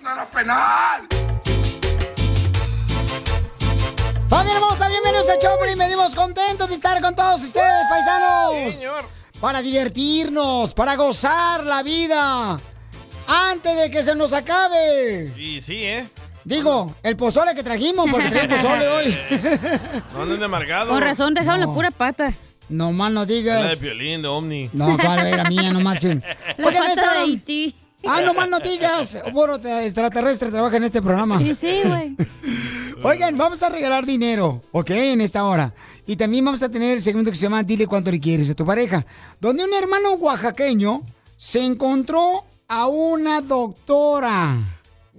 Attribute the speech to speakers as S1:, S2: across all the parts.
S1: ¡Claro, penal!
S2: ¡Familia hermosa! Bienvenidos a Choplin. Venimos contentos de estar con todos ustedes, paisanos. Para divertirnos, para gozar la vida. Antes de que se nos acabe.
S3: Y sí, ¿eh?
S2: Digo, el pozole que trajimos, porque trajimos pozole hoy.
S3: No anden de amargado.
S4: Con razón dejaron la pura pata.
S2: No más no
S3: La de
S2: digas.
S3: violín, de Omni.
S2: No, cuál era mía, no marchen.
S4: La
S2: Oigan,
S4: pata
S2: esta-
S4: de Haití.
S2: Ah, no más no digas. Bueno, te- extraterrestre trabaja en este programa.
S4: Y sí, güey.
S2: Oigan, vamos a regalar dinero, ¿ok? En esta hora. Y también vamos a tener el segmento que se llama Dile cuánto le quieres a tu pareja. Donde un hermano oaxaqueño se encontró a una doctora.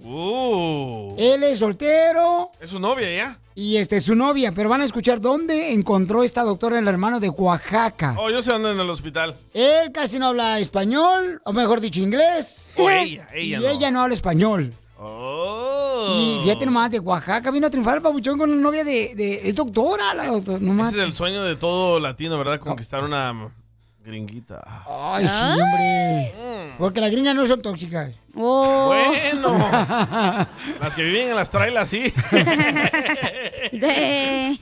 S3: Uh,
S2: Él es soltero
S3: ¿Es su novia ya?
S2: y este es su novia. Pero van a escuchar dónde encontró esta doctora el hermano de Oaxaca.
S3: Oh, yo sé dónde en el hospital.
S2: Él casi no habla español, o mejor dicho, inglés.
S3: O ella, ella
S2: y
S3: no.
S2: ella no habla español.
S3: Oh.
S2: Y fíjate nomás, de Oaxaca vino a triunfar el papuchón con una novia de, de- es doctora, la doctora, no
S3: Ese es el
S2: manches.
S3: sueño de todo latino, ¿verdad? Conquistar una gringuita.
S2: Ay, sí,
S4: Ah.
S3: Mm.
S2: hombre. Porque las gringas no son tóxicas.
S4: Oh,
S3: Bueno. Las que viven en las trailas, sí.
S4: de...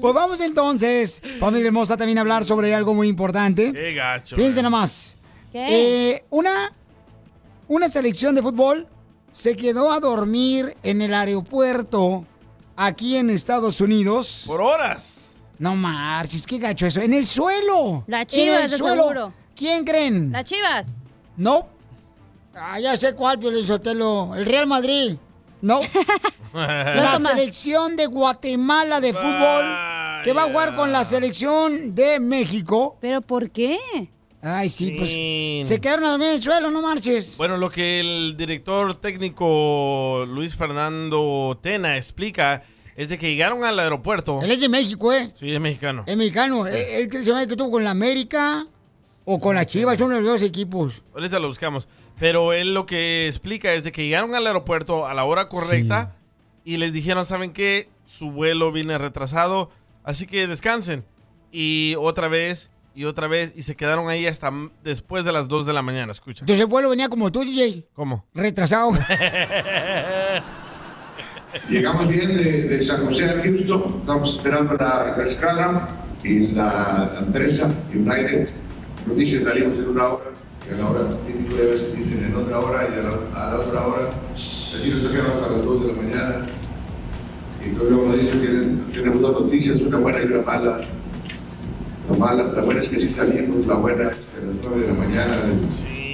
S2: Pues vamos entonces, familia hermosa, también a hablar sobre algo muy importante.
S3: Qué gacho. eh.
S2: Fíjense nomás.
S4: ¿Qué?
S2: Eh, una, una selección de fútbol se quedó a dormir en el aeropuerto aquí en Estados Unidos.
S3: Por horas.
S2: No marches, qué gacho eso. En el suelo.
S4: La
S2: En
S4: Chivas,
S2: el
S4: de
S2: suelo.
S4: seguro.
S2: ¿Quién creen?
S4: Las chivas.
S2: No. Ah, ya sé cuál, Piolín Sotelo. El Real Madrid. No. la
S4: Tomás.
S2: selección de Guatemala de fútbol que va a jugar con la selección de México.
S4: ¿Pero por qué?
S2: Ay, sí, pues.
S3: Sí.
S2: Se quedaron a dormir en el suelo, no marches.
S3: Bueno, lo que el director técnico Luis Fernando Tena explica es de que llegaron al aeropuerto.
S2: Él es de México, ¿eh?
S3: Sí, es mexicano.
S2: Es mexicano. Él- Él que se llama que tuvo con la América o con la Chivas, son los dos equipos.
S3: Ahorita lo buscamos. Pero él lo que explica es de que llegaron al aeropuerto a la hora correcta y les dijeron, ¿saben qué? Su vuelo viene retrasado, así que descansen. Y otra vez, y otra vez, y se quedaron ahí hasta m- después de las 2 de la mañana, escucha.
S2: Entonces el vuelo venía como tú, DJ.
S3: ¿Cómo?
S2: Retrasado.
S1: Llegamos bien de, de San José a Houston, estamos esperando la, la escala y la, la empresa United nos dice salimos en una hora y a la hora típico de veces dicen en otra hora y a la, a la otra hora, así nos sacaron hasta las 2 de la mañana y luego nos dicen tienen, tenemos dos noticias, una buena y una mala. La mala, la buena es que sí salimos, la buena es que a las 9 de la mañana
S3: Sí,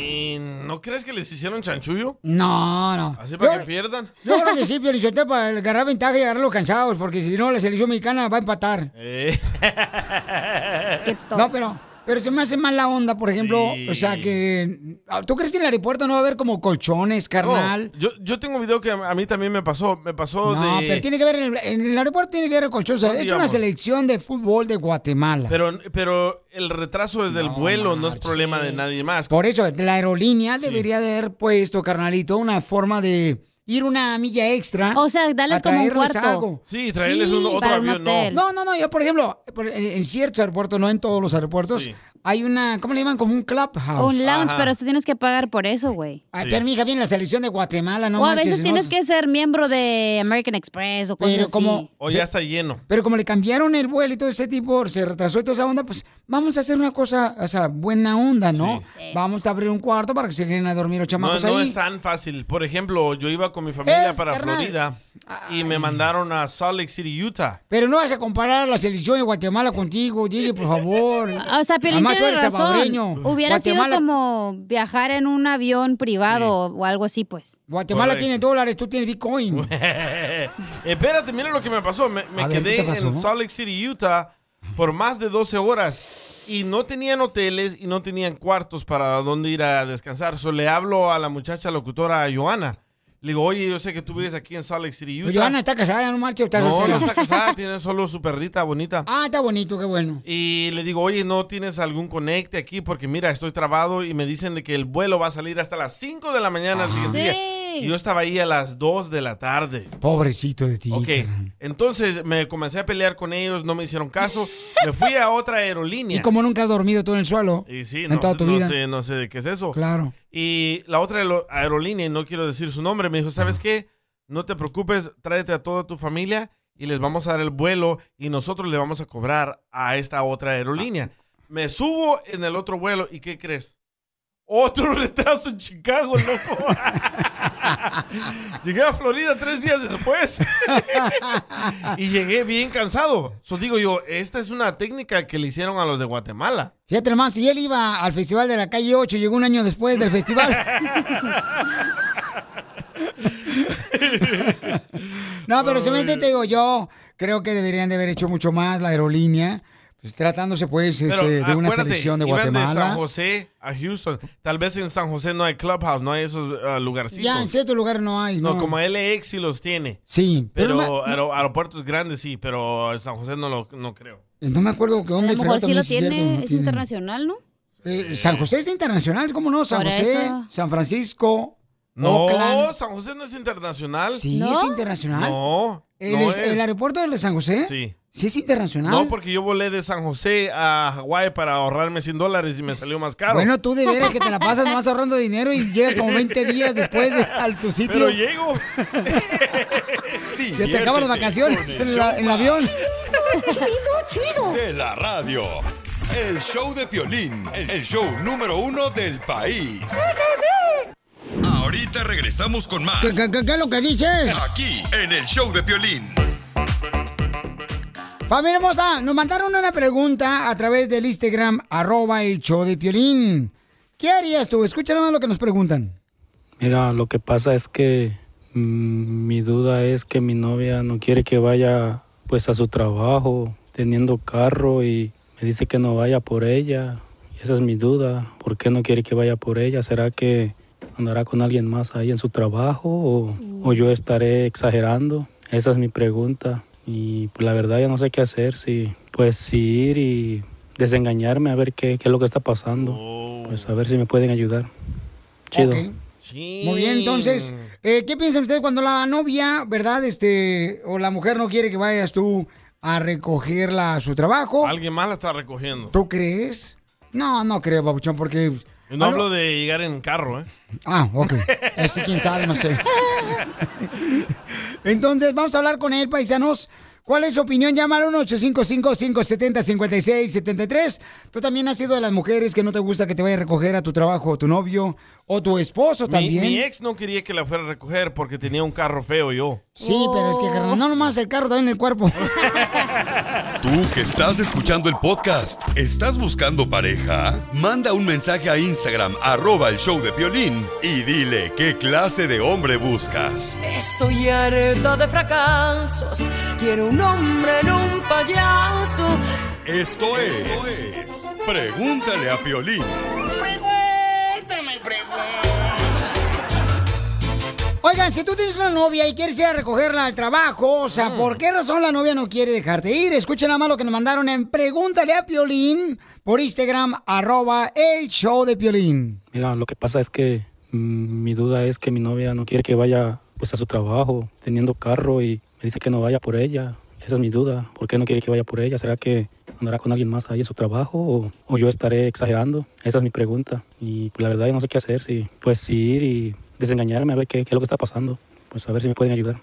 S3: ¿No crees que les hicieron chanchullo?
S2: No, no.
S3: Así para
S2: Yo-
S3: que pierdan.
S2: Yo creo que sí, Piolichotel, para agarrar ventaja y agarrar los cansados, porque si no, la selección mexicana va a empatar.
S3: Eh,
S4: Qué to-
S2: No, pero, pero se me hace mala onda, por ejemplo,
S3: Sí.
S2: o sea, que... ah, ¿Tú crees que en el aeropuerto no va a haber como colchones,
S3: no,
S2: carnal?
S3: yo, yo tengo un video que a a mí también me pasó. Me pasó
S2: No,
S3: de...
S2: pero tiene que ver, en el, en el aeropuerto tiene que ver el colchón. o sea,
S3: No,
S2: es una
S3: digamos.
S2: selección de fútbol de Guatemala.
S3: Pero, pero el retraso desde
S2: No
S3: el vuelo no es
S2: marches,
S3: problema
S2: sí.
S3: de nadie más.
S2: Por eso, la aerolínea debería de haber puesto, carnalito, una forma de ir una milla extra.
S4: O sea, darles
S2: a
S4: como un
S2: traerles
S4: cuarto.
S2: algo.
S3: Sí, traerles
S2: Sí,
S3: un- otro
S4: para un
S3: avión,
S4: hotel.
S3: no.
S2: No, no, no. Yo, por ejemplo, por- en en ciertos aeropuertos, no en todos los aeropuertos,
S3: Sí.
S2: hay una, ¿cómo le llaman? Como un clubhouse.
S4: Un lounge,
S3: Ajá.
S4: pero tú tienes que pagar por eso, güey.
S2: Ay,
S3: Sí.
S2: pero mija, bien, la selección de Guatemala, no
S4: o a
S2: manches,
S4: veces
S2: ¿no?
S4: tienes que ser miembro de American Express o cosas
S2: Pero
S4: así.
S2: como-
S3: O ya está lleno.
S2: Pero como le cambiaron el vuelo y todo ese tipo, se retrasó y toda esa onda, pues vamos a hacer una cosa, o sea, buena onda, ¿no? Vamos a abrir un cuarto para que se queden a dormir los
S3: No,
S2: chamacos
S3: no
S2: ahí.
S3: es tan fácil. Por ejemplo, yo iba con mi familia
S2: Es,
S3: para
S2: carnal.
S3: Florida y me mandaron a Salt Lake City, Utah.
S2: Pero no vas a comparar la selección de Guatemala contigo, DJ, por favor.
S4: O sea, Piolín
S2: Además, tú
S4: tiene
S2: eres
S4: Ah, razón.
S2: salvadoreño.
S4: Hubiera
S2: Guatemala-
S4: sido como viajar en un avión privado o algo así, pues.
S2: Guatemala
S3: Correcto.
S2: tiene dólares, tú tienes Bitcoin.
S3: Espérate, mira lo que me pasó. Me, me
S2: A ver, ¿qué
S3: quedé
S2: te pasó?
S3: en Salt Lake City, Utah por más de 12 horas y no tenían hoteles y no tenían cuartos para dónde ir a descansar. So, le hablo a la muchacha locutora Joana. Le digo, oye, yo sé que tú vives aquí en Salt Lake City,
S2: Pero
S3: Utah.
S2: pues, Johanna está casada, no marches, está
S3: no,
S2: soltera.
S3: no está casada, tiene solo su perrita bonita.
S2: Ah, está bonito, qué bueno.
S3: Y le digo, oye, ¿no tienes algún conecte aquí? Porque mira, estoy trabado y me dicen de que el vuelo va a salir hasta las 5 de la mañana al siguiente día.
S4: Sí.
S3: Y yo estaba ahí a las 2 de la tarde.
S2: Pobrecito de ti.
S3: Ok,
S2: carnal.
S3: entonces me comencé a pelear con ellos, no me hicieron caso. Me fui a otra aerolínea.
S2: Y como nunca has dormido tú en el suelo.
S3: Y sí,
S2: en
S3: no,
S2: toda tu
S3: no
S2: vida.
S3: sé, no sé de qué es eso.
S2: Claro.
S3: Y la otra aero- aerolínea, no quiero decir su nombre, me dijo, ¿sabes qué? No te preocupes, tráete a toda tu familia y les vamos a dar el vuelo y nosotros le vamos a cobrar a esta otra aerolínea.
S2: Ah.
S3: Me subo en el otro vuelo y ¿qué crees? Otro retraso en Chicago, loco. llegué a Florida tres días después y llegué bien cansado. So, digo yo, esta es una técnica que le hicieron a los de Guatemala.
S2: Fíjate nomás, si él iba al festival de la calle 8, llegó un año después del festival. no, pero se me dice, te digo, yo creo que deberían de haber hecho mucho más la aerolínea, pues tratándose pues
S3: Pero ah,
S2: este, de una
S3: acuérdate,
S2: selección de
S3: iban de San
S2: Guatemala.
S3: José a Houston. Tal vez en San José no hay clubhouse, no hay esos eh, lugarcitos.
S2: ya en ciertos lugares no hay,
S3: no,
S2: ¿no?
S3: como LAX sí los tiene.
S2: Sí, pero,
S3: Pero
S2: no, me,
S3: aero- aeropuertos grandes sí, pero en San José no lo no creo.
S2: no me acuerdo que
S4: A
S2: dónde
S4: lo mejor
S2: fregado
S4: sí lo
S2: también, si es cierto,
S4: tiene,
S2: no
S4: es
S2: tienen.
S4: internacional, ¿no?
S2: Eh, San José es internacional, ¿cómo no? San
S4: Por
S2: José,
S4: eso.
S2: San Francisco,
S3: No,
S2: Oakland.
S3: San José no es internacional.
S2: Sí,
S4: ¿No?
S2: es internacional.
S3: No.
S2: ¿El,
S3: no
S2: es-
S3: es.
S2: el aeropuerto de San José?
S3: Sí.
S2: Sí, es internacional.
S3: No, pues, porque yo volé de San José a Hawái para ahorrarme 100 dólares y me salió más caro.
S2: Bueno, tú de veras que te la pasas nomás ahorrando dinero y llegas como 20 días después de- al tu sitio.
S3: pero llego.
S2: Se te acaban las vacaciones en, la- en el avión.
S5: de la radio. El show de Piolín, el el show número uno del país. Ahorita regresamos con más.
S2: ¿Qué, qué- qué- qué es lo que dices?
S5: Aquí, en el show de Piolín.
S2: Familia hermosa, nos mandaron una pregunta a través del Instagram, arroba el show de Piolín. ¿Qué harías tú? Escucha nomás lo que nos preguntan.
S6: Mira, lo que pasa es que mm, mi duda es que mi novia no quiere que vaya pues a su trabajo teniendo carro y me dice que no vaya por ella. Y esa es mi duda. ¿Por qué no quiere que vaya por ella? ¿Será que andará con alguien más ahí en su trabajo o, o yo estaré exagerando? Esa es mi pregunta. Y pues, la verdad ya no sé qué hacer, si pues si ir y desengañarme a ver qué, qué es lo que está pasando. Pues a ver si me pueden ayudar. Chido.
S2: Ok. Muy bien, entonces, eh, ¿qué piensan ustedes cuando la novia, verdad, este, o la mujer no quiere que vayas tú a recogerla a su trabajo?
S3: Alguien más la está recogiendo.
S2: ¿Tú crees? No, no creo, Babuchón, porque...
S3: Y No
S2: Ah, no.
S3: hablo de llegar en carro, ¿eh?
S2: Ah, ok. Así quién sabe, no sé. Entonces, vamos a hablar con él, paisanos. ¿Cuál es su opinión? Llamar 1-855-570-5673. Tú también has sido de las mujeres que no te gusta que te vaya a recoger a tu trabajo, tu novio o tu esposo
S3: Mi-
S2: también.
S3: mi ex no quería que la fuera a recoger porque tenía un carro feo yo.
S2: Sí, pero es que, carnal,
S3: Oh.
S2: no nomás el carro, también el cuerpo.
S5: Tú que estás escuchando el podcast, ¿estás buscando pareja? Manda un mensaje a Instagram, arroba el show de Piolín, y dile qué clase de hombre buscas.
S7: Estoy harta de fracasos. Quiero un hombre en un payaso.
S5: Esto es, Pregúntale a Piolín.
S2: Oigan, si tú tienes una novia y quieres ir a recogerla al trabajo, o sea, ¿por qué razón la novia no quiere dejarte ir? Escuchen nada más lo que nos mandaron en Pregúntale a Piolín por Instagram, arroba el show de Piolín.
S6: Mira, lo que pasa es que mm, mi duda es que mi novia no quiere que vaya pues a su trabajo teniendo carro y me dice que no vaya por ella. Esa es mi duda. ¿Por qué no quiere que vaya por ella? ¿Será que andará con alguien más ahí en su trabajo o, o yo estaré exagerando? Esa es mi pregunta. Y pues, la verdad yo no sé qué hacer, si pues si ir y desengañarme a ver qué, qué es lo que está pasando. Pues a ver si me pueden ayudar.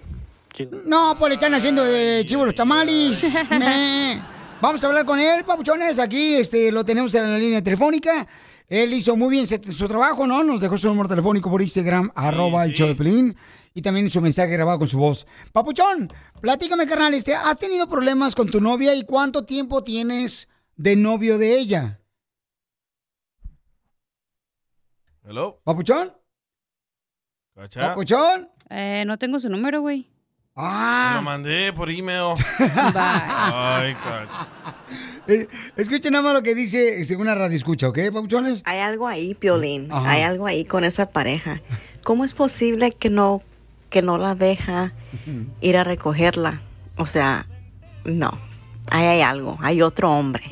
S6: Chido.
S2: No, pues le están haciendo de chivo los tamales. Me. Vamos a hablar con él, papuchones. Aquí este, lo tenemos en la línea telefónica. Él hizo muy bien se- su trabajo, ¿no? Nos dejó su número telefónico por Instagram, arroba el show de Piolín, Y también su mensaje grabado con su voz. Papuchón, platícame, carnal. Este, ¿Has tenido problemas con tu novia y cuánto tiempo tienes de novio de ella?
S3: Hello.
S2: ¿Papuchón?
S3: ¿Cacha?
S2: ¿Papuchón?
S4: Eh, no tengo su número, güey.
S3: Te
S2: Ah.
S3: Lo mandé por email. Ay, cacha.
S2: Eh, escuchen nada más lo que dice este, una radio escucha, ¿ok, papuchones?
S8: Hay algo ahí, Piolín.
S2: Ajá.
S8: Hay algo ahí con esa pareja. ¿Cómo es posible que no, que no la deja ir a recogerla? O sea, no. Ahí hay algo. Hay otro hombre.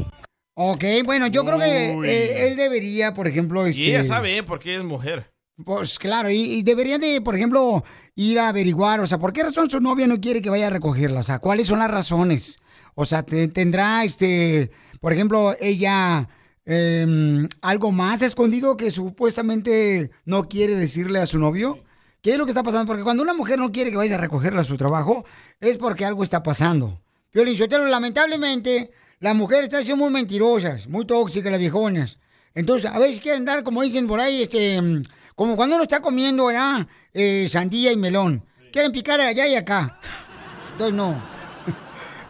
S2: Ok, bueno, yo creo que
S3: Uy.
S2: eh, él debería, por ejemplo, este,
S3: Y ella sabe, ¿eh? porque es mujer.
S2: Pues claro, y, y debería de, por ejemplo, ir a averiguar, o sea, ¿por qué razón su novia no quiere que vaya a recogerla? O sea, ¿cuáles son las razones? O sea, te- ¿tendrá, este, por ejemplo, ella em, algo más escondido que supuestamente no quiere decirle a su novio? ¿Qué es lo que está pasando? Porque cuando una mujer no quiere que vayas a recogerla a su trabajo, es porque algo está pasando. Violín Sotelo, lamentablemente, las mujeres están siendo muy mentirosas, muy tóxicas las viejonas. Entonces, a veces quieren dar, como dicen por ahí, este, mm, como cuando uno está comiendo allá sandía y melón. Quieren picar allá y acá. Entonces, no.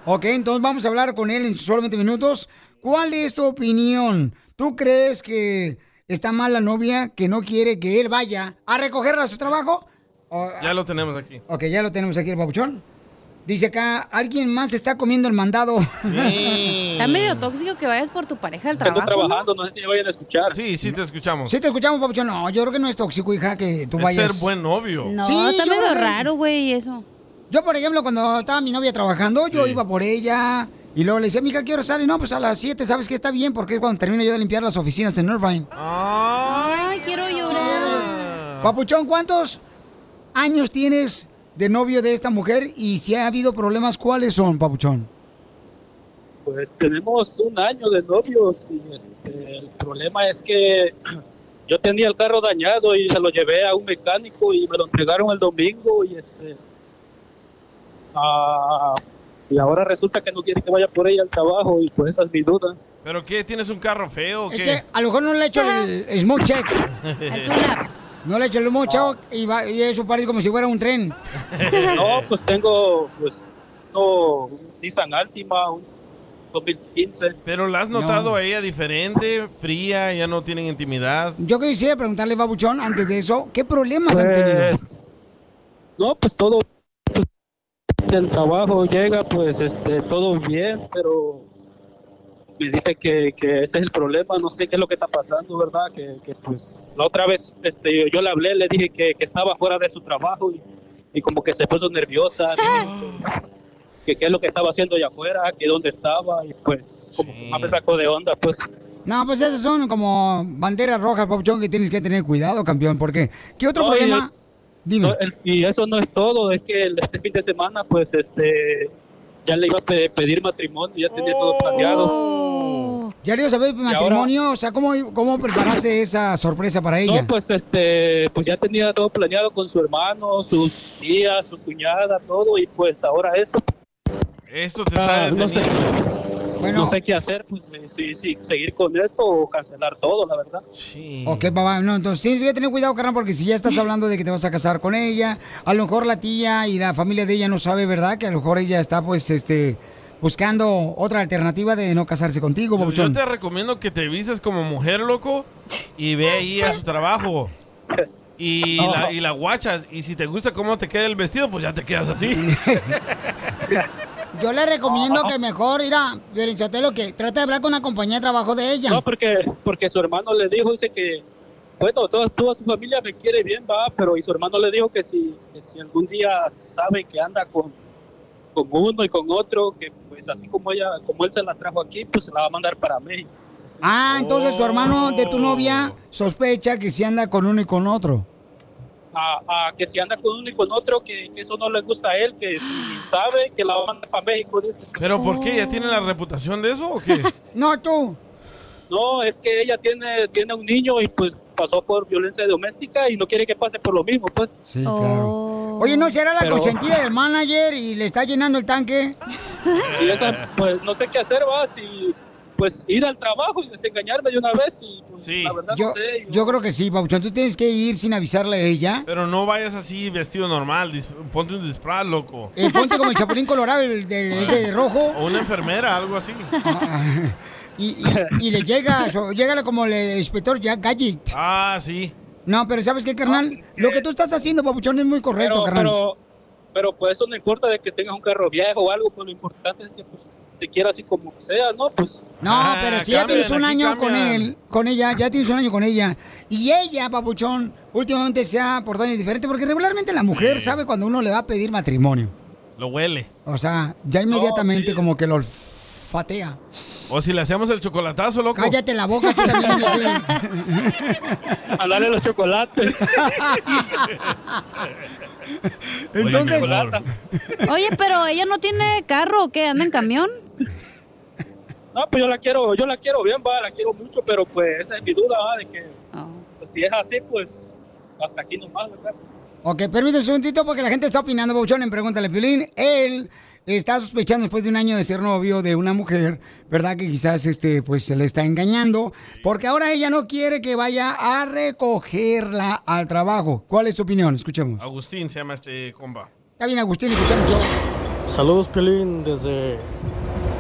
S2: ok, entonces vamos a hablar con él en solamente minutos. ¿Cuál es tu opinión? ¿Tú crees que está mal la novia que no quiere que él vaya a recogerla a su trabajo? O-
S3: Ya lo tenemos aquí.
S2: Ok, ya lo tenemos aquí el papuchón. Dice acá, alguien más está comiendo el mandado.
S4: Está medio tóxico que vayas por tu pareja al trabajo.
S3: no sé si me vayan a escuchar. Sí, sí te escuchamos.
S2: ¿Sí te escuchamos, papuchón? No, yo creo que no es tóxico, hija, que tú
S3: Es
S2: vayas.
S3: ser buen novio.
S4: No, está
S2: yo
S4: medio
S2: creo que-
S4: raro, güey, eso.
S2: Yo, por ejemplo, cuando estaba mi novia trabajando, yo iba por ella y luego le decía, mija, ¿qué hora sale? No, pues a las 7, ¿sabes qué? Está bien, porque es cuando termino yo de limpiar las oficinas en Irvine.
S3: Ah.
S4: Ay, quiero llorar.
S2: Papuchón, ¿cuántos años tienes de novio de esta mujer? Y si ha habido problemas, ¿cuáles son, papuchón?
S9: Pues tenemos un año de novios y este, el problema es que yo tenía el carro dañado y se lo llevé a un mecánico y me lo entregaron el domingo y este ah, y ahora resulta que no quiere que vaya por ella al trabajo y pues esa es mi duda.
S3: ¿Pero qué? ¿Tienes un carro feo o
S2: Es
S3: qué?
S2: que a lo mejor no le he hecho
S4: Ah.
S2: el smoke check. No le he hecho el smoke check y, va- y eso parece como si fuera un tren.
S9: No, pues tengo pues no, un Nissan Altima, un 2015.
S3: ¿Pero la has notado a ella diferente, fría, ya no tienen intimidad?
S2: Yo quisiera preguntarle, papuchón, antes de eso, ¿qué problemas han tenido?
S9: Pues, No, pues todo pues, del trabajo llega, pues este, todo bien, pero me dice que, que ese es el problema, no sé qué es lo que está pasando, ¿verdad? Que, que, pues la otra vez este, yo, yo le hablé, le dije que, que estaba fuera de su trabajo y, y como que se puso nerviosa, que- que qué es lo que estaba haciendo allá afuera, que dónde estaba y pues como que más me sacó de onda, pues.
S2: No, pues esas son como banderas rojas, papuchón, que tienes que tener cuidado, campeón, porque ¿qué otro
S9: No, y
S2: problema?
S9: el-
S2: Dime.
S9: no, el- y eso no es todo, es que el- este fin de semana, pues, este, ya le iba a pe- pedir matrimonio, ya tenía todo planeado.
S2: ¿Ya le ibas a ver matrimonio? O sea, ¿cómo, ¿cómo preparaste esa sorpresa para ella?
S9: No, pues, este, pues ya tenía todo planeado con su hermano, sus tías, su cuñada, todo, y pues ahora esto. Ah,
S3: Esto te está
S9: no sé,
S2: Bueno.
S9: no sé qué hacer, pues, si, si seguir con esto o cancelar todo, la verdad.
S2: Ok, papá, no, entonces tienes que tener cuidado, carnal, porque si ya estás hablando de que te vas a casar con ella, a lo mejor la tía y la familia de ella no sabe, ¿verdad? Que a lo mejor ella está, pues, este, buscando otra alternativa de no casarse contigo,
S3: Yo
S2: papuchón.
S3: te recomiendo que te vistas como mujer, loco, y ve ahí a su trabajo. Y,
S2: No.
S3: la, y la guachas. Y si te gusta cómo te queda el vestido, pues ya te quedas así.
S2: Yo le recomiendo que mejor ir a lo que trate de hablar con la compañía de trabajo de ella.
S9: No, porque, porque su hermano le dijo, dice que, bueno, toda, toda su familia me quiere bien, va, pero y su hermano le dijo que si, que si algún día sabe que anda con, con uno y con otro, que pues así como ella, como él se la trajo aquí, pues se la va a mandar para México.
S2: Ah, entonces su hermano de tu novia
S9: Oh.
S2: sospecha que si anda con uno y con otro.
S9: A, a que si anda con uno y con otro, que, que eso no le gusta a él, que si sabe que la va a mandar para México, dice.
S3: ¿Pero por qué? ¿Ya tiene la reputación de eso o qué?
S2: No, tú.
S9: No, es que ella tiene, tiene un niño y pues pasó por violencia doméstica y no quiere que pase por lo mismo, pues.
S2: Oh. Sí, claro. Oye, ¿no será la
S9: Pero-
S2: consentida del manager y le está llenando el tanque?
S9: Y eso, pues no sé qué hacer, va, si pues ir al trabajo y desengañarme de una vez y pues, la verdad
S2: Yo,
S9: no sé. yo-
S2: yo creo que sí, Pauchón. Tú tienes que ir sin avisarle a ella.
S3: Pero no vayas así vestido normal, dis- ponte un disfraz, loco.
S2: Eh, ponte como el chapulín colorado, el de, ese de rojo.
S3: O una enfermera, algo así.
S2: Y, y- y le llega, so- llégale como el eh, inspector Jack Gadget.
S3: Ah, sí.
S2: No, pero ¿sabes qué, carnal? Lo que tú estás haciendo, Papuchón, es muy correcto,
S9: eh. Pero,
S2: carnal.
S9: pero, pero pues eso no importa de que tengas un carro viejo o algo, pues lo importante es que pues, te quiera así como sea, ¿no? Pues,
S2: No,
S3: Ah,
S2: pero si ya tienes un año con él, con ella, ya tienes un año con ella. Y ella, papuchón, últimamente se ha portado diferente porque regularmente la mujer sabe cuando uno le va a pedir matrimonio.
S3: Lo huele.
S2: O sea, ya inmediatamente como que lo olfatea.
S3: O si le hacemos el chocolatazo, loco.
S2: Cállate la boca, tú también. imbécil.
S9: A darle los chocolates.
S2: Entonces-
S3: mi amor,
S4: Oye, pero ella no tiene carro o qué, anda en camión.
S9: No, pues yo la quiero, yo la quiero bien, va, la quiero mucho, pero pues esa es mi duda, va, de que pues, si es así, pues hasta aquí nomás, ¿verdad?
S2: Ok, permítame un segundito porque la gente está opinando, Papuchón, en Pregúntale a Piolín. Él está sospechando después de un año de ser novio de una mujer, ¿verdad? Que quizás este, pues, se le está engañando. Porque ahora ella no quiere que vaya a recogerla al trabajo. ¿Cuál es tu opinión? Escuchemos.
S3: Agustín se llama este compa.
S2: Está bien, Agustín, escuchamos.
S10: Saludos, Piolín, desde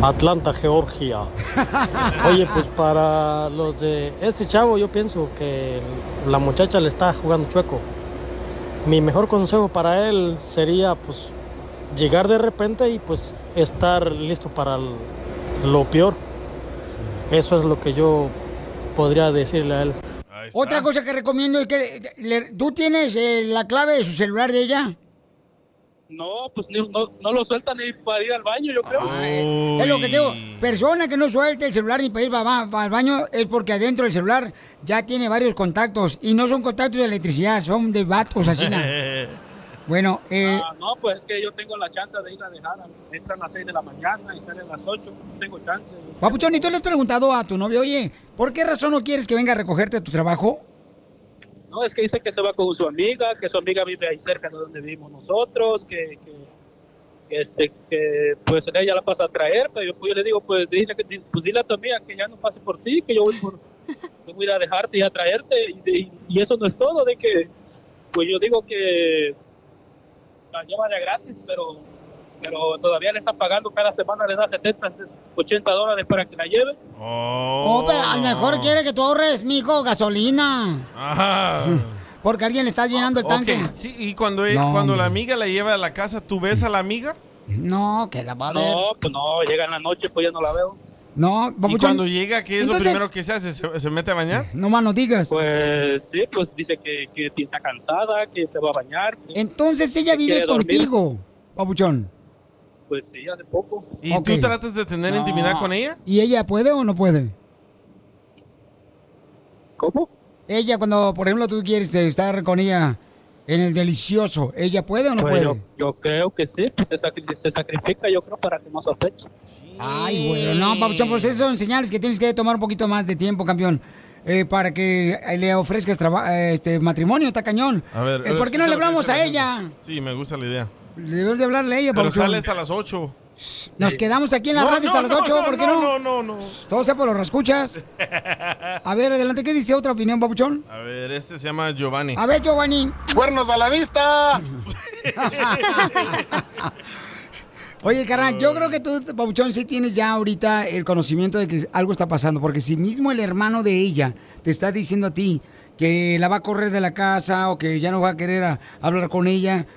S10: Atlanta, Georgia. Oye, pues para los de este chavo, yo pienso que la muchacha le está jugando chueco. Mi mejor consejo para él sería, pues, llegar de repente y, pues, estar listo para l- lo peor. Eso es lo que yo podría decirle a él.
S2: Otra cosa que recomiendo es que eh, le- tú tienes eh, la clave de su celular de ella.
S9: No, pues ni- no, no lo sueltan ni para ir al baño, yo creo.
S2: Es lo que te digo. Persona que no suelta el celular ni para ir para al baño es porque adentro del celular ya tiene varios contactos. Y no son contactos de electricidad, son de vatos así. na. Bueno, eh,
S9: Ah, no, pues es que yo tengo la chance de ir a dejar. a- Entran a las 6 de la mañana y salen a las 8. No tengo chance.
S2: Papuchón, ¿y tú le has preguntado a tu novio, oye, ¿por qué razón no quieres que venga a recogerte a tu trabajo?
S9: No, es que dice que se va con su amiga, que su amiga vive ahí cerca de donde vivimos nosotros, que, que- que, este, que pues ella la pasa a traer. Pero yo, pues, yo le digo, pues dile, que- di- pues dile a tu amiga que ya no pase por ti, que yo voy, por, yo voy a ir a dejarte y a traerte. Y, de- y eso no es todo, de que pues yo digo que la lleva de gratis, pero, pero todavía le están pagando cada semana, le da 70, 80 dólares para que la lleve.
S2: Oh, pero a lo mejor quiere que tú ahorres, mijo, gasolina.
S3: Ajá.
S2: Porque alguien le está llenando el
S3: Ah, Ok,
S2: tanque.
S3: Sí, y cuando, él-
S2: No,
S3: cuando la
S2: hombre.
S3: amiga la lleva a la casa, ¿tú ves a la amiga?
S2: No, que la va a ver.
S9: No, pues no, llega en la noche, pues ya no la veo.
S2: No,
S3: Y
S2: Papuchón,
S3: cuando llega, ¿qué es
S2: Entonces-
S3: lo primero que se hace? ¿Se, se mete a bañar?
S2: no más nos digas.
S9: Pues sí, pues dice que, que está cansada, que se va a bañar. que-
S2: Entonces ella
S9: que
S2: vive
S9: quiere dormir.
S2: contigo, Papuchón.
S9: Pues sí, hace poco.
S3: ¿Y
S2: Ok.
S3: tú tratas de tener
S2: No.
S3: intimidad con ella?
S2: ¿Y ella puede o no puede?
S9: ¿Cómo?
S2: Ella, cuando, por ejemplo, tú quieres eh, estar con ella en el delicioso, ¿ella puede o no
S9: Pues, yo,
S2: puede?
S9: yo creo que sí, pues, se, sacri- se sacrifica, yo creo, para que no sospeche.
S2: Ay, güey, no, Papuchón, pues esas son señales que tienes que tomar un poquito más de tiempo, campeón. eh, para que le ofrezcas traba- eh, este matrimonio, está cañón.
S3: A ver,
S2: Eh, ¿Por qué no le
S3: escucha lo que
S2: hablamos
S3: dice
S2: a
S3: la
S2: ella?
S3: Sí, me gusta la idea.
S2: Debemos de hablarle a ella,
S3: Pero
S2: Papuchón.
S3: sale hasta las 8.
S2: Nos quedamos aquí en la
S3: No,
S2: radio hasta
S3: no,
S2: las
S3: no,
S2: 8,
S3: no,
S2: ¿por qué
S3: no,
S2: no?
S3: No, no, no.
S2: Todo sea por los rascuchas. A ver, adelante, ¿qué dice otra opinión, Papuchón?
S3: A ver, este se llama Giovanni.
S2: A ver, Giovanni. ¡Cuernos a la vista! Oye, carnal, yo creo que tú, Pauchón, sí tienes ya ahorita el conocimiento de que algo está pasando. Porque si mismo el hermano de ella te está diciendo a ti que la va a correr de la casa o que ya no va a querer a- hablar con ella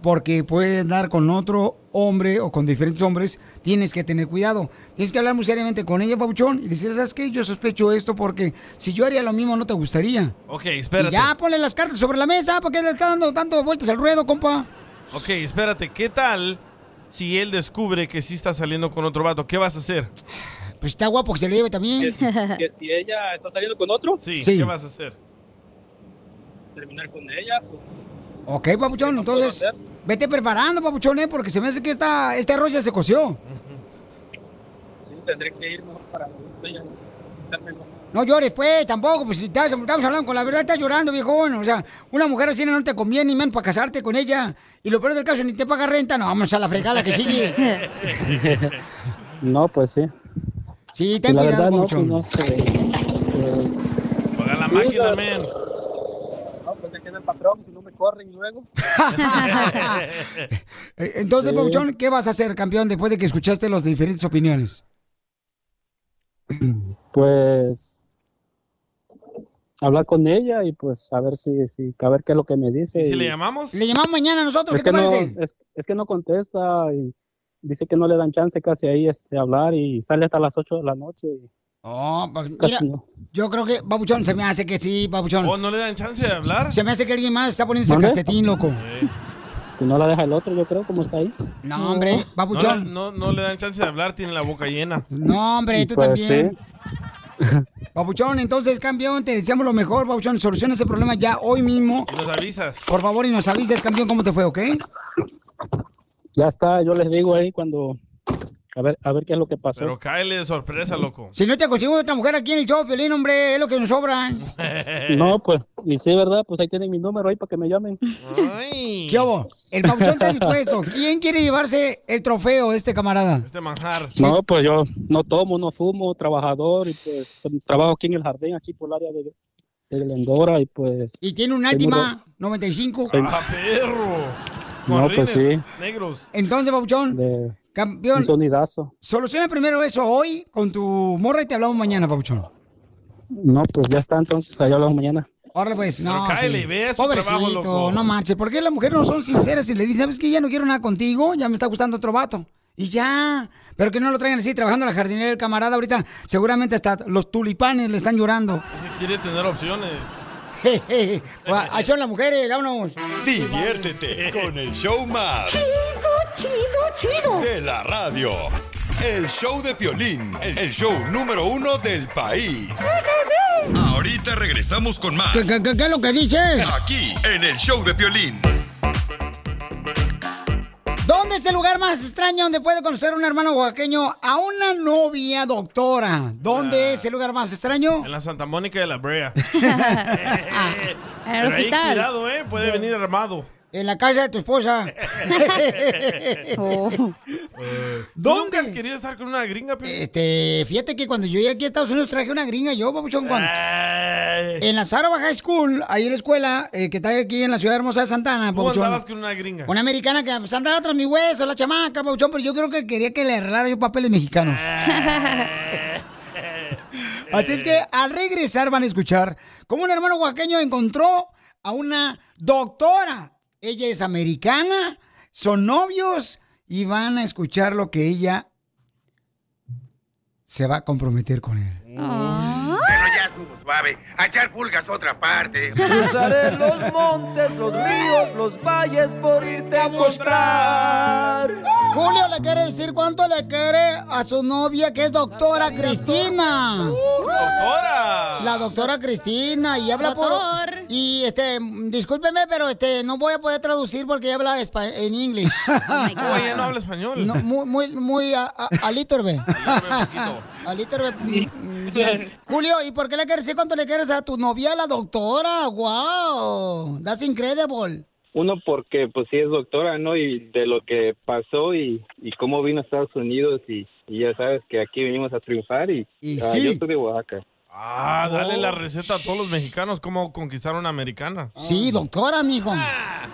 S2: porque puede andar con otro hombre o con diferentes hombres, tienes que tener cuidado. Tienes que hablar muy seriamente con ella, Pauchón, y decirle, ¿sabes qué? Yo sospecho esto porque si yo haría lo mismo no te gustaría.
S3: Ok, espérate.
S2: Y ya ponle las cartas sobre la mesa, porque le está dando tanto vueltas al ruedo, compa.
S3: Ok, espérate. ¿Qué tal si él descubre que sí está saliendo con otro vato? ¿Qué vas a hacer?
S2: Pues está guapo que se lo lleve también.
S9: que si ella está saliendo con otro,
S3: Sí,
S2: Sí.
S3: ¿qué vas a hacer?
S9: terminar con ella, pues,
S2: ok, papuchón, entonces vete preparando, papuchón, eh, porque se me hace que esta, este arroz ya se coció.
S9: sí, tendré que ir mejor para ella. meterme con
S2: No llores, pues, tampoco, pues si estás- estamos hablando con la verdad, estás llorando, viejón. O sea, una mujer así no te conviene, ni menos para casarte con ella. Y lo peor del caso, ni te paga renta. No, vamos a la fregada que sigue.
S9: No, pues sí.
S2: Sí, ten
S9: la
S2: cuidado,
S9: verdad, no, pues,
S2: Pabuchón.
S9: no, este, pues,
S3: Paga la
S9: Sí,
S3: máquina,
S9: la-
S3: men.
S9: no, pues se queda el patrón, si no me corren luego.
S2: Eh, Entonces,
S9: Sí.
S2: Pabuchón, ¿qué vas a hacer, campeón, después de que escuchaste las diferentes opiniones?
S9: Pues hablar con ella y pues a ver si, si a ver qué es lo que me dice. y-
S3: llamamos?
S2: Le llamamos mañana nosotros,
S9: es
S2: ¿qué
S9: que
S2: te
S9: no,
S2: parece?
S9: es, es que no contesta y dice que no le dan chance casi ahí este hablar y sale hasta las 8 de la noche. y
S2: Oh, pues
S9: casi
S2: mira,
S9: no.
S2: yo creo que, Pabuchón, se me hace que sí, Pabuchón.
S3: ¿O no le dan chance de hablar?
S2: Se me hace que alguien más está poniendo ese
S9: ¿Mande?
S2: calcetín, loco.
S9: Que no la deja el otro, yo creo, como está ahí.
S2: No, hombre, Pabuchón.
S3: No, no, no le dan chance de hablar, tiene la boca llena.
S2: No, hombre,
S9: Y
S2: tú
S9: pues,
S2: también. Papuchón, entonces, campeón, te deseamos lo mejor, Papuchón. Soluciona ese problema ya hoy mismo.
S3: Y nos avisas.
S2: Por favor, y nos avises, campeón, cómo te fue, ¿ok?
S9: Ya está, yo les digo ahí cuando a ver a ver qué es lo que pasó.
S3: Pero cáele de sorpresa, loco.
S2: Si no te conseguimos otra mujer aquí en el show, Piolín, hombre, es lo que nos sobra.
S9: No, pues, y sí, ¿verdad? Pues ahí tienen mi número ahí para que me llamen.
S2: ¿Qué hubo? El Papuchón está dispuesto. ¿Quién quiere llevarse el trofeo de este camarada?
S3: Este manjar.
S9: No, pues yo no tomo, no fumo, trabajador y pues trabajo aquí en el jardín, aquí por el área de, de Glendora y pues...
S2: Y tiene un
S9: tengo
S2: Altima 95.
S9: Sí.
S3: ¡Ah, perro! Con
S9: No, pues
S3: rines
S9: sí.
S3: negros.
S2: Entonces,
S9: dos-
S2: Papuchón,
S9: de- un
S2: campeón,
S9: sonidazo.
S2: soluciona primero eso hoy con tu morra y te hablamos mañana, Papuchón.
S9: No, pues ya está entonces, ahí hablamos mañana.
S2: Ahora pues, no.
S3: Pero cáele, ve a su trabajo, loco.
S2: no marche. ¿Por qué las mujeres no son sinceras y le dicen, sabes que ya no quiero nada contigo, ya me está gustando otro vato? Y ya. Pero que no lo traigan así, trabajando en la jardinera del camarada ahorita. Seguramente hasta los tulipanes le están llorando.
S3: Si quiere tener opciones.
S2: Jejeje. Pues, ahí son las mujeres, vámonos.
S5: Diviértete con el show más.
S2: Chido, chido, chido.
S5: De la radio. El show de Piolín, el el show número uno del país. Ahorita regresamos con más.
S2: ¿Qué, qué- qué- qué es lo que dices?
S5: Aquí, en el show de Piolín.
S2: ¿Dónde es el lugar más extraño donde puede conocer un hermano oaxaqueño a una novia doctora?
S3: Ah.
S2: ¿Dónde es el lugar más extraño? Ah,
S3: En la Santa Mónica de la Brea.
S4: En
S3: Pero
S4: el
S3: ahí
S4: hospital.
S3: cuidado, ¿eh? Puede venir armado.
S2: En la casa de tu esposa.
S4: Oh.
S2: ¿Dónde?
S3: ¿Nunca has querido estar con una gringa, Piolín?
S2: Este, fíjate que cuando yo llegué aquí a Estados Unidos traje una gringa, yo, papuchón, cuando-
S3: Ay.
S2: En la Saraba High School, ahí en la escuela, eh, que está aquí en la ciudad hermosa de Santana,
S3: Tú andabas
S2: papuchón.
S3: con una gringa.
S2: Una americana que se andaba tras mi hueso, la chamaca, papuchón, pero yo creo que quería que le arreglara yo papeles mexicanos. Así es que al regresar van a escuchar cómo un hermano oaxaqueño encontró a una doctora. Ella es americana, son novios y van a escuchar lo que ella se va a comprometer con él.
S11: Pero ya estuvo suave. A echar pulgas a otra parte.
S12: Cruzaré los montes, los ríos, los valles por irte a buscar.
S2: Julio le quiere decir cuánto le quiere a su novia que es doctora Cristina.
S3: ¡Doctora!
S2: La doctora Cristina y habla por
S4: Doctor.
S2: y este discúlpeme pero este no voy a poder traducir porque ella habla espa- en inglés.
S3: Oye, no habla español.
S2: No, muy muy muy a, a, a little bit. A little bit, mm, mm, yes. Julio, ¿y por qué le quieres decir cuánto le quieres a tu novia la doctora? Wow, that's incredible.
S13: Uno porque pues sí es doctora, ¿no? Y de lo que pasó y, y cómo vino a Estados Unidos y, y ya sabes que aquí venimos a triunfar y,
S2: Y
S13: ah,
S2: sí.
S13: yo soy de Oaxaca.
S3: Ah, dale
S2: Oh,
S3: la receta a todos los mexicanos cómo conquistar a una americana.
S2: Sí, doctora, mijo.
S3: Ah,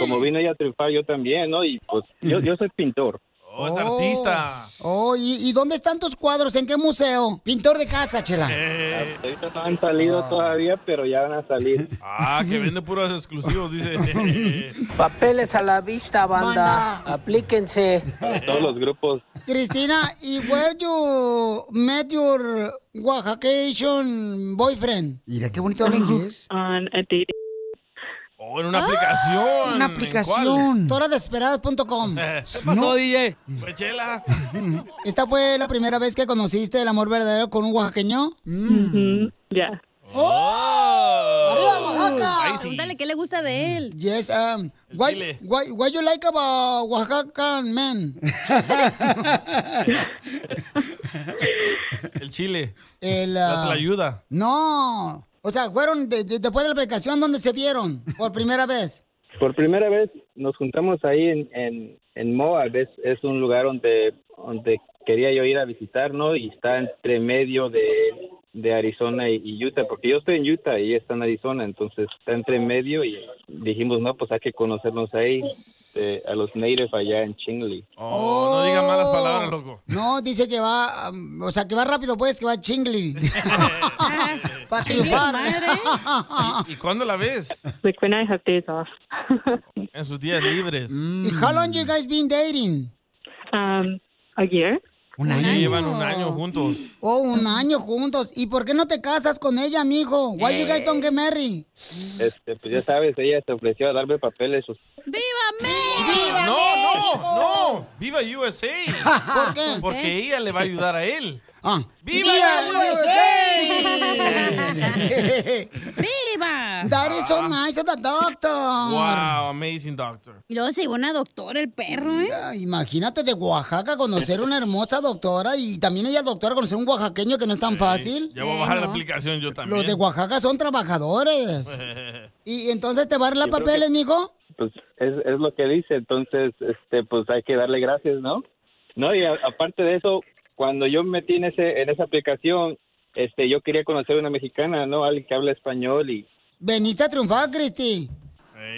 S13: Como vino ella a triunfar yo también, ¿no? Y pues yo, yo soy pintor.
S3: Oh, es artista.
S2: Oh, ¿y, y dónde están tus cuadros? ¿En qué museo? Pintor de casa, chela.
S3: Eh,
S13: Ahorita no han
S2: Ah.
S13: salido todavía, pero ya van a salir.
S3: ah, que vende puros exclusivos, dice.
S12: Papeles a la vista, banda.
S2: Banda.
S12: Aplíquense.
S13: Para todos los grupos.
S2: Cristina, ¿y where you met your Oaxacation boyfriend? Mira, qué bonito habla inglés.
S7: on a dating.
S3: Oh, en una aplicación.
S2: Ah, Una
S3: ¿En
S2: aplicación. Toradesesperadas.com. No.
S3: DJ? Pues chela.
S2: ¿Esta fue la primera vez que conociste el amor verdadero con un oaxaqueño?
S3: Mm.
S7: Yeah.
S2: ¡Oh!
S3: Ahí sí.
S4: Pregúntale qué le gusta de él.
S2: Yes, um, what,
S3: Dile.
S2: what, what you like about Oaxacan men?
S3: El chile.
S2: El,
S3: La
S2: ah,
S3: tlayuda.
S2: No. O sea, fueron de- de- después de la aplicación donde se vieron por primera vez.
S13: Por primera vez nos juntamos ahí en, en, en Moab, es, es un lugar donde, donde quería yo ir a visitar, ¿no? Y está entre medio de, de Arizona y, y Utah, porque yo estoy en Utah y ella está en Arizona, entonces está entre medio y dijimos, no, pues hay que conocernos ahí, eh, a los native allá en Chingley.
S3: no digas malas
S2: Oh.
S3: palabras, loco.
S2: No, dice que va, um, o sea, que va rápido, pues, que va chingli. Para triunfar.
S3: ¿Y cuándo la ves?
S7: Like when I have days off.
S3: En sus días libres.
S2: How long you guys been dating?
S7: Um, a year.
S2: Un
S3: año. Llevan un año juntos.
S2: Oh, un año juntos. ¿Y por qué no te casas con ella, mijo? Why you guys don't get married?
S13: Este, pues ya sabes, ella se ofreció a darme papeles.
S3: ¡Viva No, no, no. ¡Viva USA!
S2: ¿Por qué? Ah.
S3: Porque ella le va a ayudar a él. ¡Viva,
S2: ¡Viva
S3: USA!
S2: ¡Viva! That is so nice of the doctor.
S3: Wow, amazing doctor.
S2: Y luego se llevó una doctora el perro, ¿eh? imagínate de Oaxaca conocer una hermosa doctora y también ella doctora conocer un oaxaqueño que no es tan fácil.
S3: Ya voy a bajar la aplicación yo también.
S2: Los de Oaxaca son trabajadores. ¿Y entonces te va a arreglar
S13: Yo creo
S2: papeles,
S13: que-
S2: mijo?
S13: Pues es, es lo que dice, entonces, este, pues hay que darle gracias, ¿no? No, y a- aparte de eso, cuando yo me metí en, ese, en esa aplicación, este, yo quería conocer una mexicana, ¿no? Alguien que habla español y...
S2: Veniste a triunfar, Cristi.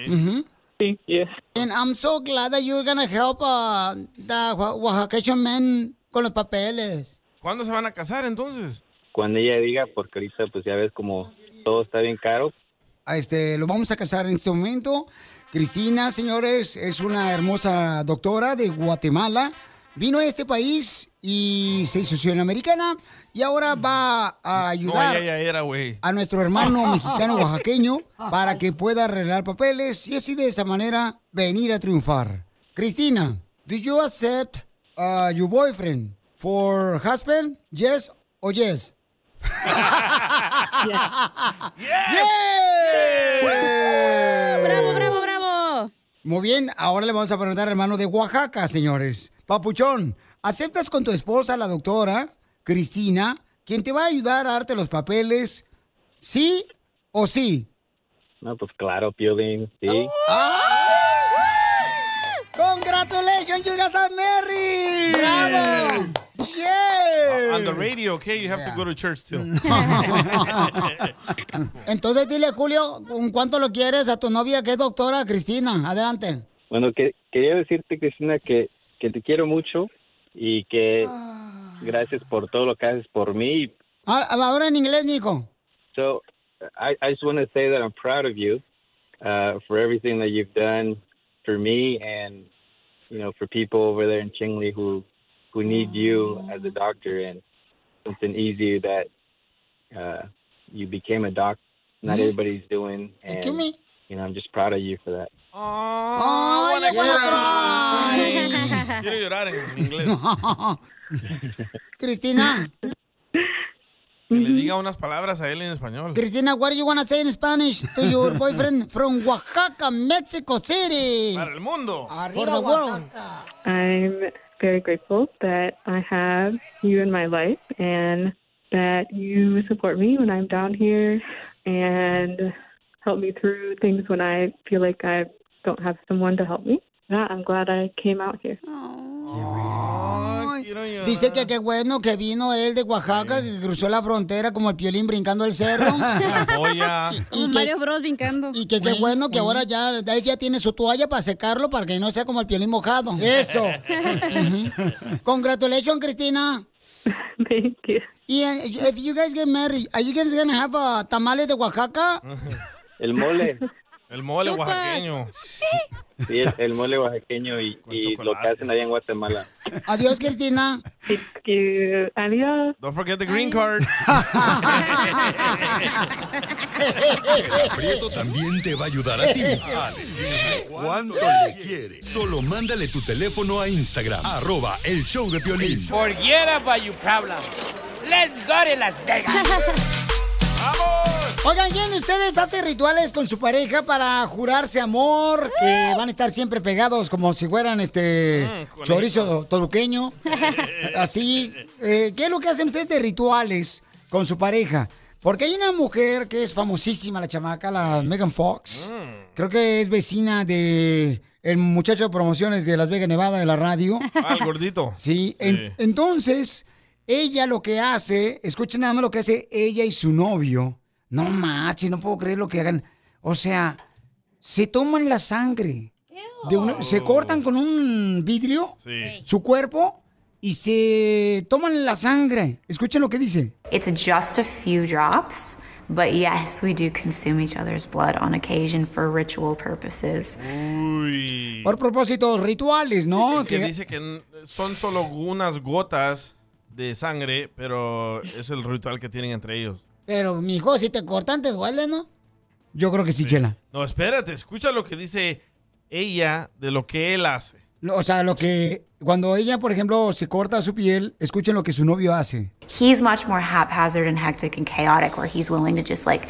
S2: Ujú.
S7: Sí, yeah.
S2: And I'm so glad that you're gonna help uh, the Oa- Oaxaqueño men con los papeles.
S3: ¿Cuándo se van a casar entonces?
S13: Cuando ella diga, porque ahorita, pues ya ves como todo está bien caro,
S2: a este, lo vamos a casar en este momento. Cristina, señores, es una hermosa doctora de Guatemala. Vino a este país y se hizo ciudadana americana y ahora va a
S3: No,
S2: ayudar
S3: ella ya era, güey.
S2: a nuestro hermano mexicano oaxaqueño para que pueda arreglar papeles y así de esa manera venir a triunfar. Cristina, do you accept uh, your boyfriend for husband? Yes or yes?
S4: ¡Bravo, bravo, bravo!
S2: Pues. Muy bien, ahora le vamos a preguntar al hermano de Oaxaca, señores. Papuchón, ¿aceptas con tu esposa, la doctora Cristina, quien te va a ayudar a darte los papeles? ¿Sí o sí?
S13: No, pues claro, Piolín, sí.
S2: ¡Congratulations, you guys are married! ¡Bravo! Yeah.
S3: On the radio, okay? You have to go to church still.
S2: Entonces dile, Julio, ¿con ¿cuánto lo quieres a tu novia que es doctora Cristina? Adelante.
S13: Bueno, que, quería decirte, Cristina, que, que te quiero mucho y que gracias por todo lo que haces por mí.
S2: Ah, Ahora en inglés, mijo.
S13: So, I, I just want to say that I'm proud of you uh, for everything that you've done for me and, you know, for people over there in Chinle who, who need you as a doctor and something easy that uh, you became a doc. Not everybody's doing. And,
S2: Hmm? Excuse me.
S13: you know, I'm just proud of you for that.
S4: Oh,
S3: Oh,
S2: ¡Ay, ya voy a
S3: Ay.
S2: llorar.
S3: Quiero llorar en inglés.
S2: Cristina,
S3: Mm. Que le diga unas palabras a él en español.
S2: Cristina, what do you want to say in Spanish to your boyfriend from Oaxaca, Mexico City?
S3: Para el mundo.
S2: For the world.
S7: I'm very grateful that I have you in my life and that you support me when I'm down here and help me through things when I feel like I don't have someone to help me. Yeah, I'm glad I came out here.
S14: Mm-hmm.
S2: Dice que qué bueno que vino él de Oaxaca, que cruzó la frontera como el piolín brincando el cerro.
S3: Oye,
S2: Y Mario Bros brincando. Y que qué bueno que ahora ya, él ya tiene su toalla para secarlo para que no sea como el piolín mojado. Eso. Congratulations, Cristina.
S7: Thank you.
S2: Y eh, if you guys get married, are you guys gonna have uh, tamales de Oaxaca?
S13: El mole.
S3: El mole
S2: Chupas.
S3: oaxaqueño.
S13: Sí, el, el mole oaxaqueño y, y lo que hacen allá en Guatemala.
S2: Adiós, Cristina.
S7: Thank you. Adiós.
S3: Don't forget the green card.
S5: Prieto también te va a ayudar a ti a decirle cuánto le quieres. Solo mándale tu teléfono a Instagram, arroba el show de Piolín.
S15: Forget about your problem. Let's go to Las Vegas.
S2: Oigan, ¿quién de ustedes hace rituales con su pareja para jurarse amor? Que van a estar siempre pegados como si fueran este
S3: Mm, conejo.
S2: chorizo toruqueño. Así, eh, ¿qué es lo que hacen ustedes de rituales con su pareja? Porque hay una mujer que es famosísima, la chamaca, la Megan Fox. Creo que es vecina de el muchacho de promociones de Las Vegas, Nevada, de la radio.
S3: Ah, el gordito.
S2: Sí, en-
S3: Sí.
S2: entonces, ella lo que hace, escuchen nada más lo que hace ella y su novio. No manches, no puedo creer lo que hagan. O sea, se toman la sangre. de una- se cortan con un vidrio
S3: Sí.
S2: su cuerpo y se toman la sangre. Escuchen lo que dice.
S16: It's just a few drops, but yes, we do consume each other's blood on occasion for ritual purposes.
S2: Por propósitos rituales, ¿no?
S3: Que
S2: Que-
S3: dice que n- son solo unas gotas de sangre, pero es el ritual que tienen entre ellos.
S2: Pero, mijo, si te cortan, te duele, ¿no? Yo creo que sí, Chela.
S3: No, espérate, escucha lo que dice ella de lo que él hace.
S2: Lo- O sea, lo que. Cuando ella, por ejemplo, se corta su piel, escuchen lo que su novio hace.
S16: He's much more haphazard and hectic and chaotic, where he's willing to just like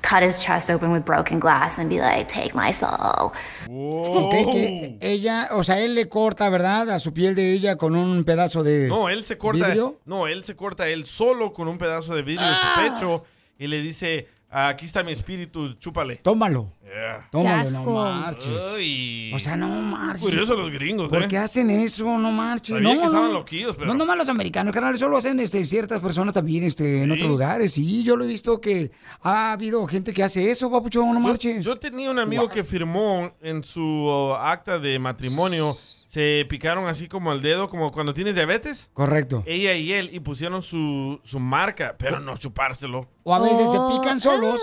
S16: cut his chest open with broken glass and be like, take my soul.
S3: Oh.
S2: Ok, que ella, o sea, él le corta, ¿verdad? A su piel de ella con un pedazo de.
S3: No, él se corta.
S2: vidrio.
S3: No, él se corta él solo con un pedazo de vidrio en su pecho y le dice, aquí está mi espíritu, chúpale.
S2: Tómalo.
S3: Yeah.
S2: Tómalo, no marches.
S3: Ay.
S2: O sea, no marches.
S3: Curioso los gringos,
S2: ¿Por
S3: ¿eh?
S2: qué hacen eso? No marches.
S3: Sabía
S2: no,
S3: que estaban
S2: no.
S3: loquillos, pero-
S2: No, nomás los americanos, carnal. Eso lo hacen este, ciertas personas también este, en otros lugares. Sí, yo lo he visto que ha habido gente que hace eso, papuchón, no marches.
S3: Yo tenía un amigo que firmó en su oh, acta de matrimonio, se picaron así como el dedo, como cuando tienes diabetes.
S2: Correcto.
S3: Ella y él, y pusieron su, su marca, pero no chupárselo.
S2: O a veces
S3: Oh.
S2: se pican solos.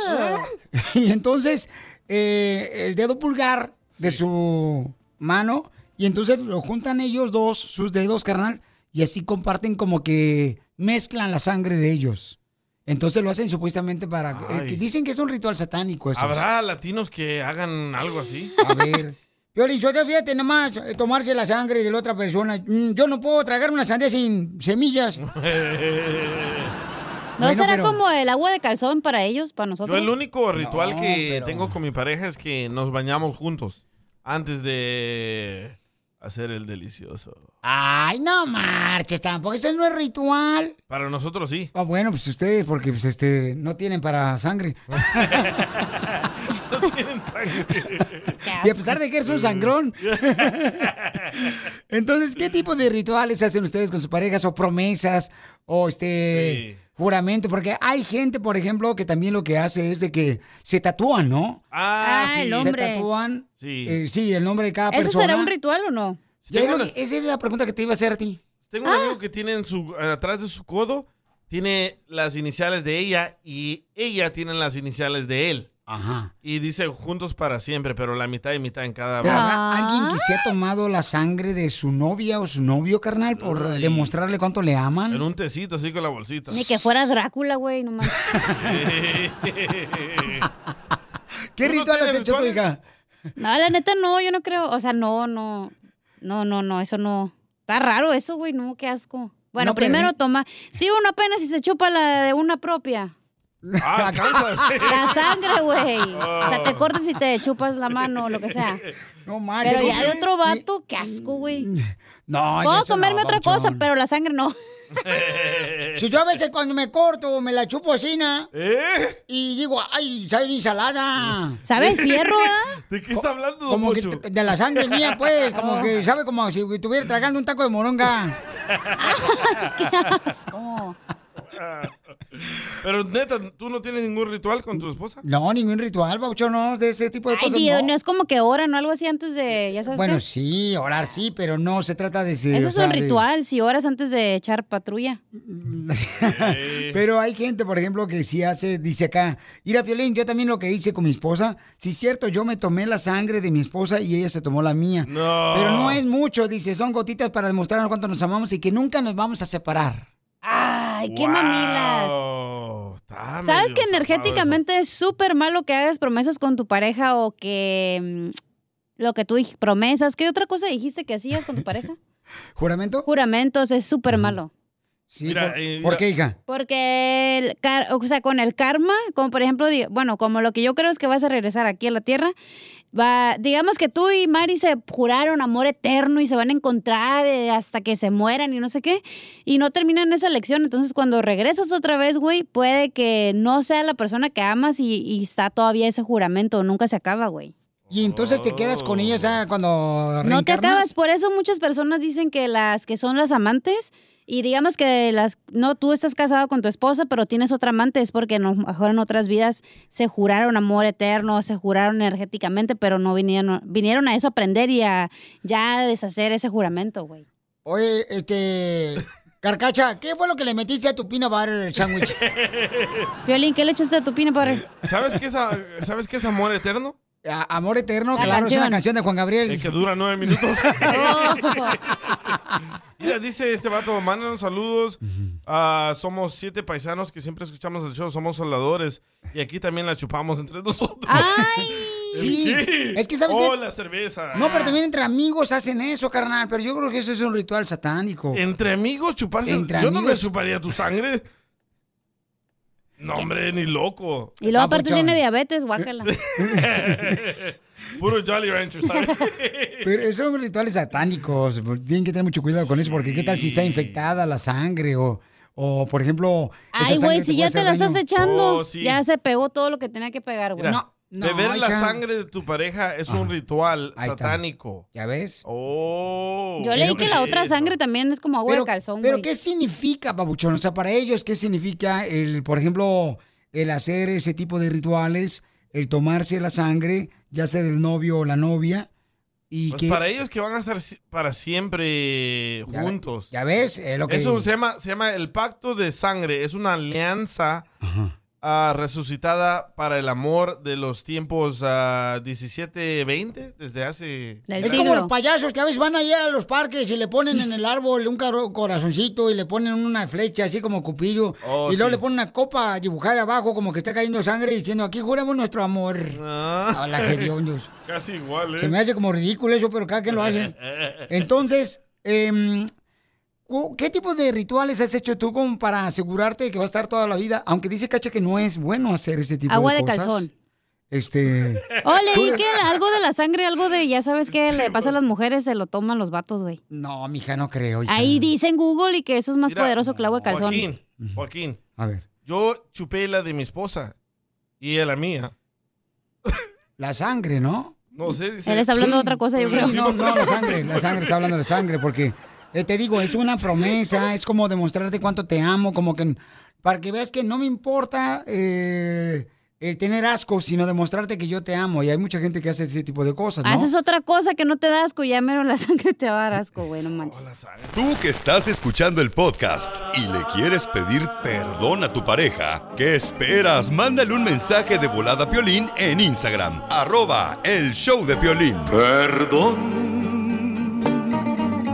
S2: Y entonces eh, el dedo pulgar de su mano. Y entonces lo juntan ellos dos, sus dedos, carnal. Y así comparten como que mezclan la sangre de ellos. Entonces lo hacen supuestamente para... eh, que
S3: Ay.
S2: dicen que es un ritual satánico eso.
S3: ¿Habrá latinos que hagan algo así?
S2: A ver. Piolín, yo te fíjate nomás eh, tomarse la sangre de la otra persona. Mm, yo no puedo tragar una sandía sin semillas.
S4: ¿No
S2: Bueno,
S4: será
S2: pero-
S4: como el agua de calzón para ellos, para
S3: Yo
S4: nosotros?
S3: el único ah, ritual
S4: No,
S3: que
S4: pero-
S3: tengo con mi pareja es que nos bañamos juntos antes de hacer el delicioso.
S2: Ay, no marches tampoco. Eso no es ritual.
S3: Para nosotros sí.
S2: Ah, bueno, pues ustedes, porque pues, este, no tienen para sangre.
S3: Ah, No tienen sangre.
S2: y a pesar de que eres un sangrón. Entonces, ¿qué tipo de rituales hacen ustedes con sus parejas o promesas o este juramento? Porque hay gente, por ejemplo, que también lo que hace es de que se tatúan, ¿no?
S3: Ah,
S4: Ah,
S3: sí.
S4: el
S2: Se
S4: hombre.
S2: tatúan.
S3: Sí.
S2: eh, sí, el nombre de cada
S4: ¿Eso
S2: persona.
S4: será un ritual o no?
S2: Y ahí lo que- esa es la pregunta que te iba a hacer a ti.
S3: Tengo
S4: Ah.
S3: un amigo que tiene en su, eh, atrás de su codo, tiene las iniciales de ella y ella tiene las iniciales de él.
S2: Ajá.
S3: Y dice juntos para siempre, pero la mitad y mitad en cada
S2: ¿Pero
S4: Ah.
S2: habrá alguien que se ha tomado la sangre de su novia o su novio, carnal, por
S3: Ay.
S2: demostrarle cuánto le aman?
S3: En un tecito así con la bolsita.
S4: Ni que fuera Drácula, güey, no mames.
S2: ¿Qué
S4: ¿Tú no
S2: ritual has
S4: tienes
S2: hecho tu
S4: rituales?
S2: hija?
S4: No, la neta no, yo no creo. O sea, no, no. No, no, no, eso no. Está raro eso, güey, no, qué asco. Bueno,
S3: No, pero-
S4: primero toma. Sí, uno apenas si se chupa la de una propia.
S3: Ah, Kansas.
S4: La sangre, güey. O sea, te
S3: Oh.
S4: cortas y te chupas la mano o lo que sea.
S2: No Mm,
S3: manches.
S4: Pero ya de otro vato, qué asco, güey.
S2: No,
S4: Puedo
S2: eso no,
S4: comerme otra
S2: babuchón.
S4: cosa, pero la sangre no.
S2: Si yo a veces cuando me corto, me la chupo así, ¿na?
S3: ¿Eh?
S2: Y digo, ay, sabe ensalada.
S4: Sabe fierro, ah?
S3: ¿De qué está hablando, don
S2: Como que
S3: Poncho?
S2: t- de la sangre mía, pues, como
S3: Oh.
S2: que sabe como si estuviera tragando un taco de moronga.
S4: ¡Qué asco!
S3: Pero neta, ¿tú no tienes ningún ritual con tu esposa?
S2: No, ningún ritual, Baucho, no, de ese tipo de
S4: Ay,
S2: cosas.
S4: sí,
S2: no.
S4: no es como que oran o algo así antes de, ya sabes
S2: Bueno,
S4: qué?
S2: sí, orar sí, pero no se trata de ese.
S4: Eso
S2: o
S4: es
S2: sea,
S4: un
S2: de-
S4: ritual, si oras antes de echar patrulla.
S2: Pero hay gente, por ejemplo, que sí hace, dice acá, mira, Piolín, yo también lo que hice con mi esposa, sí es cierto, yo me tomé la sangre de mi esposa y ella se tomó la mía.
S3: No.
S2: Pero no es mucho, dice, son gotitas para demostrar cuánto nos amamos y que nunca nos vamos a separar.
S4: Ay, qué mamilas.
S2: Ah,
S4: ¿Sabes que energéticamente es súper malo que hagas promesas con tu pareja o que mm, lo que tú dij- promesas? ¿Qué otra cosa dijiste que hacías con tu pareja?
S2: ¿Juramento?
S4: Juramentos es súper malo.
S2: Sí,
S3: Mira,
S2: por,
S3: eh,
S2: ¿por
S3: mira.
S2: qué, hija?
S4: Porque, el car- o sea, con el karma, como por ejemplo, di- bueno, como lo que yo creo es que vas a regresar aquí a la tierra, va, digamos que tú y Mari se juraron amor eterno y se van a encontrar eh, hasta que se mueran y no sé qué, y no terminan esa lección. Entonces, cuando regresas otra vez, güey, puede que no sea la persona que amas y, y está todavía ese juramento, nunca se acaba, güey.
S2: Y entonces te quedas con
S3: Oh.
S2: ella, o sea, cuando
S4: No te
S2: reencarnas.
S4: acabas, por eso muchas personas dicen que las que son las amantes y digamos que las no tú estás casado con tu esposa, pero tienes otra amante es porque a lo mejor en otras vidas se juraron amor eterno, se juraron energéticamente, pero no vinieron vinieron a eso a aprender y a ya deshacer ese juramento, güey.
S2: Oye, este. Carcacha, ¿qué fue lo que le metiste a tu peanut butter sandwich?
S4: Violín, ¿qué le echaste a tu peanut
S2: Eh,
S4: butter?
S3: ¿Sabes qué es, a- ¿Sabes qué es amor eterno?
S2: A- Amor eterno,
S3: La
S2: claro, es
S3: canción.
S2: una canción de Juan
S3: El
S2: Gabriel.
S3: que dura nueve minutos. Mira, dice este vato, mándanos saludos. Ah, somos siete paisanos que siempre escuchamos el show, somos soldadores. Y aquí también la chupamos entre nosotros.
S2: Sí, es que sabes
S3: Oh,
S2: qué?
S3: la cerveza.
S2: No, pero también entre amigos hacen eso, carnal. Pero yo creo que eso es un ritual satánico.
S3: Entre amigos chuparse.
S2: Entre
S3: yo no me
S2: amigos.
S3: chuparía tu sangre. No, hombre, ni loco.
S4: Y luego aparte tiene diabetes, guácala.
S2: Eh,
S3: Puro Jolly Rancher, ¿sabes?
S2: Pero son rituales satánicos. Tienen que tener mucho cuidado con eso, porque qué tal si está infectada la sangre o, o por ejemplo. esa
S4: Ay, güey,
S2: sangre
S4: si
S2: puede
S4: ya
S2: hacer
S4: te la estás
S2: daño?
S4: echando,
S3: Oh, sí.
S4: ya se pegó todo lo que tenía que pegar, güey.
S3: Mira, beber la sangre de tu pareja es un ritual satánico.
S2: ¿Ya ves?
S3: Oh.
S4: Yo leí que la otra sangre también es como agua
S2: Pero,
S4: de calzón,
S2: pero
S4: güey.
S2: ¿qué significa, Pabuchón? O sea, para ellos, ¿qué significa el, por ejemplo, el hacer ese tipo de rituales, el tomarse la sangre, ya sea del novio o la novia? Y
S3: Pues
S2: que
S3: para ellos que van a estar si- para siempre
S2: Ya-
S3: juntos.
S2: ya ves, eh, lo que-
S3: Eso se llama, se llama el pacto de sangre. Es una alianza ah, resucitada para el amor de los tiempos ah, 17-20, desde hace...
S2: Es como los payasos que a veces van allá a los parques y le ponen en el árbol un caro- corazoncito y le ponen una flecha así como cupillo
S3: Oh,
S2: y luego
S3: sí.
S2: le ponen una copa dibujada abajo como que está cayendo sangre diciendo aquí juramos nuestro amor. A la que Dios.
S3: Ah. Casi igual, ¿eh?
S2: Se me hace como ridículo eso, pero cada quien lo hace. Entonces, em, cu- ¿qué tipo de rituales has hecho tú como para asegurarte de que va a estar toda la vida? Aunque dice Cacha que no es bueno hacer ese tipo
S4: Agua
S2: de
S4: de
S2: cosas.
S4: calzón.
S2: Este.
S4: O leí
S2: tú-
S4: que algo de la sangre, algo de, ya sabes que le pasa a las mujeres, se lo toman los vatos, güey.
S2: No, mija, no creo. hija.
S4: Ahí dicen Google y que eso es más
S3: Mira,
S4: poderoso que el agua de calzón.
S3: Joaquín, Joaquín.
S2: A ver.
S3: Yo chupé la de mi esposa y ella la mía.
S2: La sangre, ¿no?
S3: No sé, dice...
S4: Él está hablando de otra cosa, yo
S2: Sí,
S4: creo.
S2: no, no, la sangre, la sangre, está hablando de la sangre, porque eh, te digo, es una promesa, es como demostrarte cuánto te amo, como que para que veas que no me importa eh, el tener asco, sino demostrarte que yo te amo. Y hay mucha gente que hace ese tipo de cosas, Pues ¿no?
S4: Haces otra cosa que no te da asco, ya mero la sangre te va a dar asco, güey, no manches.
S5: Tú que estás escuchando el podcast y le quieres pedir perdón a tu pareja, ¿qué esperas? Mándale un mensaje de volada a Piolín en Instagram, arroba el show de Piolín. Perdón.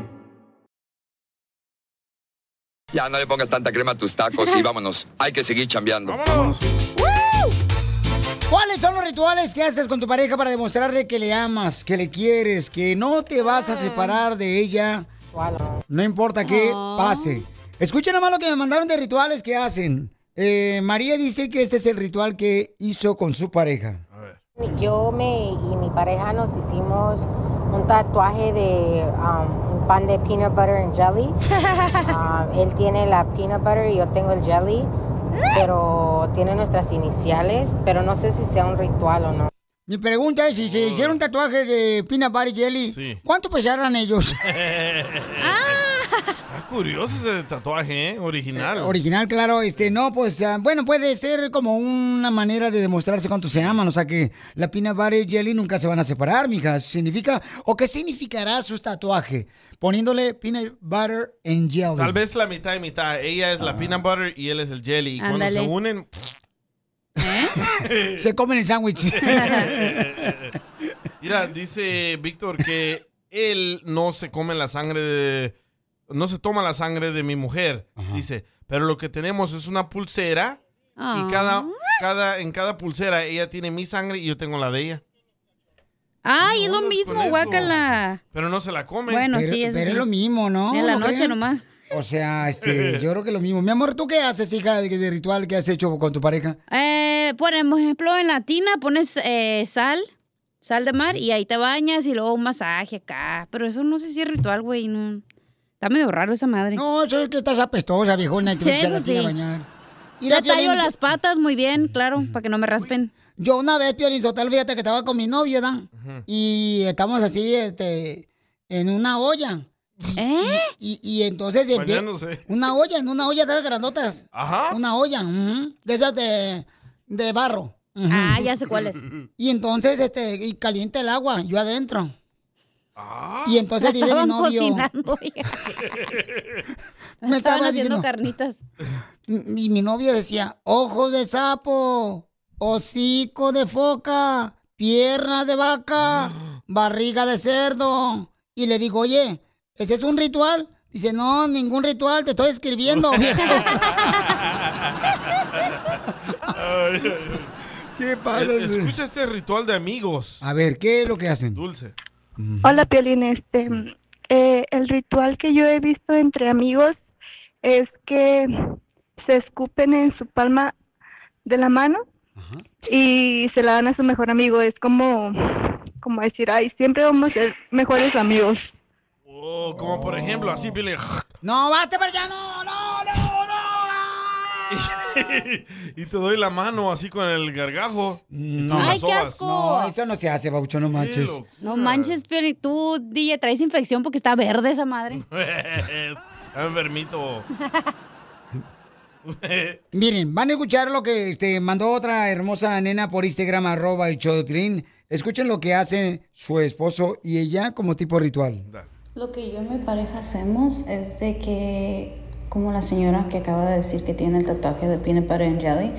S17: Ya no le pongas tanta crema a tus tacos y vámonos. Hay que seguir chambeando.
S2: ¿Cuáles son los rituales que haces con tu pareja para demostrarle que le amas, que le quieres, que no te vas a separar de ella? No importa qué pase. Escuchen nomás lo que me mandaron de rituales que hacen. Eh, María dice que este es el ritual que hizo con su pareja.
S18: Yo me, y mi pareja nos hicimos un tatuaje de um, un pan de peanut butter and jelly. Um, él tiene la peanut butter y yo tengo el jelly, pero tiene nuestras iniciales, pero no sé si sea un ritual o no.
S2: Mi pregunta es si se hicieron un tatuaje de peanut butter y jelly, ¿cuánto pesaran ellos?
S3: Está Ah, curioso ese tatuaje, ¿eh? Original.
S2: Original, claro, este, no, pues, ah, bueno, puede ser como una manera de demostrarse cuánto se aman, o sea que la peanut butter y jelly nunca se van a separar, mija, Eso significa, o qué significará su tatuaje, poniéndole peanut butter and jelly.
S3: Tal vez la mitad y mitad. Ella es
S2: Ah.
S3: la peanut butter y él es el jelly. Y cuando se
S2: Ándale.
S3: unen,
S2: Se comen el sándwich.
S3: Mira, dice Víctor que él no se come la sangre de... No se toma la sangre de mi mujer. Dice, pero lo que tenemos es una pulsera
S4: Ah.
S3: y cada, cada, en cada pulsera ella tiene mi sangre y yo tengo la de ella.
S4: Ay, es lo
S3: con
S4: mismo,
S3: eso.
S4: guácala.
S3: Pero no se la come.
S4: Bueno,
S2: Pero-
S4: sí, eso
S2: pero
S4: sí.
S2: es lo mismo, ¿no?
S4: En la
S2: ¿No
S4: noche
S2: creen?
S4: nomás.
S2: O sea, este, yo creo que es lo mismo. Mi amor, ¿tú qué haces, hija, de, de ritual que has hecho con tu pareja?
S4: Eh, por ejemplo, en la tina pones eh, sal, sal de mar, y ahí te bañas y luego un masaje acá. Pero eso no sé si es ritual, güey. No. Está medio raro esa madre.
S2: No, yo es que estás apestosa, viejona, y te metes a
S4: Eso
S2: la
S4: sí.
S2: tina a bañar.
S4: Yo tallo
S2: Piolín,
S4: las patas muy bien, claro, para que no me raspen.
S2: Yo una vez, Piolín, total, fíjate que estaba con mi novio, ¿verdad? Y estamos así, este, en una olla.
S4: ¿Eh?
S2: Y, y entonces empie-
S3: Bañándose.
S2: una olla, en una olla de esas grandotas.
S3: Ajá.
S2: Una olla, ujú, de esas de, de barro. ujú.
S4: Ah, ya sé cuál es.
S2: Y entonces, este, y caliente el agua, yo adentro.
S3: Ah.
S2: Y entonces
S4: La
S2: dice mi
S4: estaban
S2: novio.
S4: cocinando, hija. La estaban
S2: Me estaban
S4: haciendo
S2: diciendo-
S4: carnitas.
S2: Y mi novio decía, ojos de sapo, hocico de foca, pierna de vaca, barriga de cerdo. Y le digo, oye, ¿ese es un ritual? Dice, no, ningún ritual, te estoy escribiendo, viejo. ¿Qué pasa?
S3: Eh, Escucha este ritual de amigos.
S2: A ver, ¿qué es lo que hacen?
S3: Dulce.
S14: Hola, Piolín. Este, eh, el ritual que yo he visto entre amigos es que se escupen en su palma de la mano y se la dan a su mejor amigo. Es como, como decir, ay, siempre vamos a ser mejores amigos.
S3: O Oh, como
S2: Oh.
S3: por ejemplo, así Billy.
S2: No, basta para allá, no, no, no.
S3: y te doy la mano así con el gargajo. Y tú las sobas.
S2: No, eso no se hace, Baucho, no manches.
S4: No manches, Piolín, tú, DJ, traes infección porque está verde esa madre.
S3: Está enfermito.
S2: Miren, van a escuchar lo que este, mandó otra hermosa nena por Instagram, arroba el show de Piolín. Escuchen lo que hace su esposo y ella como tipo ritual.
S19: Lo que yo y mi pareja hacemos es de que, como la señora que acaba de decir que tiene el tatuaje de peanut butter and jelly,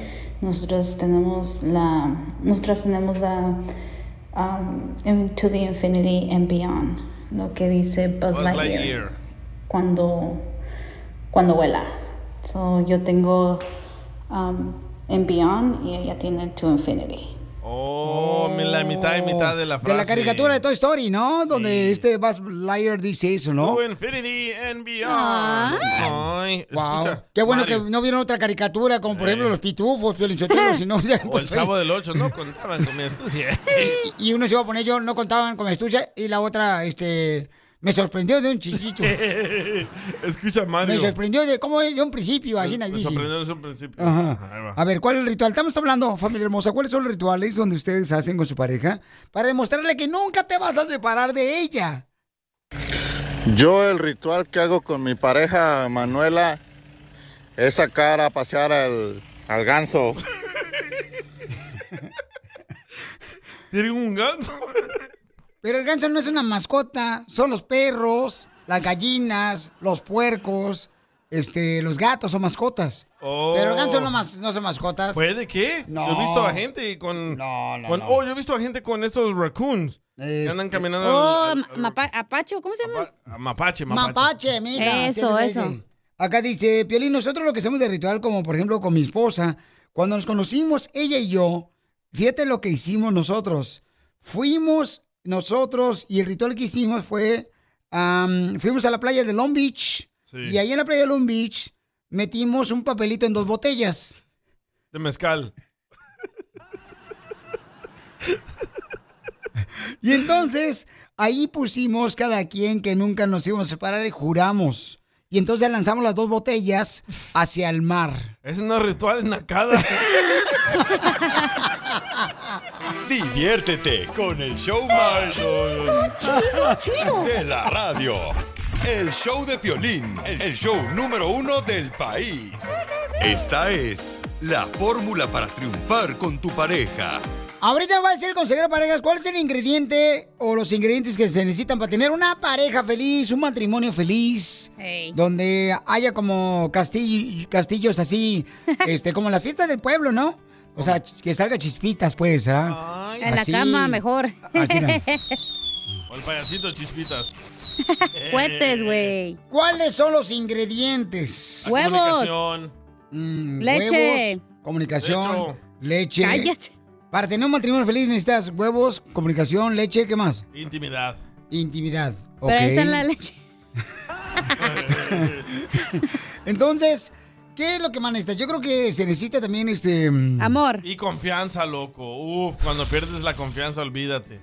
S19: nosotros tenemos la, nosotros tenemos la um, into the infinity and beyond, lo que dice Buzz
S20: Buzz
S19: Lightyear,
S20: Lightyear.
S19: cuando cuando vuela. So, yo tengo um, and beyond y ella tiene to infinity.
S3: Oh, mi- la mitad y mitad de la frase.
S2: De la caricatura de Toy Story, ¿no? Donde este Buzz Lightyear dice eso, ¿no?
S3: To infinity and beyond. Ay,
S2: Wow.
S3: escucha,
S2: Qué bueno
S3: Mario.
S2: que no vieron otra caricatura, como por ejemplo los pitufos, Piolichoteros, si no. ya,
S3: O el
S2: pues,
S3: chavo del 8, no contaban con mi astucia.
S2: y y uno se iba a poner, yo no contaban con mi astucia, y la otra, este. Me sorprendió de un chiquito.
S3: Escucha,
S2: Me
S3: Mario.
S2: sorprendió de cómo es de un principio, así
S3: Me
S2: nadie.
S3: sorprendió desde un principio.
S2: Ajá.
S3: Ahí va.
S2: A ver, ¿cuál es el ritual? Estamos hablando, familia hermosa, ¿cuáles son los rituales donde ustedes hacen con su pareja para demostrarle que nunca te vas a separar de ella?
S21: Yo el ritual que hago con mi pareja Manuela es sacar a pasear al, al ganso.
S3: ¿Tiene un ganso?
S2: Pero el ganso no es una mascota, son los perros, las gallinas, los puercos, este, los gatos son mascotas.
S3: Oh.
S2: Pero el ganso no, mas- no son mascotas.
S3: ¿Puede qué?
S2: No.
S3: Yo he visto a gente con.
S2: no,
S3: con-
S2: no. Este.
S3: Oh, yo he visto a gente con estos raccoons. Que andan caminando.
S4: Oh,
S3: al-
S4: ma- mapa- apacho, ¿cómo se llama?
S3: al- mapache, mapache.
S2: Mapache, mija.
S4: Eso,
S2: ¿entiendes?
S4: eso.
S2: Ese. Acá dice, Piolín, nosotros lo que hacemos de ritual, como por ejemplo con mi esposa, cuando nos conocimos, ella y yo, fíjate lo que hicimos nosotros. Fuimos nosotros y el ritual que hicimos fue, am, fuimos a la playa de Long Beach
S3: Sí.
S2: y ahí en la playa de Long Beach metimos un papelito en dos botellas.
S3: De mezcal.
S2: Y entonces ahí pusimos cada quien que nunca nos íbamos a separar y juramos. Y entonces lanzamos las dos botellas hacia el mar.
S3: Es un ritual en la cara.
S5: Diviértete con el show más
S12: chido.
S5: de la radio. El show de Piolín, el show número uno del país. Esta es la fórmula para triunfar con tu pareja.
S2: Ahorita va a decir el consejero de parejas cuál es el ingrediente o los ingredientes que se necesitan para tener una pareja feliz, un matrimonio feliz, donde haya como castillo- castillos así, este, como la fiesta del pueblo, ¿no? O sea, ch- que salga chispitas, pues, ¿ah?
S4: En la
S2: Así.
S4: cama, mejor.
S2: Así, mira.
S3: O el payasito, chispitas.
S4: Cohetes, güey.
S2: ¿Cuáles son los ingredientes?
S3: La comunicación.
S2: Mm,
S4: Leche.
S2: huevos, comunicación. Leche.
S4: Cállate.
S2: Para tener un matrimonio feliz necesitas huevos, comunicación, leche, ¿qué más?
S3: Intimidad.
S2: Intimidad.
S4: Pero esa
S2: ok.
S4: es la leche.
S2: Entonces, ¿qué es lo que más necesitas? Yo creo que se necesita también este. mm,
S3: Y confianza, loco. Uf, cuando pierdes la confianza, olvídate.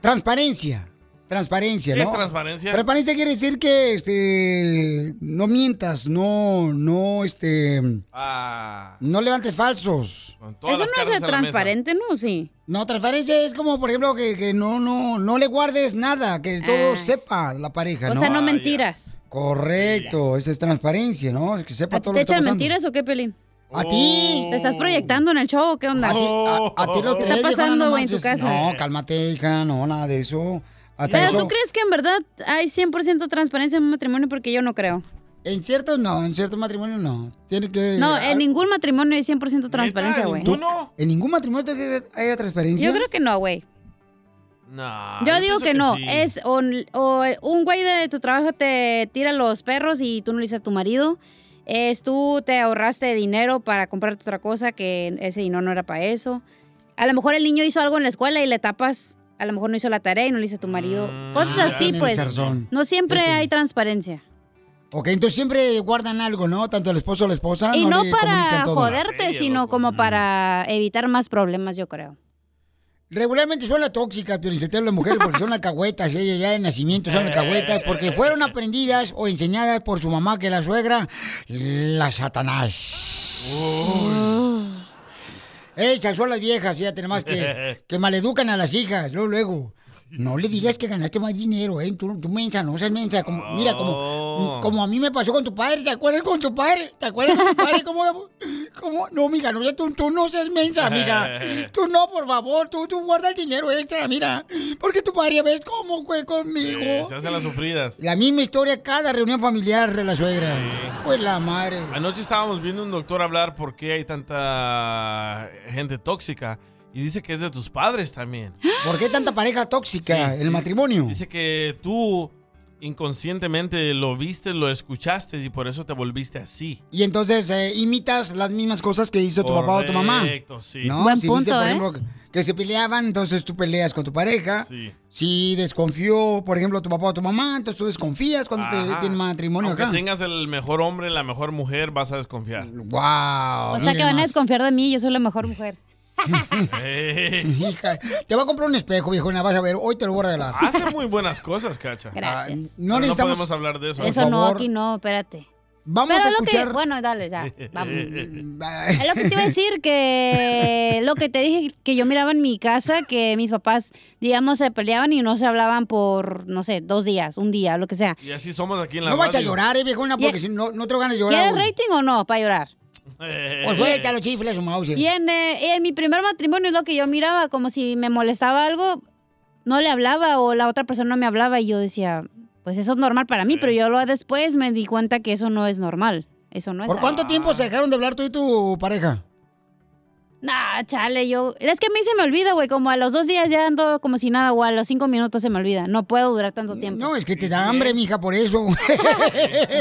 S2: Transparencia. Transparencia,
S3: ¿Qué
S2: ¿no?
S3: es transparencia?
S2: Transparencia quiere decir que este no mientas, no, no, este.
S3: Ah.
S2: No levantes falsos.
S4: Eso no es transparente, ¿no? Sí.
S2: No, transparencia es como, por ejemplo, que, que no, no, no le guardes nada, que todo
S4: Ah.
S2: sepa la pareja,
S4: O
S2: ¿no?
S4: sea, no mentiras.
S2: Correcto, esa es transparencia, ¿no? Que sepa todo
S4: ¿Te
S2: lo que está
S4: echan
S2: pasando.
S4: mentiras o qué, Pelín?
S2: A ti.
S4: ¿Te estás proyectando en el show o qué onda?
S2: A ti, a- a ti los
S4: ¿Qué está
S2: tres, viejona,
S4: pasando,
S2: no
S4: güey, en tu
S2: manches.
S4: casa?
S2: No, cálmate, hija, no, nada de eso. Hasta
S4: Pero
S2: eso.
S4: tú crees que en verdad hay 100% transparencia en un matrimonio porque yo no creo.
S2: En cierto no, en cierto matrimonio no. Tiene que
S4: No, en ningún matrimonio hay 100% transparencia, güey.
S2: ¿Tú no? En ningún matrimonio tiene que haya transparencia.
S4: Yo creo que no, güey.
S3: No.
S4: yo digo que no.
S3: sí.
S4: Es o, o un güey de tu trabajo te tira los perros y tú no le dices a tu marido. Es tú te ahorraste dinero para comprarte otra cosa que ese dinero no era para eso. A lo mejor el niño hizo algo en la escuela y le tapas. A lo mejor no hizo la tarea y no le dices a tu marido. Cosas
S2: ya
S4: así,
S2: Mm. Ah, tiene
S4: pues.
S2: razón.
S4: No siempre hay transparencia.
S2: Ok, entonces siempre guardan algo, ¿no? Tanto el esposo o la esposa.
S4: y no
S2: le
S4: para
S2: comunican todo.
S4: joderte, sino como
S2: Mm.
S4: para evitar más problemas, yo creo.
S2: Regularmente son las tóxicas, pero insultar a las mujeres porque son alcahuetas, ellas ya de nacimiento son alcahuetas, porque fueron aprendidas o enseñadas por su mamá que la suegra, la Satanás. Esas son las viejas, ya tenemos que, que maleducan a las hijas, luego, luego. No le digas que ganaste más dinero, ¿eh? Tú, tú mensa, no seas mensa. Como, Mira,
S3: Oh.
S7: Oh.
S2: como, como a mí me pasó con tu padre, ¿te acuerdas con tu padre? ¿Te acuerdas con tu padre? ¿Cómo? cómo? No, mija, no, tú, tú no seas mensa, amiga. Tú no, por favor, tú, tú guarda el dinero extra, mira. Porque tu padre, ¿ves cómo fue conmigo?
S3: Eh, se hacen las sufridas.
S2: La misma historia cada reunión familiar de la suegra. Pues la madre.
S3: Anoche estábamos viendo un doctor hablar por qué hay tanta gente tóxica y dice que es de tus padres también.
S2: ¿Por qué tanta pareja tóxica
S3: Sí,
S2: el matrimonio?
S3: Dice que tú inconscientemente lo viste, lo escuchaste y por eso te volviste así.
S2: Y entonces eh, imitas las mismas cosas que hizo tu papá o tu mamá.
S3: Correcto, sí.
S2: ¿No?
S3: Buen
S2: si viste,
S3: punto,
S2: por
S3: ¿eh?
S2: ejemplo, que- que se peleaban, entonces tú peleas con tu pareja.
S3: Sí.
S2: Si desconfió, por ejemplo, tu papá o tu mamá, entonces tú desconfías cuando te
S3: Ajá.
S2: tienen matrimonio
S3: Aunque
S2: acá.
S3: tengas el mejor hombre, la mejor mujer, vas a desconfiar.
S2: ¡Wow!
S4: O sea que van a desconfiar de mí, yo soy la mejor mujer.
S2: Hija, te voy a comprar un espejo, viejona, vas a ver, hoy te lo voy a regalar.
S3: Ah, Hace muy buenas cosas, Cacha.
S4: Gracias.
S3: Pero
S2: Ah, necesitamos-
S3: podemos hablar de eso.
S4: Eso no, aquí no, espérate.
S2: Vamos
S4: Pero
S2: a
S4: lo que-
S2: escuchar.
S4: bueno, dale, ya. Vamos. Es lo que te iba a decir, que lo que te dije que yo miraba en mi casa, que mis papás, digamos, se peleaban y no se hablaban por, no sé, dos días, un día, lo que sea.
S3: Y así somos aquí en la
S2: No vayas a
S3: radio.
S2: llorar, eh, viejona, porque
S4: Ya-
S2: si no, no te van a llorar.
S4: ¿Quieres
S2: güey.
S4: rating o no para llorar?
S2: O suelta
S3: Eh.
S2: los chifles, su mouse.
S4: Eh, Y en, eh, en mi primer matrimonio es lo que yo miraba, como si me molestaba algo, no le hablaba o la otra persona no me hablaba y yo decía, pues eso es normal para mí, pero yo lo después me di cuenta que eso no es normal. Eso no es
S2: ¿Por cuánto tiempo se dejaron de hablar tú y tu pareja?
S4: Nah, chale, yo... Es que a mí se me olvida, güey, como a los dos días ya ando como si nada, o a los cinco minutos se me olvida. No puedo durar tanto tiempo.
S2: No, es que te da hambre, mija, por eso.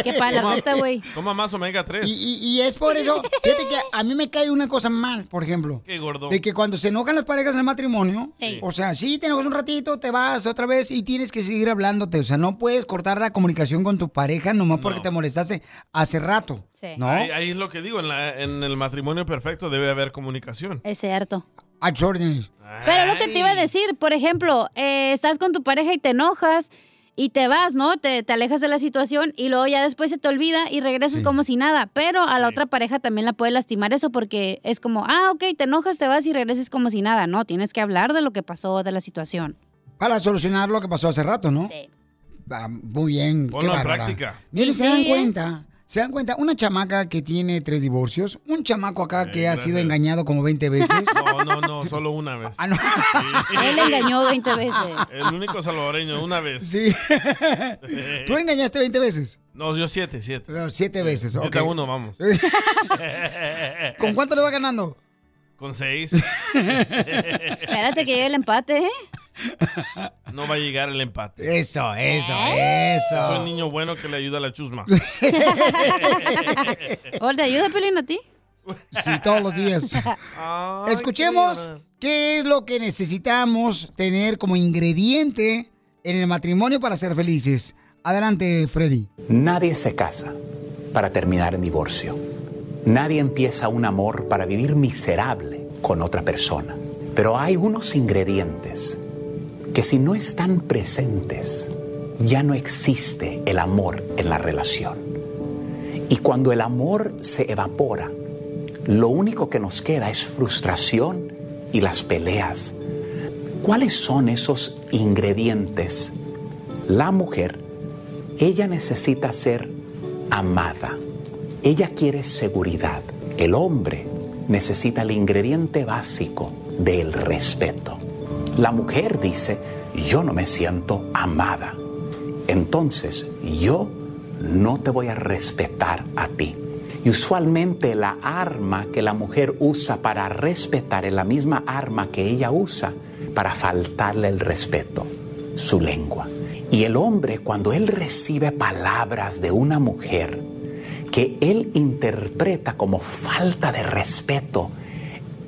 S4: Qué pala rata, güey.
S3: Toma más omega 3.
S2: Y, y es por eso, fíjate que a mí me cae una cosa mal, por ejemplo.
S3: Qué gordo.
S2: De que cuando se enojan las parejas en el matrimonio,
S3: Sí.
S2: o sea, sí, te enojas un ratito, te vas otra vez y tienes que seguir hablándote. O sea, no puedes cortar la comunicación con tu pareja nomás porque te molestaste hace rato. ¿No?
S3: Ahí, ahí es lo que digo, en, la- en el matrimonio perfecto debe haber comunicación. Ah.
S4: Es cierto.
S2: A Jordan.
S4: Pero lo que te iba a decir, por ejemplo, eh, estás con tu pareja y te enojas y te vas, ¿no? Te, te alejas de la situación y luego ya después se te olvida y regresas como si nada. Pero a la otra pareja también la puede lastimar eso porque es como, ah, ok, te enojas, te vas y regresas como si nada. No, tienes que hablar de lo que pasó, de la situación.
S2: Para solucionar lo que pasó hace rato, ¿no?
S4: Sí.
S2: muy bien.
S3: Ponlo
S2: qué
S3: en
S2: bárbara.
S3: práctica.
S2: Miren,
S4: Y
S2: se dan
S4: sí, ¿eh?
S2: cuenta. Se dan cuenta, una chamaca que tiene tres divorcios, un chamaco acá que ha sido engañado como 20 veces.
S3: No, no, no, solo una vez.
S2: Ah, no.
S4: Él engañó 20 veces.
S3: El único salvadoreño, una vez. Eh,
S2: Sí. ¿Tú engañaste 20 veces?
S3: No, yo siete, siete.
S2: No, siete veces,
S3: Yo
S2: ok.
S3: te hago uno, vamos.
S2: ¿Con cuánto le va ganando?
S3: Con seis.
S4: Espérate que llegue el empate, ¿eh?
S3: No va a llegar el empate.
S2: Eso, eso,
S4: ¿Eh?
S3: Es
S2: eso.
S3: un niño bueno que le ayuda a la chusma.
S4: ¿O te ayuda, Pelín, a ti?
S2: Sí, todos los días. Escuchemos qué es lo que necesitamos tener como ingrediente en el matrimonio para ser felices. Adelante, Freddy.
S22: Nadie se casa para terminar en divorcio. Nadie empieza un amor para vivir miserable con otra persona. Pero hay unos ingredientes que si no están presentes, ya no existe el amor en la relación. Y cuando el amor se evapora, lo único que nos queda es frustración y las peleas. ¿Cuáles son esos ingredientes? La mujer ella necesita ser amada. Ella quiere seguridad. El hombre necesita el ingrediente básico del respeto. La mujer dice, yo no me siento amada. Entonces yo no te voy a respetar a ti. Y usualmente la arma que la mujer usa para respetar es la misma arma que ella usa para faltarle el respeto, su lengua. Y el hombre, cuando él recibe palabras de una mujer que él interpreta como falta de respeto,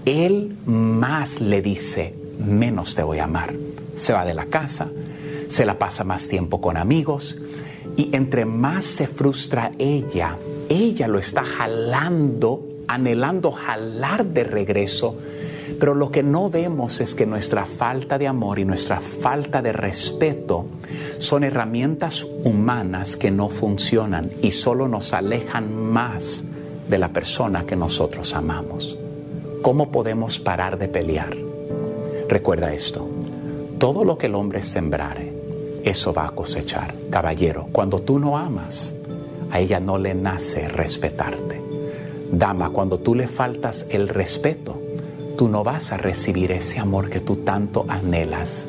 S22: él más le dice, menos te voy a amar. Se va de la casa, se la pasa más tiempo con amigos y entre más se frustra ella, ella lo está jalando, anhelando jalar de regreso. Pero lo que no vemos es que nuestra falta de amor y nuestra falta de respeto son herramientas humanas que no funcionan y solo nos alejan más de la persona que nosotros amamos. ¿Cómo podemos parar de pelear? Recuerda esto, todo lo que el hombre sembrare, eso va a cosechar. Caballero, cuando tú no amas, a ella no le nace respetarte. Dama, cuando tú le faltas el respeto, tú no vas a recibir ese amor que tú tanto anhelas.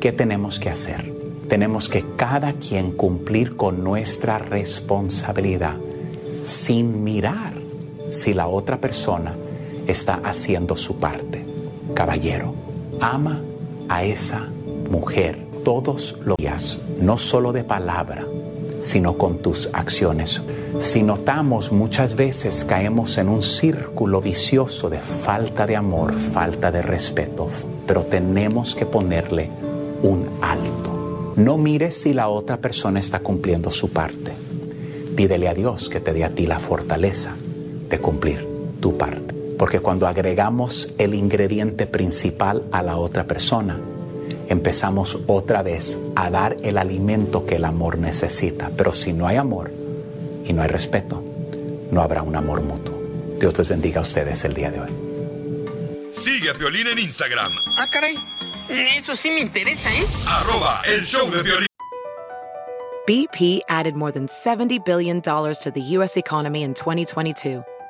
S22: ¿Qué tenemos que hacer? Tenemos que cada quien cumplir con nuestra responsabilidad sin mirar si la otra persona está haciendo su parte. Caballero, ama a esa mujer todos los días, no solo de palabra, sino con tus acciones. Si notamos muchas veces caemos en un círculo vicioso de falta de amor, falta de respeto, pero tenemos que ponerle un alto. No mires si la otra persona está cumpliendo su parte. Pídele a Dios que te dé a ti la fortaleza de cumplir tu parte. Porque cuando agregamos el ingrediente principal a la otra persona, empezamos otra vez a dar el alimento que el amor necesita. Pero si no hay amor, y no hay respeto, no habrá un amor mutuo. Dios les bendiga a ustedes el día de hoy.
S5: Sigue a Piolín en Instagram,
S15: Ah, caray. Eso sí me interesa, ¿eh?
S5: arroba el show de Piolín.
S1: BP added more than $70 billion to the U.S. economy in 2022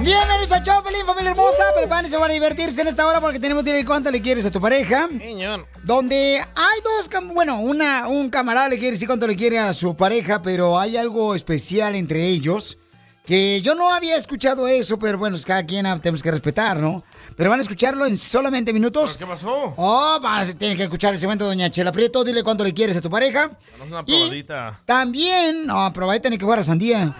S2: Bienvenidos a Chopelín, familia hermosa. Prepárense para divertirse en esta hora porque tenemos que cuánto le quieres a tu pareja. Donde hay dos, cam- bueno, una, un camarada le quiere decir cuánto le quiere a su pareja, pero hay algo especial entre ellos que yo no había escuchado eso, pero bueno, es cada quien ah, tenemos que respetar, ¿no? Pero van a escucharlo en solamente minutos. ¿Qué
S3: pasó?
S2: Oh, vas, tienes que escuchar el segmento de Doña Chela Prieto. Dile cuánto le quieres a tu pareja.
S3: Danos una
S2: Y-
S3: probadita.
S2: También, no, pero ahí tiene que jugar a Sandía.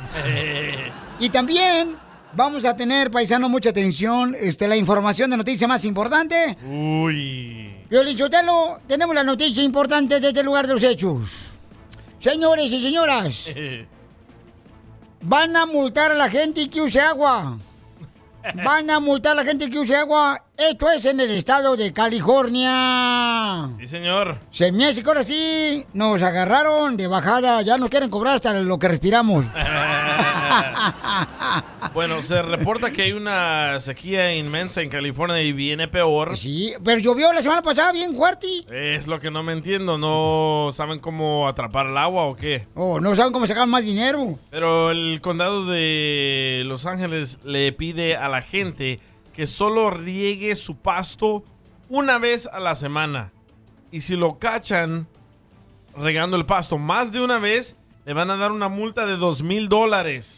S2: Y también vamos a tener, paisano, mucha atención, este, la información de noticia más importante.
S3: Uy.
S2: Violín Sotelo, tenemos la noticia importante desde el lugar de los hechos. Señores y señoras, van a multar a la gente que use agua. Van a multar a la gente que use agua. Esto es en el estado de California.
S3: Sí, señor.
S2: Se me hace que ahora sí nos agarraron de bajada. Ya nos quieren cobrar hasta lo que respiramos.
S3: bueno, se reporta que hay una sequía inmensa en California y viene peor.
S2: Sí, pero llovió la semana pasada bien fuerte.
S3: Es lo que no me entiendo, ¿no saben cómo atrapar el agua o qué?
S2: Oh, no saben cómo sacar más dinero.
S3: Pero el condado de Los Ángeles le pide a la gente que solo riegue su pasto una vez a la semana. Y si lo cachan regando el pasto más de una vez, le van a dar una multa de dos mil dólares.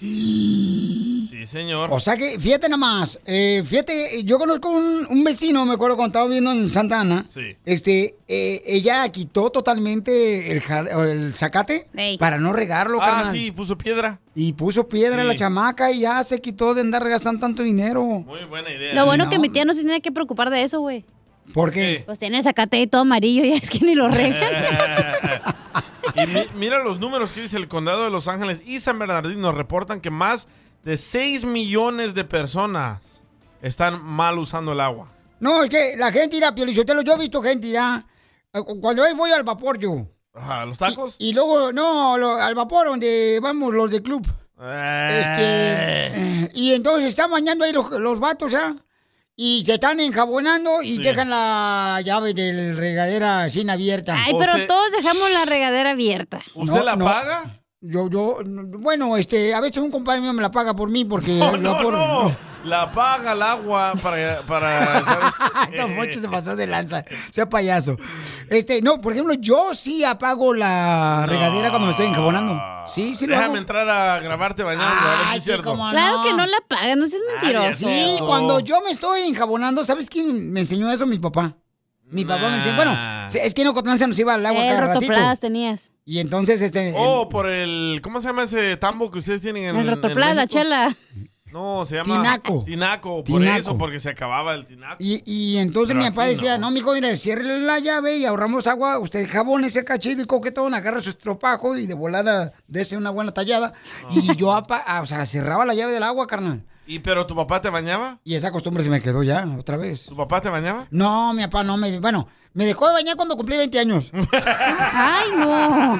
S3: Sí, señor.
S2: O sea que, fíjate nada más, eh, fíjate, yo conozco un, un vecino, me acuerdo cuando estaba viviendo en Santa Ana,
S3: Sí.
S2: este, eh, ella quitó totalmente el, jar- el zacate
S3: Ey.
S2: para no regarlo,
S3: Ah,
S2: carnal.
S3: sí, puso piedra.
S2: Y puso piedra
S3: Sí.
S2: la chamaca y ya se quitó de andar gastando tanto dinero.
S3: Muy buena idea.
S4: Lo bueno que mi tía no se tiene que preocupar de eso, güey.
S2: ¿Por qué?
S4: Pues tiene el zacate y todo amarillo y es que ni lo regan.
S3: Y mi- mira los números que dice el condado de Los Ángeles y San Bernardino reportan que más de 6 millones de personas están mal usando el agua.
S2: No, es que la gente irá, Piolichotelo, yo he visto gente ya, eh, cu- cuando hoy voy al vapor yo.
S3: Ajá, ¿Los tacos?
S2: Y luego, no, lo- al vapor donde vamos los de club.
S3: Eh.
S2: Este, y entonces están bañando ahí los, los vatos, ¿ah? Y se están enjabonando y
S4: Sí.
S2: dejan la llave del regadera sin abierta.
S4: Ay, pero todos dejamos la regadera abierta.
S2: No, no. Yo, yo, no, bueno, este, a veces un compadre mío me la paga por mí porque...
S3: No,
S2: el
S3: no,
S2: vapor-
S3: no. La paga el agua para... para ¿sabes?
S2: Don Poncho se pasó de lanza, sea payaso. Este, no, por ejemplo, yo sí apago la regadera cuando me estoy enjabonando. Sí, sí lo
S3: Déjame
S2: hago. Ah,
S3: entrar a grabarte bañando, a ver si es cierto.
S4: Claro que no la pagan, no seas mentiroso.
S2: Sí, cuando yo me estoy enjabonando, ¿sabes quién me enseñó eso? Mi papá. Mi papá me
S3: Ah.
S2: enseñó, bueno, se- es que en Ocotlán se nos iba el agua
S4: Eh,
S2: cada ratito.
S4: rotoplas tenías.
S2: Y entonces, este...
S3: Oh, por el... ¿Cómo se llama ese tambo que ustedes tienen en
S4: El rotoplas,
S3: en
S4: la
S3: México?
S4: chela.
S3: No, se llama...
S2: Tinaco.
S3: Tinaco, por
S2: Tinaco.
S3: eso, porque se acababa el tinaco.
S2: Y, y entonces
S3: Pero
S2: mi papá
S3: aquí
S2: decía, no. mijo, mira, cierre la llave y ahorramos agua. Usted jabón ese cachido y coquetón, agarra su estropajo y de volada dése una buena tallada. Y yo, apa- ah, o sea, cerraba la llave del agua, carnal.
S3: ¿Y pero tu papá te bañaba?
S2: Y esa costumbre se me quedó ya, otra vez.
S3: ¿Tu papá te bañaba?
S2: No, mi papá no me... Bueno, me dejó de bañar cuando cumplí 20 años.
S4: ¡Ay, no!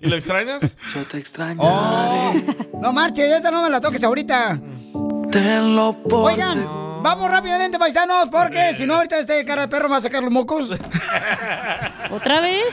S3: ¿Y lo extrañas?
S15: Yo te extraño.
S2: Oh. No marches, esa no me la toques ahorita. Oigan, Vamos rápidamente, paisanos, porque si no, ahorita este cara de perro me va a sacar los mocos.
S4: ¿Otra vez?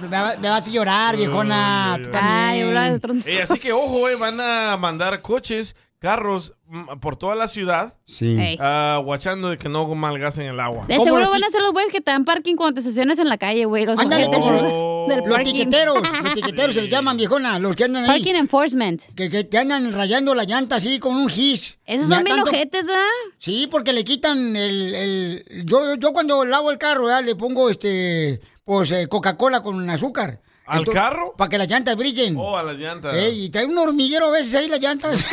S2: Me, va- me vas a llorar, viejona. tú también.
S3: Eh, así que ojo, eh, van a mandar coches, carros mm, por toda la ciudad.
S2: Sí.
S4: Ey.
S3: ah, guachando de que no malgasen el agua.
S4: De seguro van a ser los güeyes que te dan parking cuando te estacionas en la calle, güey. Los
S3: Ándale,
S4: ojetes
S3: como
S4: esos
S3: los-
S4: del
S2: Los
S4: parking.
S2: tiqueteros, los tiqueteros se les llaman, viejona, los que andan ahí.
S4: Parking enforcement.
S2: Que, que te andan rayando la llanta así con un gis.
S4: Esos son bien ojetes, ¿ah?
S2: Sí, porque le quitan el... el- yo, yo cuando lavo el carro, ¿verdad? le pongo este, pues eh, Coca-Cola con azúcar.
S3: ¿Al carro?
S2: Para que las llantas brillen.
S3: Oh, a las llantas.
S2: Eh, y trae un hormiguero a veces ahí las llantas.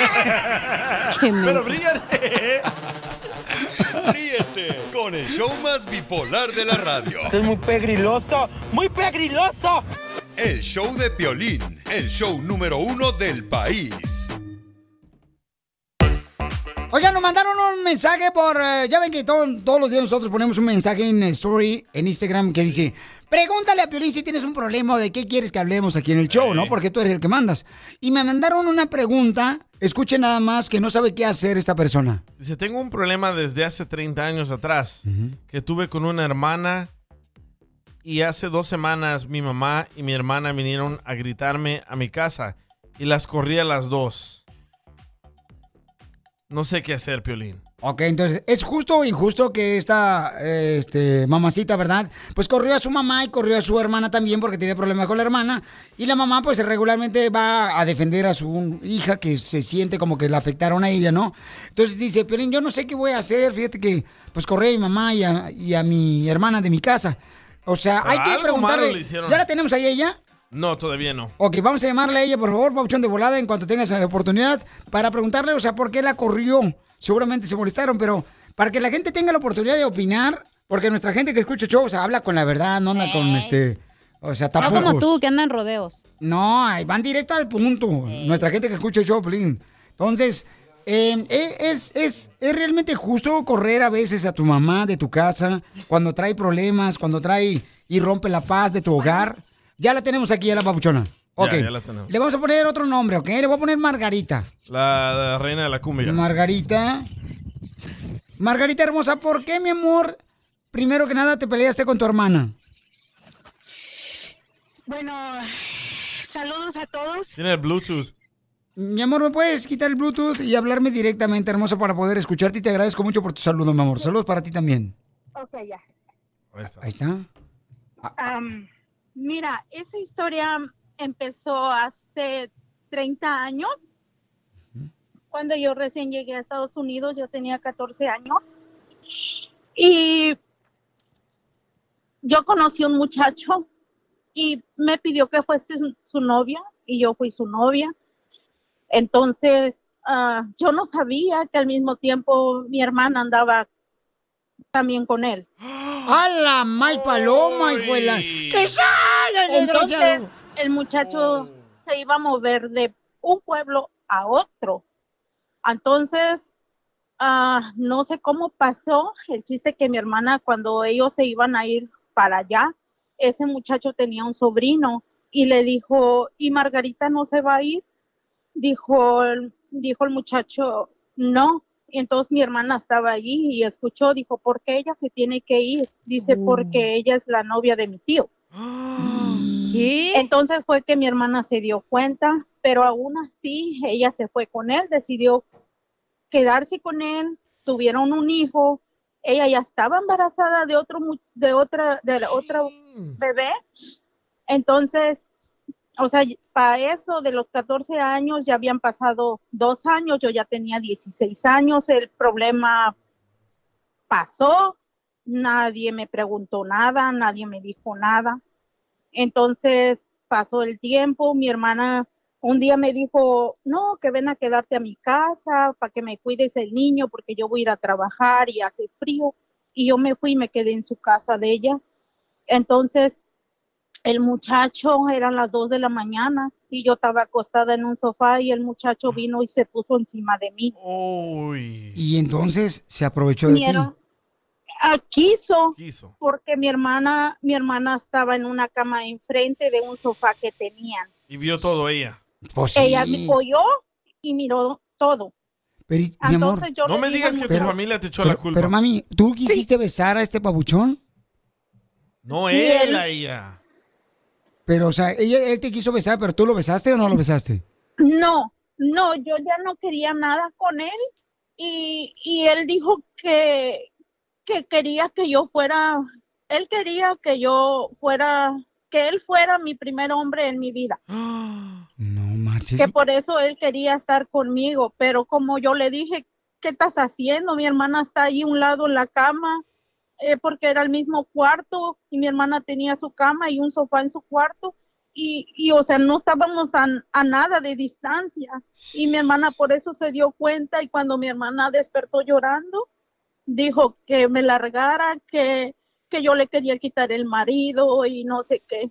S5: menso.
S3: Pero brillan.
S5: Ríete con el show más bipolar de la radio.
S15: es muy pegriloso, muy pegriloso.
S5: El show de Piolín, el show número uno del país.
S2: Oigan, nos mandaron un mensaje por. eh, ya ven que todo- todos los días nosotros ponemos un mensaje en Story, en Instagram, que dice: Pregúntale a Piolín si tienes un problema o de qué quieres que hablemos aquí en el show, ¿no? Porque tú eres el que mandas. Y me mandaron una pregunta. Escuchen nada más que no sabe qué hacer esta persona.
S3: Dice, tengo un problema desde hace 30 años atrás que tuve con una hermana y hace dos semanas mi mamá y mi hermana vinieron a gritarme a mi casa y las corrí a las dos. No sé qué hacer, Piolín.
S2: Ok, entonces, ¿es justo o injusto que esta eh, este, mamacita, verdad? Pues corrió a su mamá y corrió a su hermana también porque tenía problemas con la hermana. Y la mamá, pues regularmente va a defender a su hija que se siente como que la afectaron a ella, ¿no? Entonces dice, pero yo no sé qué voy a hacer, fíjate que pues corrí a mi mamá y a, y a mi hermana de mi casa. O sea, hay que
S3: Algo malo le
S2: preguntarle.
S3: hicieron.
S2: ¿Ya la tenemos ahí a ella?
S3: No, todavía no.
S2: Ok, vamos a llamarle a ella, por favor, Pauchón de Volada, en cuanto tengas eh, oportunidad, para preguntarle, o sea, por qué la corrió. Seguramente se molestaron, pero para que la gente tenga la oportunidad de opinar, porque nuestra gente que escucha el show, o sea, habla con la verdad, no anda con este. O sea,
S4: No
S2: tapujos.
S4: como tú, que andan rodeos.
S2: No, ahí van directo al punto. Nuestra gente que escucha el show, Pelín. Entonces, eh, eh, es, es, es realmente justo correr a veces a tu mamá de tu casa cuando trae problemas, cuando trae y rompe la paz de tu hogar. Ya la tenemos aquí, a la papuchona. Ok.
S3: Ya, ya la tenemos.
S2: Le vamos a poner otro nombre, ¿ok? Le voy a poner Margarita.
S3: La, la reina de la cumbia.
S2: Margarita. Margarita hermosa, ¿por qué, mi amor, primero que nada te peleaste con tu hermana?
S10: Bueno, saludos a todos.
S3: Tiene el Bluetooth.
S2: Mi amor, ¿me puedes quitar el Bluetooth y hablarme directamente, hermosa, para poder escucharte? Y te agradezco mucho por tu saludo, mi amor. Saludos para ti también.
S10: Ok, ya. Um,
S3: Ahí está.
S2: Ahí está.
S10: Am, mira, esa historia empezó hace 30 años. Cuando yo recién llegué a Estados Unidos, yo tenía 14 años. Y yo conocí a un muchacho y me pidió que fuese su- su novia y yo fui su novia. Entonces, ah, yo no sabía que al mismo tiempo mi hermana andaba también con él.
S2: ¡Ah! ¡A la más paloma, hijuela! ¡Que salga Oh. el
S10: Entonces,
S2: desgraciado!
S10: el muchacho se iba a mover de un pueblo a otro. Entonces, ah, no sé cómo pasó. El chiste que mi hermana, cuando ellos se iban a ir para allá, ese muchacho tenía un sobrino y le dijo, ¿y Margarita no se va a ir? Dijo, el- dijo el muchacho, no. Y entonces mi hermana estaba allí y escuchó, dijo, ¿por qué ella se tiene que ir? Dice, porque ella es la novia de mi tío. Entonces fue que mi hermana se dio cuenta, pero aún así ella se fue con él, decidió quedarse con él, tuvieron un hijo, ella ya estaba embarazada de otro mu- de otra de la otra bebé. Entonces, o sea, para eso de los 14 años ya habían pasado dos años, yo ya tenía 16 años, el problema pasó, nadie me preguntó nada, nadie me dijo nada. Entonces pasó el tiempo, mi hermana un día me dijo, no, que ven a quedarte a mi casa para que me cuides el niño porque yo voy a ir a trabajar y hace frío. Y yo me fui y me quedé en su casa de ella. Entonces el muchacho eran las dos de la mañana y yo estaba acostada en un sofá y el muchacho vino y se puso encima de mí.
S2: Y entonces se aprovechó de
S10: Mi
S2: ti.
S10: her- ah, quiso, porque mi hermana, mi hermana estaba en una cama enfrente de un sofá que tenían.
S2: Oh, Pues
S3: Y vio todo ella.
S10: Ella me oyó y miró todo.
S2: Pero, y- mi amor,
S10: Entonces, yo
S3: No
S10: le
S3: me
S10: dije
S3: digas
S10: a mi-
S3: que tu
S2: Pero-
S3: familia te echó la
S2: pero,
S3: culpa.
S2: pero, mami, ¿tú quisiste besar a este pabuchón?
S3: no
S2: sí,
S3: él,
S2: él-
S3: a ella.
S2: Pero, o sea, ella, él te quiso besar, pero tú lo besaste o no lo besaste?
S10: No, no, yo ya no quería nada con él y, y él dijo que, que quería que yo fuera, él quería que yo fuera, que él fuera mi primer hombre en mi vida. Que por eso él quería estar conmigo, pero como yo le dije, ¿qué estás haciendo? Mi hermana está ahí a un lado en la cama, eh, porque era el mismo cuarto y mi hermana tenía su cama y un sofá en su cuarto. Y, y, o sea, no estábamos a, a nada de distancia. Y mi hermana por eso se dio cuenta y cuando mi hermana despertó llorando, dijo que me largara, que, que yo le quería quitar el marido y no sé qué.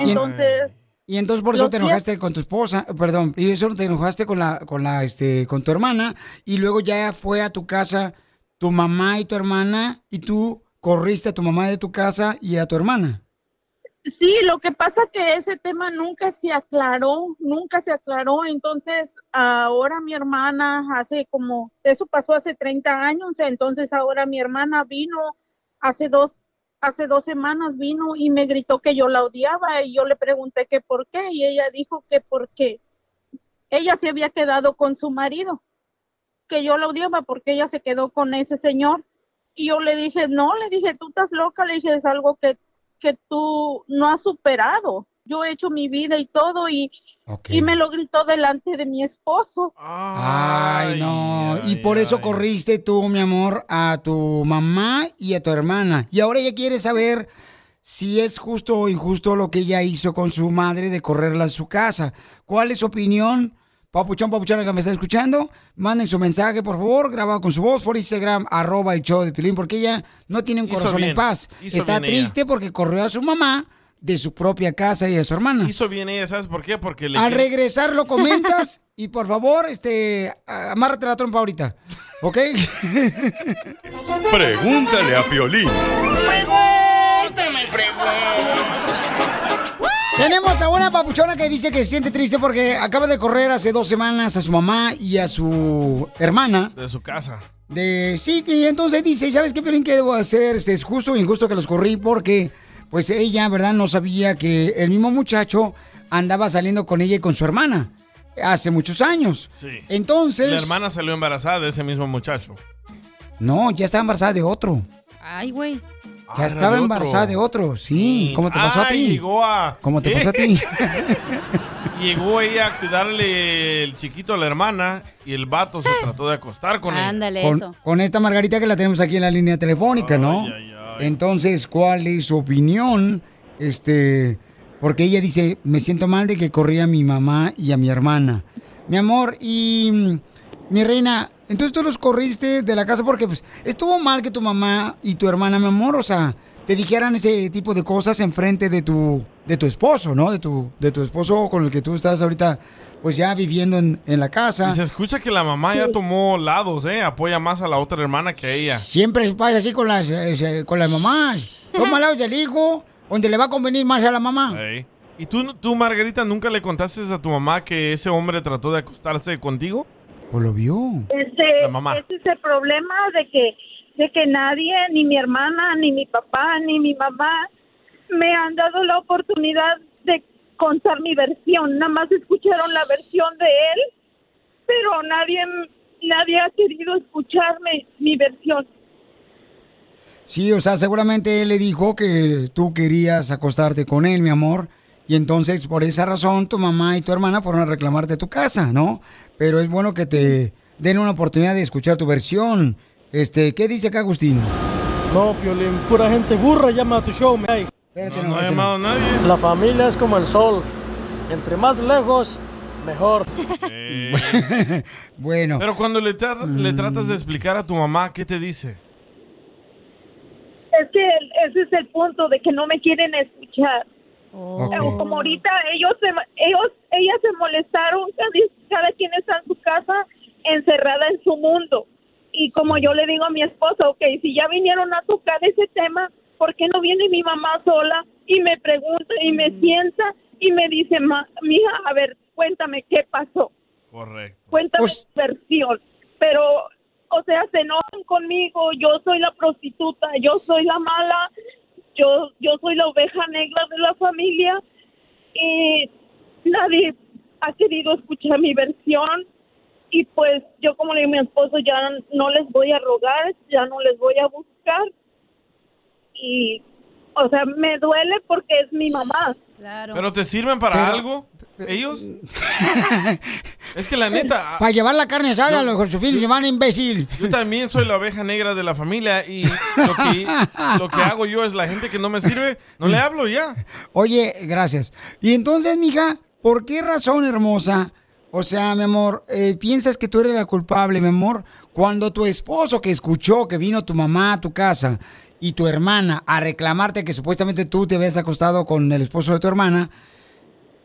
S10: Entonces...
S2: Y entonces por eso
S10: los
S2: te
S10: días-
S2: enojaste con tu esposa, eh, perdón, y eso te enojaste con la, con la, este, con tu hermana, y luego ya fue a tu casa tu mamá y tu hermana, y tú corriste a tu mamá de tu casa y a tu hermana.
S10: Sí, lo que pasa que ese tema nunca se aclaró, nunca se aclaró. Entonces, ahora mi hermana hace como, eso pasó hace 30 años, entonces ahora mi hermana vino hace dos, hace dos semanas vino y me gritó que yo la odiaba y yo le pregunté que por qué y ella dijo que porque ella se había quedado con su marido, que yo la odiaba porque ella se quedó con ese señor. Y yo le dije, no, le dije, tú estás loca, le dije, es algo que que tú no has superado. Yo he hecho mi vida y todo y, y me lo gritó delante de mi esposo.
S2: Ay, no. y por eso corriste tú, mi amor, a tu mamá y a tu hermana. Y ahora ella quiere saber si es justo o injusto lo que ella hizo con su madre de correrla a su casa. ¿Cuál es su opinión? Papuchón, papuchón, que me está escuchando, manden su mensaje, por favor, grabado con su voz por Instagram, arroba el show de Pilín, porque ella no tiene un
S3: Hizo
S2: corazón
S3: bien,
S2: en paz.
S3: hizo
S2: Está
S3: bien ella.
S2: triste porque corrió a su mamá de su propia casa y a su hermana.
S3: Hizo bien ella, ¿sabes por qué? Porque le.
S2: Al regresar lo comentas y por favor, este, a- amárrate la trompa ahorita. ¿Ok?
S5: Pregúntale a Piolín.
S15: Pregúntame,
S2: Tenemos a una papuchona que dice que se siente triste porque acaba de correr hace dos semanas a su mamá y a su hermana.
S3: De su casa.
S2: De sí, y entonces dice, ¿sabes qué, Piolín, qué debo hacer? Este, es justo o injusto que los corrí porque, pues ella, ¿verdad? No sabía que el mismo muchacho andaba saliendo con ella y con su hermana hace muchos años.
S3: Sí.
S2: Entonces,
S3: La hermana salió embarazada de ese mismo muchacho.
S2: no, ya estaba embarazada de otro.
S4: Ay, güey.
S2: Ya estaba embarazada de otro, sí. ¿Cómo te pasó a
S3: Ay,
S2: ti?
S3: llegó a-
S2: ¿Cómo te pasó a ti?
S3: Llegó ella a cuidarle el chiquito a la hermana y el vato se trató de acostar con él.
S4: Ándale,
S2: con,
S4: eso.
S2: con esta Margarita que la tenemos aquí en la línea telefónica, ¿no? Entonces, ¿cuál es su opinión? Este, porque ella dice, me siento mal de que corrí a mi mamá y a mi hermana. Mi amor, y mm, mi reina, entonces tú los corriste de la casa porque pues, estuvo mal que tu mamá y tu hermana, mi amor, o sea, te dijeran ese tipo de cosas enfrente de tu, de tu esposo, ¿no? De tu, de tu esposo con el que tú estás ahorita, pues ya viviendo en, en la casa.
S3: Y se escucha que la mamá ya tomó lados, ¿eh? Apoya más a la otra hermana que a ella.
S2: Siempre pasa así con las, eh, con las mamás. Toma lado del hijo, donde le va a convenir más a la mamá.
S3: Ey. ¿Y tú, tú, Margarita, nunca le contaste a tu mamá que ese hombre trató de acostarse contigo?
S2: Pues lo vio.
S10: Ese,
S3: La mamá.
S10: eh, ese es el problema de que, de que nadie, ni mi hermana, ni mi papá, ni mi mamá, me han dado la oportunidad de contar mi versión. Nada más escucharon la versión de él, pero nadie, nadie ha querido escucharme mi versión.
S2: Sí, o sea, seguramente él le dijo que tú querías acostarte con él, mi amor. Y entonces, por esa razón, tu mamá y tu hermana fueron a reclamarte a tu casa, ¿no? Pero es bueno que te den una oportunidad de escuchar tu versión. Este, ¿qué dice acá Agustín?
S9: No, Piolín, pura gente burra llama a tu show, me hay.
S3: no ha llamado nadie.
S9: La familia es como el sol. Entre más lejos, mejor.
S2: bueno. Mm.
S3: Pero cuando le, tra- le tratas de explicar a tu mamá, ¿qué te dice?
S10: Es que el- ese es el punto de que no me quieren escuchar.
S2: Ok.
S10: Eh, Como ahorita ellos se, ellos ellas se molestaron, cada, cada quien está en su casa encerrada en su mundo. Y como yo le digo a mi esposo, ok, si ya vinieron a tocar ese tema, ¿por qué no viene mi mamá sola y me pregunta y me sienta y me dice, "Ma- mija, a ver, cuéntame qué pasó,
S3: Correcto.
S10: cuéntame tu versión.
S11: pero, o sea, se enojan conmigo, yo soy la prostituta, yo soy la mala, yo, yo soy la oveja negra de la familia y nadie ha querido escuchar mi versión y pues yo como le dije a mi esposo ya no les voy a rogar, ya no les voy a buscar y, o sea, me duele porque es mi mamá. Claro.
S3: ¿Pero te sirven para algo? ¿Ellos? es que la neta...
S2: Para llevar la carne asada, los jorchufines se van imbécil.
S3: Yo también soy la oveja negra de la familia y lo que, lo que hago yo es la gente que no me sirve, no le hablo y ya.
S2: Oye, gracias. Y entonces, mija, ¿por qué razón, hermosa? O sea, mi amor, eh, piensas que tú eres la culpable, mi amor, cuando tu esposo que escuchó que vino tu mamá a tu casa y tu hermana a reclamarte que supuestamente tú te habías acostado con el esposo de tu hermana,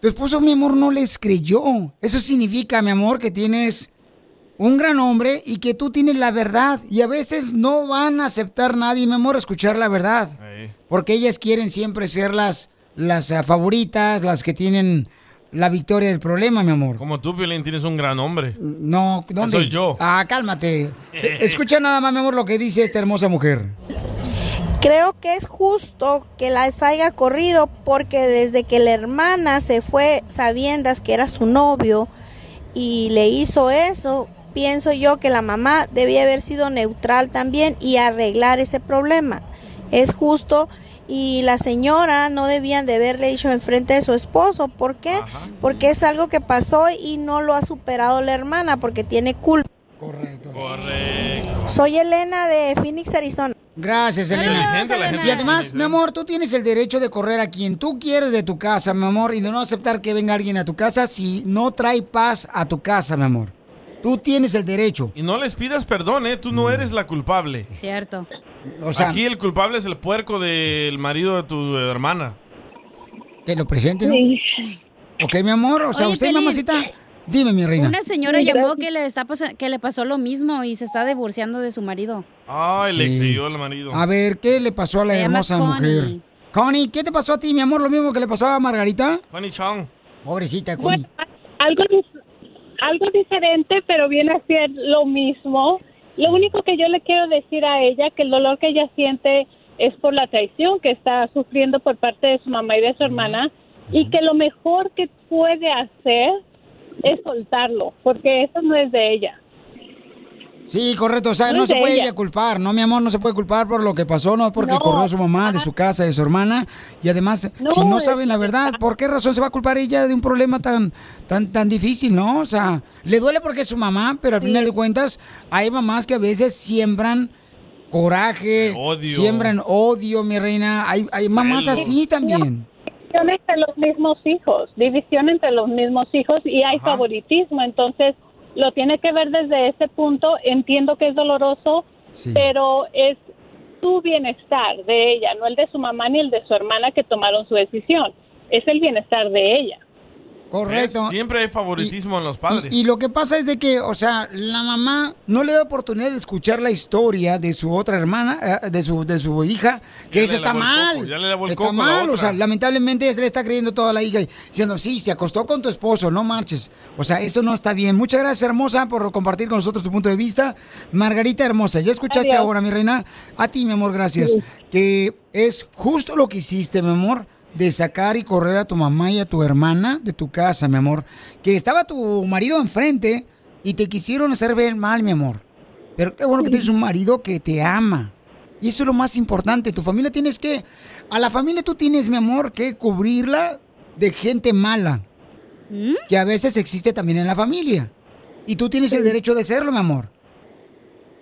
S2: tu esposo, mi amor, no les creyó. Eso significa, mi amor, que tienes un gran hombre y que tú tienes la verdad. Y a veces no van a aceptar nadie, mi amor, escuchar la verdad. Porque ellas quieren siempre ser las, las ah, favoritas, las que tienen la victoria del problema, mi amor.
S3: Como tú, Violín, tienes un gran hombre.
S2: No, ¿dónde?
S3: Soy yo.
S2: Ah, cálmate. Eh, Escucha nada más, mi amor, lo que dice esta hermosa mujer.
S13: Creo que es justo que las haya corrido porque desde que la hermana se fue sabiendas que era su novio y le hizo eso, pienso yo que la mamá debía haber sido neutral también y arreglar ese problema. Es justo y la señora no debían de haberle dicho enfrente de su esposo. ¿Por qué? Porque es algo que pasó y no lo ha superado la hermana porque tiene culpa.
S3: Correcto. Correcto.
S13: Soy Elena de Phoenix, Arizona.
S2: Gracias, Elena.
S3: Inteligente la gente.
S2: Y además, mi amor, tú tienes el derecho de correr a quien tú quieres de tu casa, mi amor, y de no aceptar que venga alguien a tu casa si no trae paz a tu casa, mi amor. Tú tienes el derecho.
S3: Y no les pidas perdón, ¿eh? Tú no eres la culpable.
S4: Cierto.
S2: Mm. O sea,
S3: Aquí el culpable es el puerco del marido de tu hermana.
S2: que lo presente, ¿no? Ok, mi amor, o sea,
S4: Oye,
S2: usted,
S4: Pelín.
S2: mamacita, dime, mi reina.
S4: Una señora llamó que le, está pasa- que le pasó lo mismo y se está divorciando de su marido.
S3: Ay, le
S2: Sí.
S3: crió el marido.
S2: A ver, ¿qué le pasó a la
S4: Se llama
S2: hermosa
S4: Connie.
S2: mujer? Connie, ¿qué te pasó a ti, mi amor? ¿Lo mismo que le pasó a Margarita?
S3: Connie Chong.
S2: Pobrecita, Connie.
S11: algo dis- algo diferente, pero viene a ser lo mismo. Lo único que yo le quiero decir a ella que el dolor que ella siente es por la traición que está sufriendo por parte de su mamá y de su hermana y que lo mejor que puede hacer es soltarlo, porque eso no es de ella.
S2: Sí, correcto. O sea,
S11: No
S2: no
S11: es
S2: se
S11: de
S2: puede
S11: ella.
S2: ella culpar, ¿no, mi amor? No se puede culpar por lo que pasó, no porque
S11: No.
S2: corrió a su mamá de su casa, de su hermana. Y además,
S11: No,
S2: si no
S11: es-
S2: saben la verdad, ¿por qué razón se va a culpar ella de un problema tan, tan, tan difícil, no? O sea, le duele porque es su mamá, pero al final de cuentas, hay mamás que a veces siembran coraje,
S3: Odio.
S2: siembran odio, mi reina. Hay, hay mamás
S11: Celos.
S2: así también.
S11: división entre los mismos hijos, división entre los mismos hijos y hay favoritismo, entonces lo tiene que ver desde ese punto, entiendo que es doloroso,
S7: Sí.
S11: pero es su bienestar de ella, no el de su mamá ni el de su hermana que tomaron su decisión, es el bienestar de ella.
S3: Correcto. Siempre hay favoritismo en los padres.
S2: Y lo que pasa es de que, o sea, la mamá no le da oportunidad de escuchar la historia de su otra hermana, eh, de su, de su hija, que
S3: Ya
S2: eso
S3: le
S2: está
S3: lavó el
S2: mal.
S3: coco, ya le lavó el
S2: está
S3: coco a la
S2: mal, o
S3: otra.
S2: sea, lamentablemente se le está creyendo toda la hija, diciendo, sí, se acostó con tu esposo, no marches. O sea, eso no está bien. Muchas gracias, hermosa, por compartir con nosotros tu punto de vista. Margarita Hermosa, ya escuchaste
S23: Adiós.
S2: ahora, mi reina. A ti, mi amor, gracias.
S23: Sí.
S2: Que es justo lo que hiciste, mi amor, de sacar y correr a tu mamá y a tu hermana de tu casa, mi amor. Que estaba tu marido enfrente y te quisieron hacer ver mal, mi amor. Pero qué bueno que tienes un marido que te ama. Y eso es lo más importante. Tu familia tienes que. A la familia tú tienes, mi amor, que cubrirla de gente mala. Que a veces existe también en la familia. Y tú tienes el derecho de serlo, mi amor.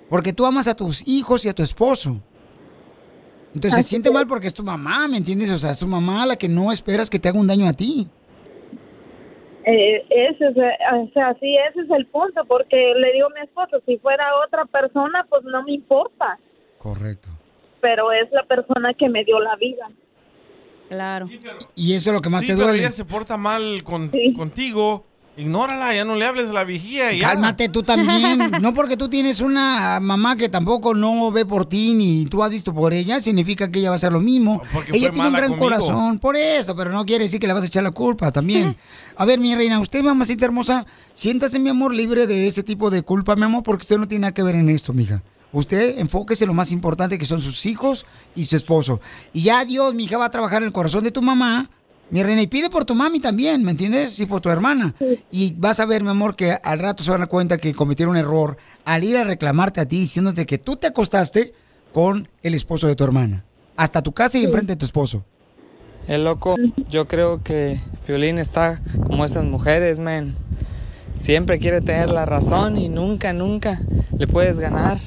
S2: Porque tú amas a tus hijos y a tu esposo. Entonces se siente mal porque es tu mamá, ¿me entiendes? O sea, es tu mamá la que no esperas que te haga un daño a ti.
S11: Eh, ese es, eh, o sea, sí, ese es el punto, porque le digo a mi esposo, si fuera otra persona, pues no me importa,
S2: Correcto.
S11: pero es la persona que me dio la vida.
S4: Claro.
S2: Y eso es lo que más
S3: sí,
S2: te
S3: pero
S2: duele.
S3: ella se porta mal con- contigo Ignórala, ya no le hables a la vigía. ya.
S2: Cálmate tú también. No porque tú tienes una mamá que tampoco no ve por ti ni tú has visto por ella, significa que ella va a hacer lo mismo.
S3: porque
S2: Ella
S3: fue
S2: tiene un
S3: mala
S2: gran
S3: conmigo.
S2: corazón, por eso, pero no quiere decir que le vas a echar la culpa también. A ver, mi reina, usted, mamacita hermosa, siéntase, mi amor, libre de ese tipo de culpa, mi amor, porque usted no tiene nada que ver en esto, mija. Usted enfóquese en lo más importante que son sus hijos y su esposo. Y ya Dios, mija, va a trabajar en el corazón de tu mamá. Mi reina, y pide por tu mami también, ¿me entiendes? Y por tu hermana. Y vas a ver, mi amor, que al rato se van a dar cuenta que cometieron un error al ir a reclamarte a ti diciéndote que tú te acostaste con el esposo de tu hermana. Hasta tu casa y enfrente de tu esposo.
S7: El loco, yo creo que Violín está como esas mujeres, man. Siempre quiere tener la razón y nunca, nunca le puedes ganar.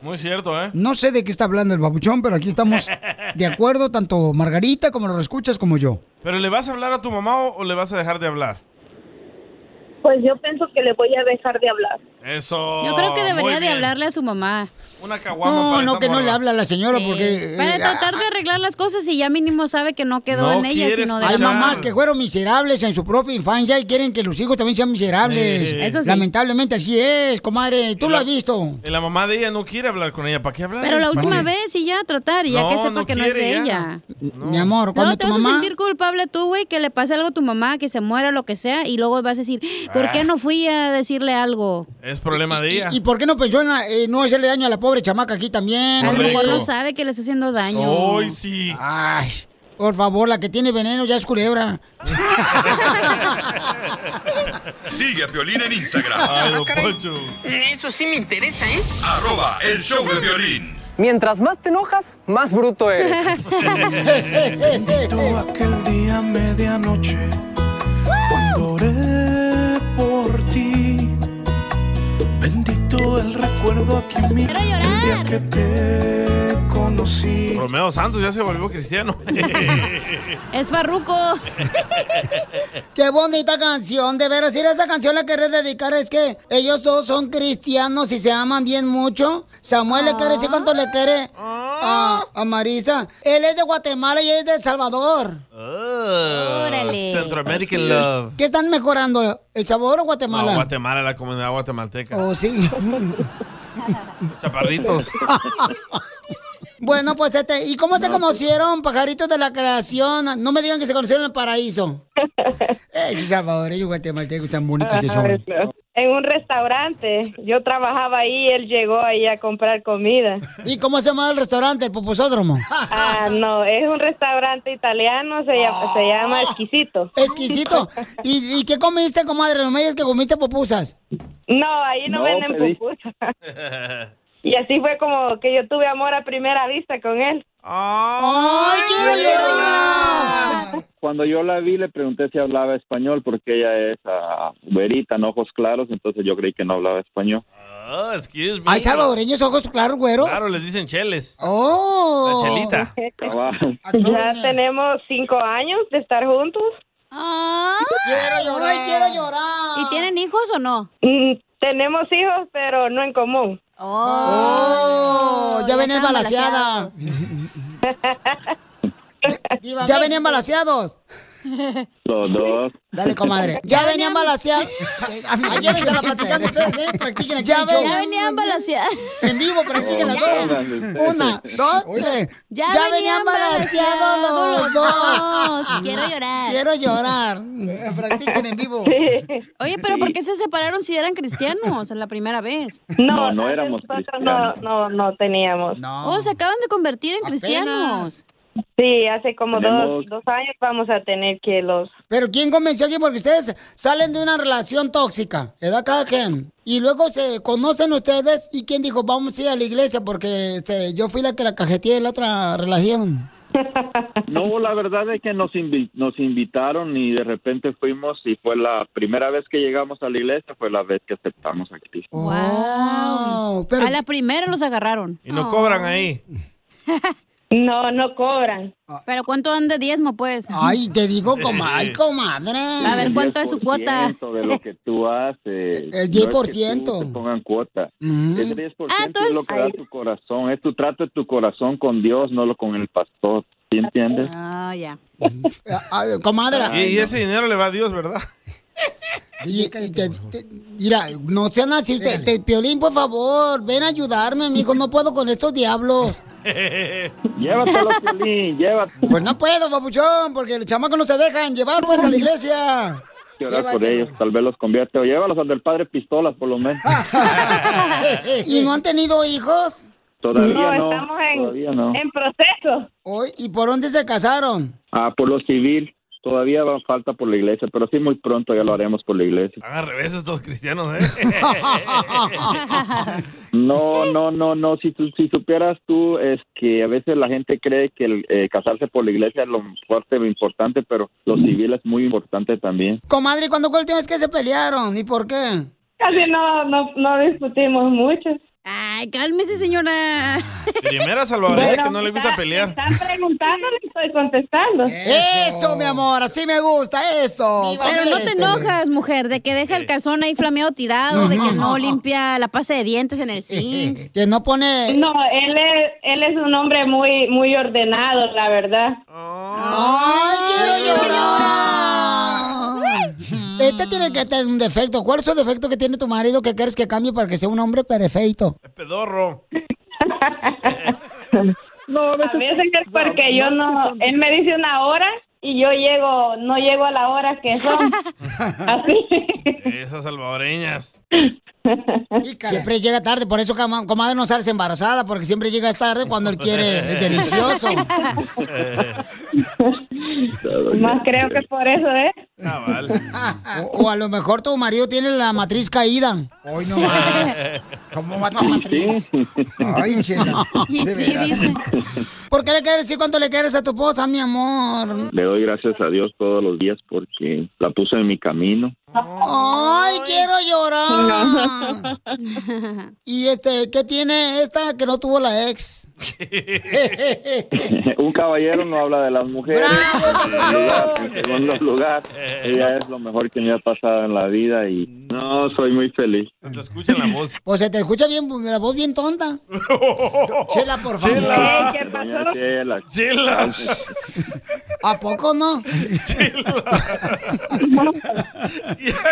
S3: Muy cierto, ¿eh?
S2: No sé de qué está hablando el babuchón, pero aquí estamos de acuerdo, tanto Margarita como lo escuchas como yo.
S3: ¿Pero le vas a hablar a tu mamá o, o le vas a dejar de hablar?
S11: Pues yo pienso que le voy a dejar de hablar.
S3: Eso.
S4: Yo
S2: Oh,
S4: creo que
S3: muy
S4: debería de
S3: bien.
S4: hablarle a su mamá.
S3: Una
S2: No, no, que no le habla a la señora porque... eh,
S4: Para
S2: ah,
S4: tratar de arreglar las cosas y ya mínimo sabe que no quedó en ella, sino de la
S2: Hay
S4: mamá.
S2: mamás que fueron miserables en su propia infancia y quieren que los hijos también sean miserables.
S3: Sí. Eso sí.
S2: Lamentablemente así es, comadre. Tú lo has visto.
S3: Y La mamá de ella no quiere hablar con ella. ¿Para qué hablar?
S4: Pero la
S3: ¿Para
S4: última
S3: qué?
S4: vez y ya tratar, y ya
S3: No,
S4: que sepa
S3: no
S4: que no es de
S3: quiere ya.
S4: ella.
S2: Mi amor, cuando
S4: No te
S2: tu
S4: vas
S2: mamá...
S4: a sentir culpable tú, güey, que le pase algo a tu mamá, que se muera, lo que sea, y luego vas a decir, ¿por
S3: Ah.
S4: qué no fui a decirle algo?
S3: Es problema de ella.
S2: ¿Y por qué no pensó en la- eh, no hacerle daño a la pobre chamaca aquí también?
S4: A lo mejor
S2: Hombre.
S4: no sabe que le está haciendo daño.
S3: Hoy sí.
S2: Ay, por favor, la que tiene veneno ya es culebra.
S5: Sigue a Piolín en Instagram.
S16: Ay, don Ah, caray. Eso sí me interesa, ¿eh?
S5: Arroba el show de violín.
S16: Mientras más te enojas, más bruto eres.
S24: Todo aquel día a medianoche, cuando oré por ti, bendito el recuerdo aquí en mi el día que te conocí.
S3: Romeo Santos ya se volvió cristiano.
S4: Es Farruco.
S2: Qué bonita canción, de veras, si era esa canción la querés dedicar, es que ellos dos son cristianos y se aman bien mucho. Samuel le quiere decir cuánto le quiere a, a Marisa. Él es de Guatemala y ella es de El Salvador.
S3: Órale. Centroamerican Love.
S2: ¿Qué están mejorando, El Salvador o
S3: No,
S2: Guatemala?
S3: Guatemala, la comunidad guatemalteca.
S2: Oh, sí. Oh.
S3: Los chaparritos.
S2: bueno, pues este, ¿y cómo se conocieron, pajaritos de la creación? No me digan que se conocieron en el paraíso. Eh, salvadoreños, guatemaltecos, tan bonitos Ah, que son.
S23: Ay, no. En un restaurante. Yo trabajaba ahí, él llegó ahí a comprar comida.
S2: ¿Y cómo se llama el restaurante, el popusódromo?
S23: Ah, no, es un restaurante italiano, se llama, se llama Exquisito.
S2: Oh. Exquisito. ¿Y, y qué comiste, comadre? No me digas que comiste popusas.
S23: No, ahí no,
S2: No,
S23: venden
S2: pedí.
S23: pupusas. Y así fue como que yo tuve amor a primera vista con él.
S3: ¡Ay,
S2: quiero llorar!
S25: Cuando yo la vi, le pregunté si hablaba español, porque ella es ah, güerita, en ojos claros, entonces yo creí que no hablaba español.
S3: Ah, excuse me.
S2: ¿Hay salvadoreños ojos claros, güeros?
S3: Claro, les dicen cheles.
S2: ¡Oh!
S3: La chelita.
S23: Ya tenemos cinco años de estar juntos.
S4: Quiero
S2: llorar. Ah, Ay, quiero llorar.
S4: ¿Y tienen hijos o no?
S23: Mm, tenemos hijos, pero no en común.
S2: ¡Oh! ya venía
S23: estaban
S2: balaseada. ya venían balaseados.
S25: Los dos.
S2: Dale, comadre. Ya venían balaseados. Ay, Ah, llévensela platicando ustedes, ¿eh? Practiquen aquí. el show.
S4: balaseadas.
S2: En vivo, practiquen las dos. Una, dos, tres.
S4: Ya
S2: Ya,
S4: venían
S2: venían
S4: balanceados los
S2: balanceados los dos.
S4: dos. Quiero llorar.
S2: Quiero llorar. Eh, Practiquen en vivo.
S4: Oye, pero ¿por qué se separaron si eran cristianos en la primera vez?
S23: No,
S25: no éramos
S23: nosotros no,
S25: cristianos.
S23: no, no teníamos.
S4: Oh, se acaban de convertir en cristianos.
S23: Sí, hace como dos,
S2: Tenemos-
S23: dos años vamos a tener que los...
S2: Pero ¿quién convenció aquí? Porque ustedes salen de una relación tóxica, ¿verdad? Cada quien. Y luego se conocen ustedes y quién dijo, vamos a ir a la iglesia porque este, yo fui la que la cajeteé en la otra relación.
S25: No, la verdad es que nos, invi- nos invitaron y de repente fuimos y fue la primera vez que llegamos a la iglesia, fue la vez que aceptamos a Cristo.
S4: Wow. a la primera los agarraron.
S25: Y no cobran
S3: ahí.
S23: No, no cobran.
S4: Pero ¿cuánto dan de diezmo, pues?
S2: Ah. Ay, te digo, coma- ay, comadre.
S4: A ver, ¿cuánto es su cuota?
S25: 10% de lo que tú haces.
S2: El
S25: No es que
S2: 10%.
S25: tú te pongan cuota.
S2: Mm.
S25: El 10%
S4: Ah,
S25: es lo
S4: entonces-
S25: que da tu corazón. Es tu trato de tu corazón con Dios, no lo con el pastor. ¿Sí entiendes?
S4: Ah, ya.
S2: comadre.
S3: Y, y ese dinero le va a Dios, ¿verdad?
S2: Y- y te- te- mira, no sean así. Te, te- Piolín, por favor, ven a ayudarme, amigo. No puedo con estos diablos.
S25: Llévatelo, Piolín, llévatelo.
S2: Pues no puedo, papuchón, porque los chamacos no se dejan llevar pues a la iglesia.
S25: Hay que orar por ellos, tal vez los convierte. O llévalos al del padre Pistolas, por lo menos.
S2: Ah. ¿Y no han tenido hijos?
S25: Todavía no. todavía no.
S2: proceso. ¿Y por dónde se casaron?
S25: Ah, por lo civil. Todavía va- falta por la iglesia, pero sí muy pronto ya lo haremos por la iglesia.
S3: Al revés estos cristianos, ¿eh?
S25: No, no, no, no. Si, tú- si supieras tú, es que a veces la gente cree que el, eh, casarse por la iglesia es lo fuerte, lo importante, pero lo civil es muy importante también.
S2: Comadre, ¿cuándo fue la última vez que se pelearon? ¿Y por qué?
S23: Casi no, no, no discutimos mucho.
S4: Ay, cálmese, señora.
S3: Primera salvadoreña
S23: Bueno,
S3: que no le gusta pelear.
S23: Están preguntando, le estoy contestando.
S2: Eso, mi amor, así me gusta, eso. este,
S4: Pero no te
S2: Contéstele.
S4: enojas, mujer, de que deja el calzón ahí flameado tirado, de que no limpia la pasta de dientes en el zinc.
S2: Que no pone...
S23: No, él es, él es un hombre muy, muy ordenado, la verdad.
S2: ¡Ay, quiero llorar! Este tiene que tener un defecto. ¿Cuál es su defecto que tiene tu marido que quieres que cambie para que sea un hombre perfecto?
S3: Pedorro.
S23: a veces, es porque yo no, él me dice una hora y yo llego, no llego a la hora que son. Así.
S3: Esas salvadoreñas.
S2: Siempre llega tarde, por eso cama- comadre no sales embarazada, porque siempre llegas tarde cuando él quiere. Es delicioso.
S23: Más creo que por eso, ¿eh?
S2: O, o a lo mejor tu marido tiene la matriz caída. Hoy no más. ¿Cómo va tu matriz? Ay, chela.
S23: Y
S2: de
S23: sí,
S2: veras. ¿Por qué le quieres decir cuánto le quieres a tu esposa, mi amor?
S25: Le doy gracias a Dios todos los días porque la puso en mi camino.
S2: Ay, quiero llorar. Y este, ¿qué tiene esta que no tuvo la ex?
S25: Un caballero no habla de las mujeres. En primer lugar, en segundo lugar, ella es lo mejor que me ha pasado en la vida y no, soy muy feliz.
S3: Escuchen la voz.
S2: Pues se te escucha bien la voz bien tonta. Chela, por favor.
S3: Chela.
S23: ¿Qué
S25: Doña Chela.
S3: Chela.
S2: ¿A poco no?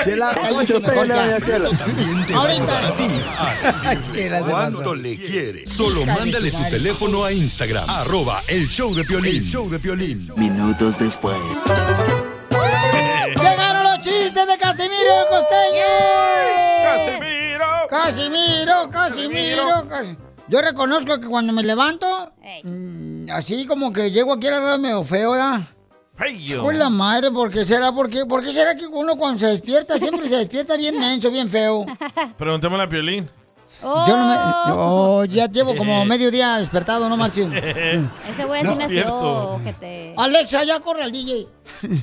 S2: Chela, cállese mejor ya.
S5: También te va a ayudar a ti a decirle
S2: Chela, se
S5: cuánto
S2: pasó.
S5: le quieres. Solo mándale tu teléfono a Instagram, arroba el show de Piolín. show de Piolín. Minutos después.
S2: Llegaron los chistes de Casimiro el costeño. Casimiro. Casimiro, Casimiro, Casi- Yo reconozco que cuando me levanto, mm, así como que llego aquí a la radio medio feo, ¿verdad?
S3: Feyo.
S2: Con la madre, ¿por qué será? ¿Por qué? ¿Por qué será que uno cuando se despierta siempre se despierta bien menso, bien feo?
S3: Preguntémosle a Piolín.
S2: Yo no me. yo ya llevo como medio día despertado, no más.
S4: Ese güey
S2: No,
S4: así nació,
S2: cierto.
S4: que te...
S2: Alexa, ya corre al DJ.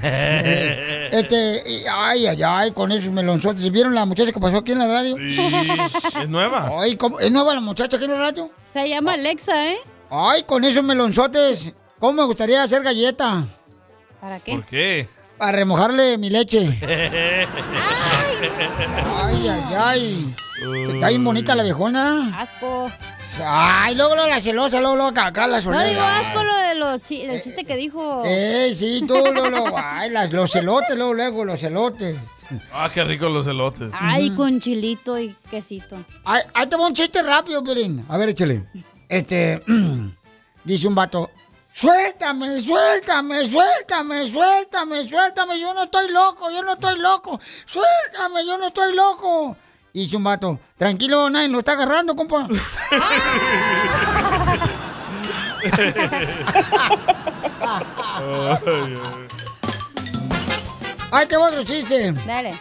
S2: Este, y- ay, ay, ay, con esos melonzotes. ¿Vieron la muchacha que pasó aquí en la radio?
S3: ¿Es nueva?
S2: Ay, ¿cómo? ¿es nueva la muchacha aquí en la radio? Ah.
S4: Se llama Alexa, ¿eh?
S2: Ay, con esos melonzotes. ¿Cómo me gustaría hacer galleta?
S4: ¿Para
S3: ¿Por qué?
S2: Para remojarle mi leche.
S3: Ay,
S2: Ay, ay, ay. Está bien bonita la viejona.
S4: Asco.
S2: Ay, luego, luego la celosa, luego, luego acá, acá la
S4: No
S2: soledad.
S4: digo asco lo de los chi- del chiste que dijo.
S2: Eh, sí, tú, luego, luego, ay, las- los celotes, luego, luego, los celotes.
S3: Ah, qué ricos los elotes.
S2: Ah.
S4: Ay, con chilito y quesito.
S2: Ay, ahí te va un chiste rápido, Piolín. A ver, échale. Este, dice un vato, suéltame, suéltame, suéltame, suéltame, suéltame, yo no estoy loco, yo no estoy loco, suéltame, yo no estoy loco. Dice un vato, tranquilo, nadie lo está agarrando, compa. Ahí te va otro chiste.
S4: Dale.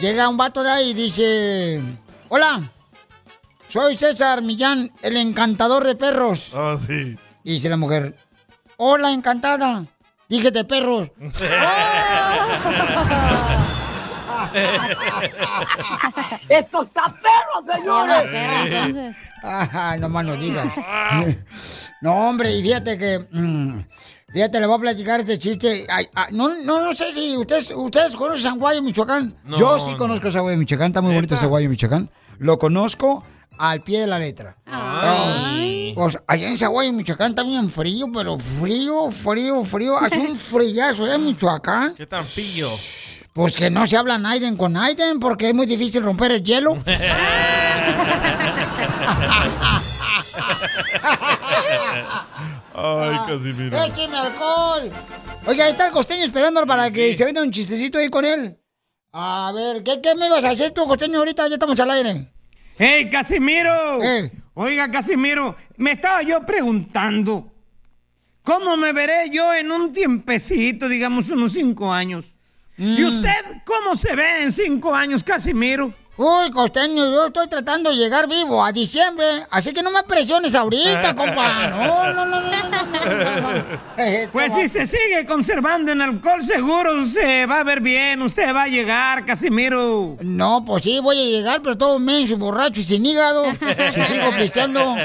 S2: Llega un vato de ahí y dice, hola, soy César Millán, el encantador de perros.
S3: Ah, sí.
S2: Dice la mujer, hola, encantada, dije de perros. ¡Esto está perro,
S24: señores! Perro, perro, entonces.
S2: Ajá, no más no digas. No, hombre, y fíjate que. mm, fíjate, le voy a platicar este chiste. Ay, ah, no, no, no sé si ustedes, ustedes conocen San Guayo, Michoacán.
S26: No,
S2: Yo sí conozco San Guayo, Michoacán. Está muy bonito San Guayo, Michoacán. Lo conozco al pie de la letra.
S26: Ay.
S2: No, Pues allá en San Guayo, Michoacán, está bien frío, pero frío, frío, frío. Hace un frillazo allá en Michoacán.
S3: Qué tan pillo.
S2: Pues que no se habla Naiden con Naiden porque es muy difícil romper el hielo. Ah.
S3: Ay, Casimiro.
S2: Ah, ¡Écheme alcohol! Oiga, ahí está el costeño esperándolo para que se venda un chistecito ahí con él. A ver, ¿qué, qué me ibas a hacer tú, costeño? Ahorita ya estamos al aire.
S26: ¡Hey, Casimiro! Oiga, Casimiro, me estaba yo preguntando, ¿cómo me veré yo en un tiempecito, digamos unos cinco años? ¿Y usted cómo se ve en cinco años, Casimiro?
S2: Uy, costeño, yo estoy tratando de llegar vivo a diciembre, así que no me presiones ahorita, compa. No, no, no, no, no, no, no, no.
S26: Pues si se sigue conservando en alcohol, seguro se va a ver bien. Usted va a llegar, Casimiro.
S2: No, pues sí, voy a llegar, pero todo menso, borracho y sin hígado. Si sigo pisteando.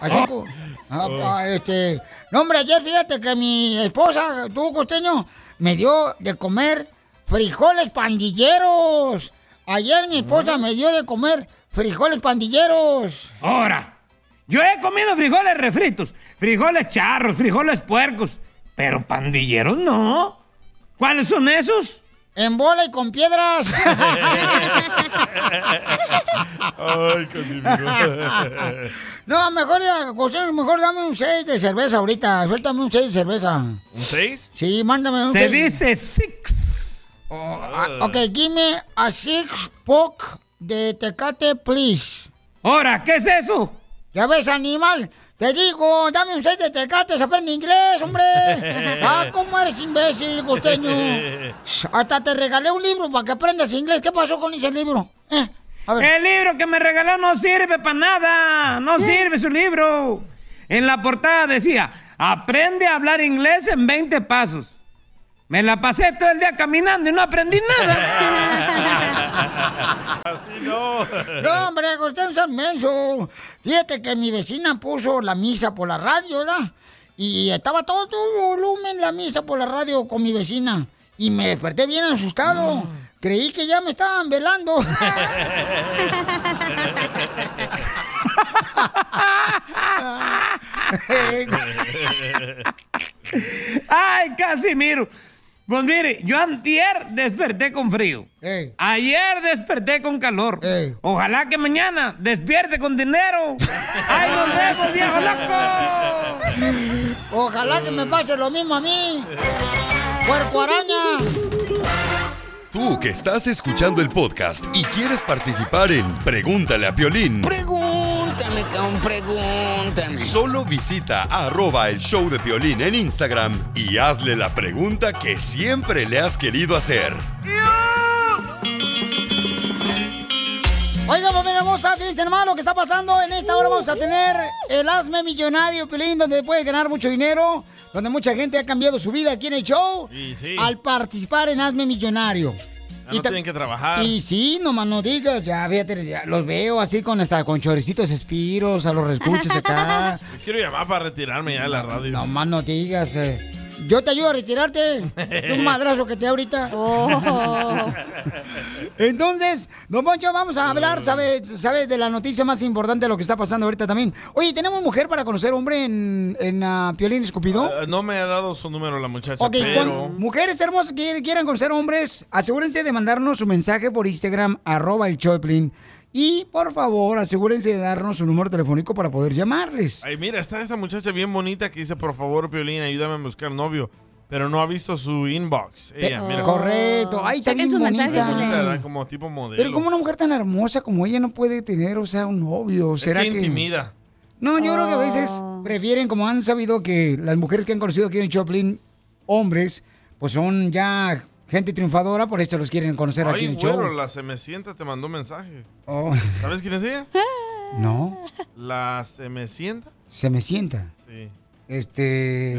S2: Así co- Ah,
S26: Oh.
S2: pa- este. No, hombre, ayer fíjate que mi esposa, tú, costeño, me dio de comer frijoles pandilleros. Ayer mi esposa me dio de comer frijoles pandilleros.
S26: Ahora, yo he comido frijoles refritos, frijoles charros, frijoles puercos, pero pandilleros no. ¿Cuáles son esos?
S2: En bola y con piedras.
S3: Ay, Casimiro.
S2: No, mejor, eh, costeño, mejor dame un 6 de cerveza ahorita. Suéltame un 6 de cerveza.
S3: ¿Un 6?
S2: Sí, mándame un
S26: Se
S2: seis.
S26: dice six.
S2: Ah, Ok, give me a six pack de Tecate, please.
S26: Ahora, ¿qué es eso?
S2: Ya ves, animal. Te digo, dame un set de Tecate, se aprende inglés, hombre. ah, cómo eres imbécil, costeño. Hasta te regalé un libro para que aprendas inglés. ¿Qué pasó con ese libro? Eh, a ver.
S26: El libro que me regaló no sirve para nada. No sirve su libro. En la portada decía, aprende a hablar inglés en 20 pasos. Me la pasé todo el día caminando y no aprendí nada.
S3: Así no.
S2: No, hombre, usted no es menso. Fíjate que mi vecina puso la misa por la radio, ¿verdad? Y estaba todo tu volumen la misa por la radio con mi vecina. Y me desperté bien asustado. Creí que ya me estaban velando.
S26: Ay, Casimiro. Pues mire, yo antier desperté con frío. Ayer desperté con calor. Ojalá que mañana despierte con dinero. ¡Ay, nos vemos, viejo loco!
S2: Ojalá que me pase lo mismo a mí. Puerco araña.
S5: Tú que estás escuchando el podcast y quieres participar en Pregúntale a Piolín,
S17: Pregúntame, cabrón, pregúntame.
S5: solo visita arroba el show de Piolín en Instagram y hazle la pregunta que siempre le has querido hacer.
S2: Oiga, familia hermosa, fíjense hermano lo que está pasando. En esta hora vamos a tener el Hazme Millonario, Pelín, donde puedes ganar mucho dinero, donde mucha gente ha cambiado su vida aquí en el show
S3: Y sí.
S2: al participar en Hazme Millonario.
S3: Ya no tienen que trabajar.
S2: Y sí, nomás no digas, ya fíjate, ya los veo así con hasta con chorecitos espiros, a los rescuches acá.
S3: Yo quiero llamar para retirarme ya de la radio.
S2: Nomás no digas, eh, yo te ayudo a retirarte de un madrazo que te da ahorita. Entonces, don Poncho, vamos a
S3: Mm.
S2: hablar, ¿sabes? ¿Sabes de la noticia más importante de lo que está pasando ahorita también? Oye, ¿tenemos mujer para conocer hombre en, en ah, Piolín Escupido?
S3: Eh, No me ha dado su número la muchacha,
S2: Ok, cuando
S3: pero...
S2: mujeres hermosas que quieran conocer hombres, asegúrense de mandarnos su mensaje por Instagram, arroba el Choplin. Y por favor, asegúrense de darnos su número telefónico para poder llamarles.
S3: Ay, mira, está esta muchacha bien bonita que dice, por favor, Piolín, ayúdame a buscar novio. Pero no ha visto su inbox. Ella,
S2: Eh,
S3: mira.
S2: correcto. Ay, está bien
S3: Está bonita,
S2: bonita.
S3: ¿verdad? Como tipo modelo.
S2: Pero como una mujer tan hermosa como ella no puede tener, o sea, un novio,
S3: Es
S2: ¿será
S3: que intimida.
S2: No, yo creo que a veces prefieren, como han sabido que las mujeres que han conocido aquí en Choplin, hombres, pues son ya gente triunfadora, por eso los quieren conocer aquí en
S3: Ay,
S2: el
S3: güero,
S2: show.
S3: la se me sienta te mandó mensaje.
S2: Oh.
S3: ¿Sabes quién es ella?
S2: No,
S3: La se me sienta.
S2: se me sienta.
S3: Sí.
S2: Este.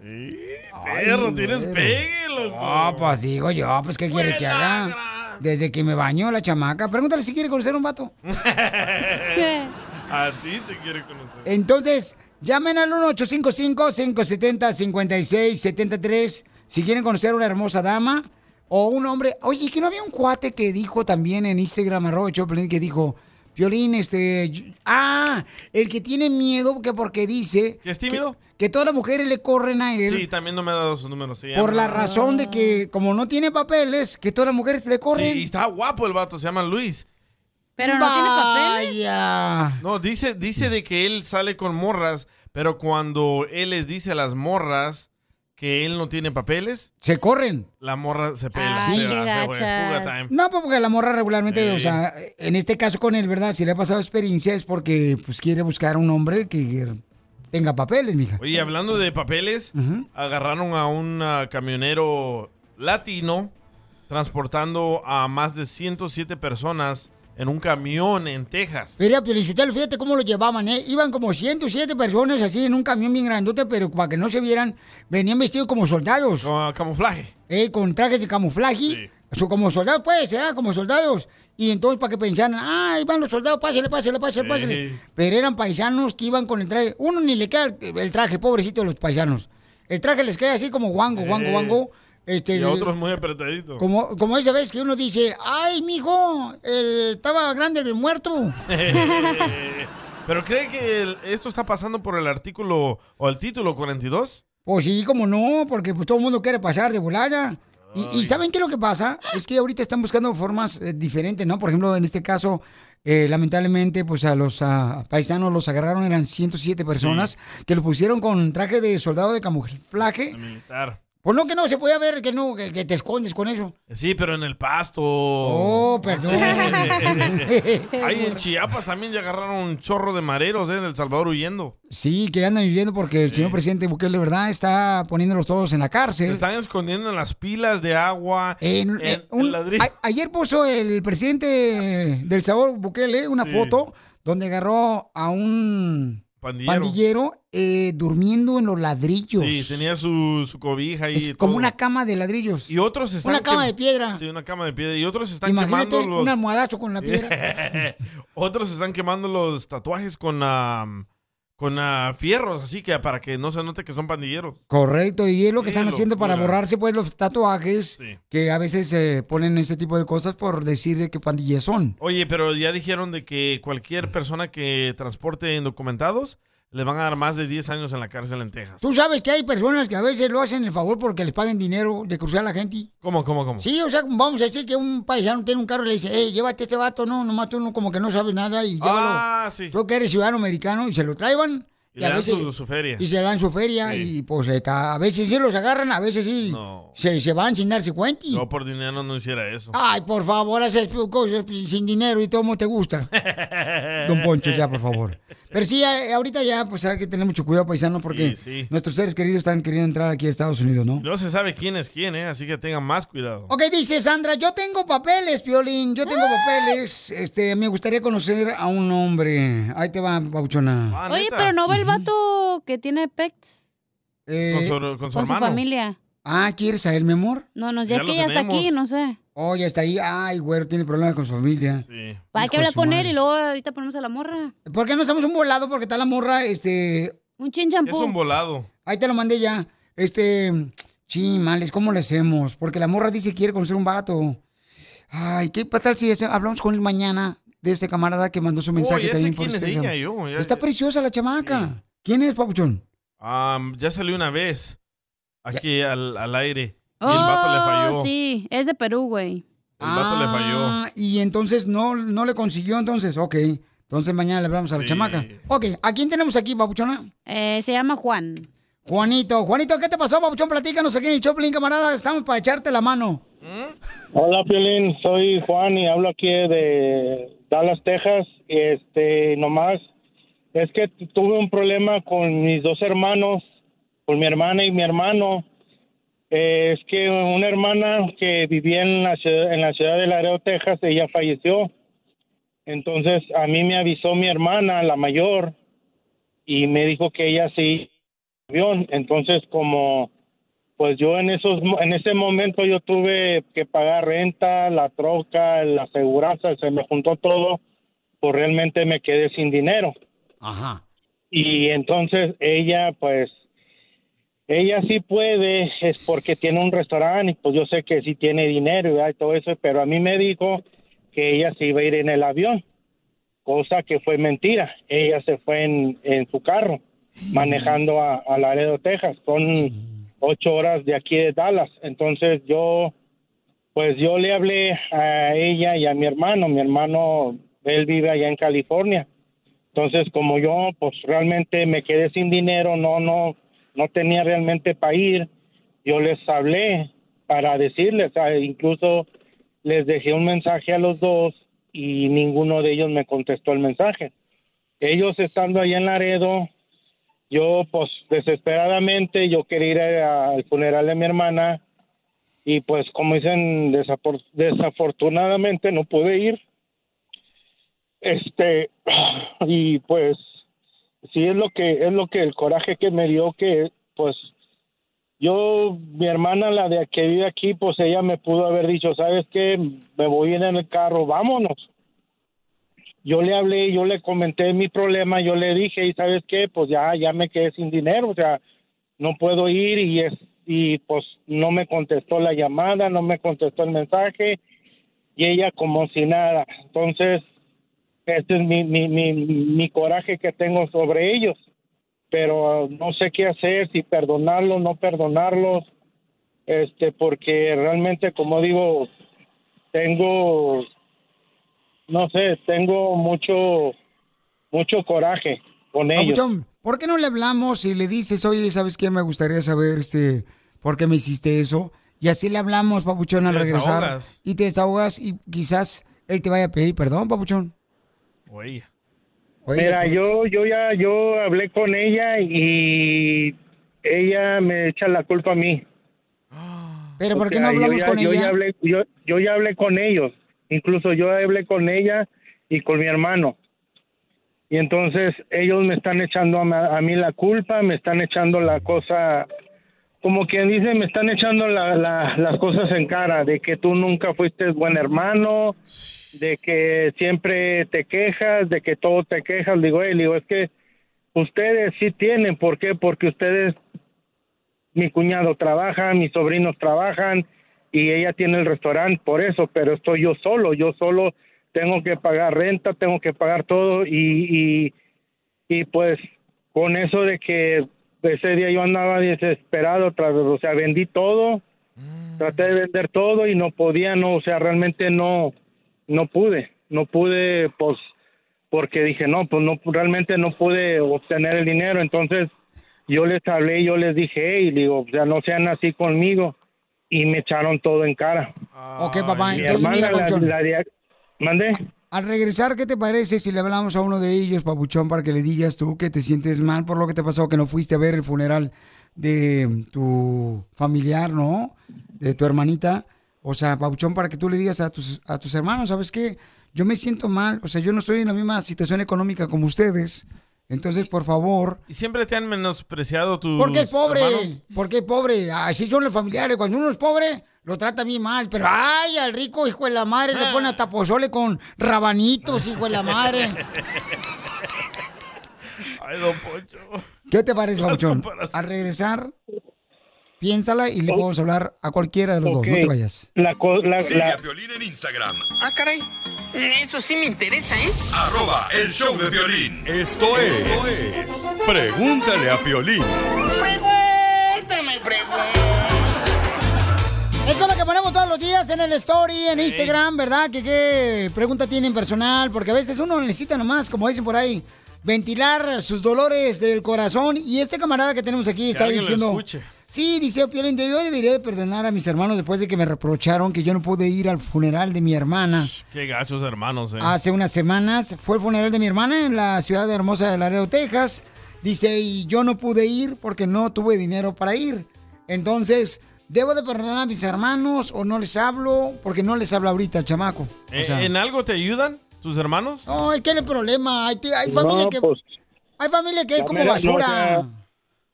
S3: Perro, tienes pegue, loco.
S2: Ah, pues digo yo, pues ¿qué quiere que haga? Desde que me bañó la chamaca, pregúntale si quiere conocer a un vato.
S3: a ti te quiere conocer.
S2: Entonces, llamen al 1-855-570-5673 si quieren conocer a una hermosa dama o un hombre. Oye, que no había un cuate que dijo también en Instagram, arroba Choplin, que dijo, Violín, este. yo- Ah, el que tiene miedo que porque dice.
S3: ¿Que es tímido?
S2: Que, que todas las mujeres le corren a él.
S3: Sí, también no me ha dado sus números. se
S2: Por la
S3: llama-
S2: razón de que, como no tiene papeles, que todas las mujeres le corren.
S3: Sí, y está guapo el vato, se llama Luis.
S4: Pero no tiene papeles.
S2: Vaya.
S3: No, dice, dice de que él sale con morras, pero cuando él les dice a las morras que él no tiene papeles,
S2: Se corren.
S3: la morra se
S4: Ah,
S3: pela.
S2: Ay,
S3: se
S2: qué
S3: va, se fue,
S2: gachas.
S3: fuga time.
S2: No, pues porque la morra regularmente,
S3: Sí.
S2: o sea, en este caso con él, ¿verdad? Si le ha pasado experiencia es porque pues quiere buscar un hombre que tenga papeles, mija.
S3: Oye, hablando de papeles, agarraron a un ah, camionero latino transportando a más de 107 personas en un camión en Texas.
S2: Mira, Piolichotelo, fíjate cómo lo llevaban, ¿eh? Iban como 107 personas así en un camión bien grandote, pero para que no se vieran, venían vestidos como soldados.
S3: Con ah, camuflaje.
S2: Eh, con trajes de camuflaje. O sea, Como soldados, pues, ¿eh? Como soldados. Y entonces para que pensaran, ah, ahí van los soldados, pásale, pásale, pásale,
S21: Sí.
S2: pásale. Pero eran paisanos que iban con el traje. Uno ni le queda el, el traje, pobrecito de los paisanos. El traje les queda así como guango, guango,
S3: Eh.
S2: guango. Este,
S3: y a otros muy apretaditos.
S2: como, como esa vez que uno dice, ay, mijo, el, estaba grande el muerto.
S3: ¿Pero cree que el- esto está pasando por el artículo o el título 42?
S2: Pues sí, como no, porque pues, todo el mundo quiere pasar de volada. Y, y ¿saben qué es lo que pasa? Es que ahorita están buscando formas eh, diferentes, ¿no? Por ejemplo, en este caso, eh, lamentablemente, pues a los ah, paisanos los agarraron, eran 107 personas, que los pusieron con traje de soldado de camuflaje.
S3: Militar.
S2: Pues no, que no, se podía ver que no, que, que te escondes con eso.
S3: Sí, pero en el pasto.
S2: Oh, perdón.
S3: Ahí en Chiapas también ya agarraron un chorro de mareros, ¿eh? En El Salvador huyendo.
S2: Sí, que andan viviendo porque el señor presidente Bukele, de verdad, está poniéndolos todos en la
S3: Se
S2: cárcel.
S3: están escondiendo en las pilas de agua.
S2: Ah, En-
S3: En,
S2: en
S3: el ladrillo.
S2: A- ayer puso el presidente del sabor Bukele una
S3: Sí.
S2: foto donde agarró a un
S3: Pandillero.
S2: pandillero, eh, durmiendo en los ladrillos.
S3: Sí, tenía su, su cobija y
S2: como
S3: todo.
S2: una cama de ladrillos.
S3: Y otros están
S2: Una cama
S3: quem-
S2: de piedra.
S3: Sí, una cama de piedra. Y otros están
S2: Imagínate
S3: quemando los...
S2: un almohadazo con la piedra.
S3: Otros están quemando los tatuajes con am, con ah, fierros, así que para que no se note que son pandilleros.
S2: Correcto, y es lo que
S3: Qué
S2: están haciendo para
S3: locura.
S2: borrarse pues los tatuajes que a veces eh, ponen este tipo de cosas por decir de que pandillas son.
S3: Oye, pero ya dijeron de que cualquier persona que transporte indocumentados le van a dar más de 10 años en la cárcel en Texas.
S2: Tú sabes que hay personas que a veces lo hacen el favor porque les paguen dinero de cruzar a la gente.
S3: ¿Cómo, cómo, cómo?
S2: Sí, o sea, vamos a decir que un paisano tiene un carro y le dice, hey, llévate este vato, no, nomás tú no, como que no sabes nada y llévalo.
S3: Ah, sí.
S2: Tú que eres ciudadano americano y se lo traigan.
S3: Y le dan su- su feria.
S2: Y se le dan su feria y pues está, a veces sí los agarran, a veces sí se, se van sin darse cuenta. y-
S3: Yo por dinero no hiciera eso.
S2: Ay, por favor, haces cosas pues, sin dinero y todo como te gusta. Don Poncho, ya, por favor. Pero sí, a- ahorita ya, pues hay que tener mucho cuidado, paisano, porque
S3: Sí, sí.
S2: nuestros seres queridos están queriendo entrar aquí a Estados Unidos, ¿no?
S3: No se sabe quién es quién, ¿eh? así que tengan más cuidado.
S2: Ok, dice Sandra, yo tengo papeles, Piolín, yo tengo
S4: Ah.
S2: papeles. Este, me gustaría conocer a un hombre. Ahí te va, Bauchona.
S4: Oye, pero no va el vato que tiene pets
S2: Eh,
S4: con su familia.
S2: Ah, ¿quieres a él, mi amor?
S4: No, no, ya, es
S2: Ya
S4: que
S2: lo
S4: ya está
S2: tenemos.
S4: aquí, no sé.
S2: Oh, ya está ahí. Ay, güero, tiene problemas con su familia.
S4: Hay que
S2: Hijo de
S4: hablar
S2: su
S4: con
S2: madre.
S4: él y luego ahorita ponemos a la morra.
S2: ¿Por qué no hacemos un volado? Porque está la morra, este...
S4: Un chin champú.
S3: Es un volado.
S2: Ahí te lo mandé ya. Este... Chimales, ¿cómo le hacemos? Porque la morra dice que quiere conocer un vato. Ay, ¿qué tal si ese- hablamos con él mañana de este camarada que mandó su mensaje
S3: ya sé
S2: también por
S3: quién es
S2: Instagram?
S3: ella, yo, ya-
S2: Está preciosa la chamaca. ¿Quién es, Papuchón?
S3: Am, ya salió una vez aquí al, al aire y
S4: oh,
S3: el vato le falló.
S4: sí, es de Perú, güey.
S3: El vato le falló.
S2: Ah, y entonces no, no le consiguió, entonces, ok. Entonces mañana le hablamos a la
S3: Sí.
S2: chamaca. Ok, ¿a quién tenemos aquí, Papuchona?
S4: Eh, se llama Juan.
S2: Juanito, Juanito, ¿qué te pasó, Papuchón? Platícanos aquí en el Choplin, camarada. Estamos para echarte la mano.
S12: Hola, Piolín. Soy Juan y hablo aquí de Dallas, Texas. Este, nomás, es que t- tuve un problema con mis dos hermanos, con mi hermana y mi hermano. Eh, es que una hermana que vivía en la ciudad, en la ciudad de Laredo, Texas, ella falleció. Entonces, a mí me avisó mi hermana, la mayor, y me dijo que ella sí avión. Entonces, como pues yo en esos mo- en ese momento yo tuve que pagar renta, la troca, la aseguranza, se me juntó todo, pues realmente me quedé sin dinero.
S2: Ajá.
S12: Y entonces ella pues ella sí puede, es porque tiene un restaurante y pues yo sé que sí tiene dinero ¿verdad? y todo eso, pero a mí me dijo que ella sí iba a ir en el avión cosa que fue mentira. Ella se fue en, en su carro, manejando a, a Laredo, Texas. Son ocho horas de aquí de Dallas. Entonces yo, pues yo le hablé a ella y a mi hermano. Mi hermano, él vive allá en California. Entonces, como yo, pues realmente me quedé sin dinero, no, no, no tenía realmente para ir, yo les hablé para decirles, ah, incluso les dejé un mensaje a los dos y ninguno de ellos me contestó el mensaje. Ellos estando ahí en Laredo, yo pues desesperadamente yo quería ir a- al funeral de mi hermana y pues como dicen desafor- desafortunadamente no pude ir. Este y pues sí es lo que es lo que el coraje que me dio que pues yo mi hermana la de que vive aquí pues ella me pudo haber dicho sabes qué me voy a ir en el carro vámonos yo le hablé yo le comenté mi problema yo le dije y sabes qué pues ya ya me quedé sin dinero o sea no puedo ir y es y pues no me contestó la llamada no me contestó el mensaje y ella como si nada entonces este es mi, mi, mi, mi coraje que tengo sobre ellos. Pero no sé qué hacer, si perdonarlos, no perdonarlos, este, porque realmente, como digo, tengo, no sé, tengo mucho, mucho coraje con ellos.
S2: Papuchón, ¿por qué no le hablamos y le dices, oye, ¿sabes qué? Me gustaría saber este, por qué me hiciste eso. Y así le hablamos, Papuchón, al
S3: Te
S2: regresar.
S3: desahogas.
S2: Y te desahogas y quizás él te vaya a pedir perdón, Papuchón. pues,
S3: Oye.
S12: Mira, yo, yo ya, yo hablé con ella y ella me echa la culpa a mí.
S2: Pero
S12: O
S2: ¿por qué
S12: sea,
S2: no hablamos
S12: yo ya-
S2: con
S12: Yo ya,
S2: ella?
S12: hablé, yo, yo ya hablé con ellos, incluso yo hablé con ella y con mi hermano. Y entonces ellos me están echando a, ma- a mí la culpa, me están echando la cosa, como quien dice, me están echando la- la- las cosas en cara, de que tú nunca fuiste buen hermano, de que siempre te quejas, de que todo te quejas. Digo, "Ey", le digo, es que ustedes sí tienen, ¿por qué? Porque ustedes mi cuñado trabaja, mis sobrinos trabajan y ella tiene el restaurante por eso, pero estoy yo solo, yo solo tengo que pagar renta, tengo que pagar todo y, y, y pues con eso de que ese día yo andaba desesperado, tras, o sea, vendí todo, traté de vender todo y no podía, no, o sea, realmente no, no pude, no pude, pues, porque dije, no, pues no, realmente no pude obtener el dinero, entonces yo les hablé, yo les dije, hey, digo, o sea, no sean así conmigo. Y me echaron todo en cara.
S2: ok, papá,
S12: Mi
S2: entonces mira,
S12: hermana, la-
S2: Papuchón.
S12: la de- ¿Mandé?
S2: Al regresar, ¿qué te parece si le hablamos a uno de ellos, Papuchón, para que le digas tú que te sientes mal por lo que te pasó, que no fuiste a ver el funeral de tu familiar, ¿no? De tu hermanita. O sea, Papuchón, para que tú le digas a tus, a tus hermanos, ¿sabes qué? Yo me siento mal, o sea, yo no estoy en la misma situación económica como ustedes. Entonces, por favor,
S3: ¿Y siempre te han menospreciado tus
S2: porque es pobre,
S3: hermanos?
S2: porque es pobre. Así son los familiares. Cuando uno es pobre, lo trata bien mal. Pero ay, al rico hijo de la madre le ponen hasta pozole con rabanitos, hijo
S4: pues,
S2: de la madre.
S3: Ay, don Poncho.
S2: ¿Qué te parece,
S3: Las
S2: Pabuchón?
S3: comparaciones.
S2: Al regresar, piénsala y le podemos hablar a cualquiera de los dos. No te vayas.
S5: Sigue a Piolín en Instagram,
S17: Ah, caray. Eso sí me interesa, ¿eh? ¿es?
S5: arroba el show de Piolín. Esto es, esto es Pregúntale a Piolín.
S17: Pregúntame, pregúntame.
S2: Es como que ponemos todos los días en el story, en Instagram, ¿verdad? Que qué pregunta tienen personal, porque a veces uno necesita nomás, como dicen por ahí, ventilar sus dolores del corazón. Y este camarada que tenemos aquí está
S3: alguien lo
S2: diciendo...
S3: escuche.
S2: Sí, dice Piolín, de- yo debería de perdonar a mis hermanos después de que me reprocharon que yo no pude ir al funeral de mi hermana.
S3: Qué gachos hermanos, eh.
S2: Hace unas semanas fue el funeral de mi hermana en la ciudad de hermosa de Laredo, Texas. Dice, y yo no pude ir porque no tuve dinero para ir. Entonces, ¿debo de perdonar a mis hermanos o no les hablo? Porque no les hablo ahorita, chamaco.
S3: Eh, ¿En algo te ayudan tus hermanos?
S2: No, es que el problema, hay, ti- hay familia
S12: No,
S2: que...
S12: pues,
S2: Hay familia que es
S12: Ya
S2: como
S12: mira, no, o sea,
S2: basura.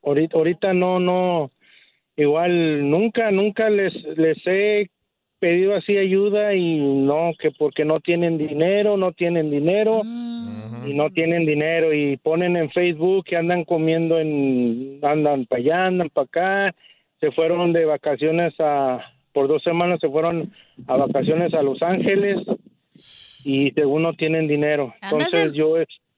S12: ahorita, ahorita no, no. Igual, nunca, nunca les, les he pedido así ayuda y no, que porque no tienen dinero, no tienen dinero
S4: Mm.
S12: y no tienen dinero y ponen en Facebook que andan comiendo en, andan para allá, andan para acá, se fueron de vacaciones a, por dos semanas se fueron a vacaciones a Los Ángeles y según no tienen dinero.
S4: Andas
S12: Entonces
S4: de-
S12: yo...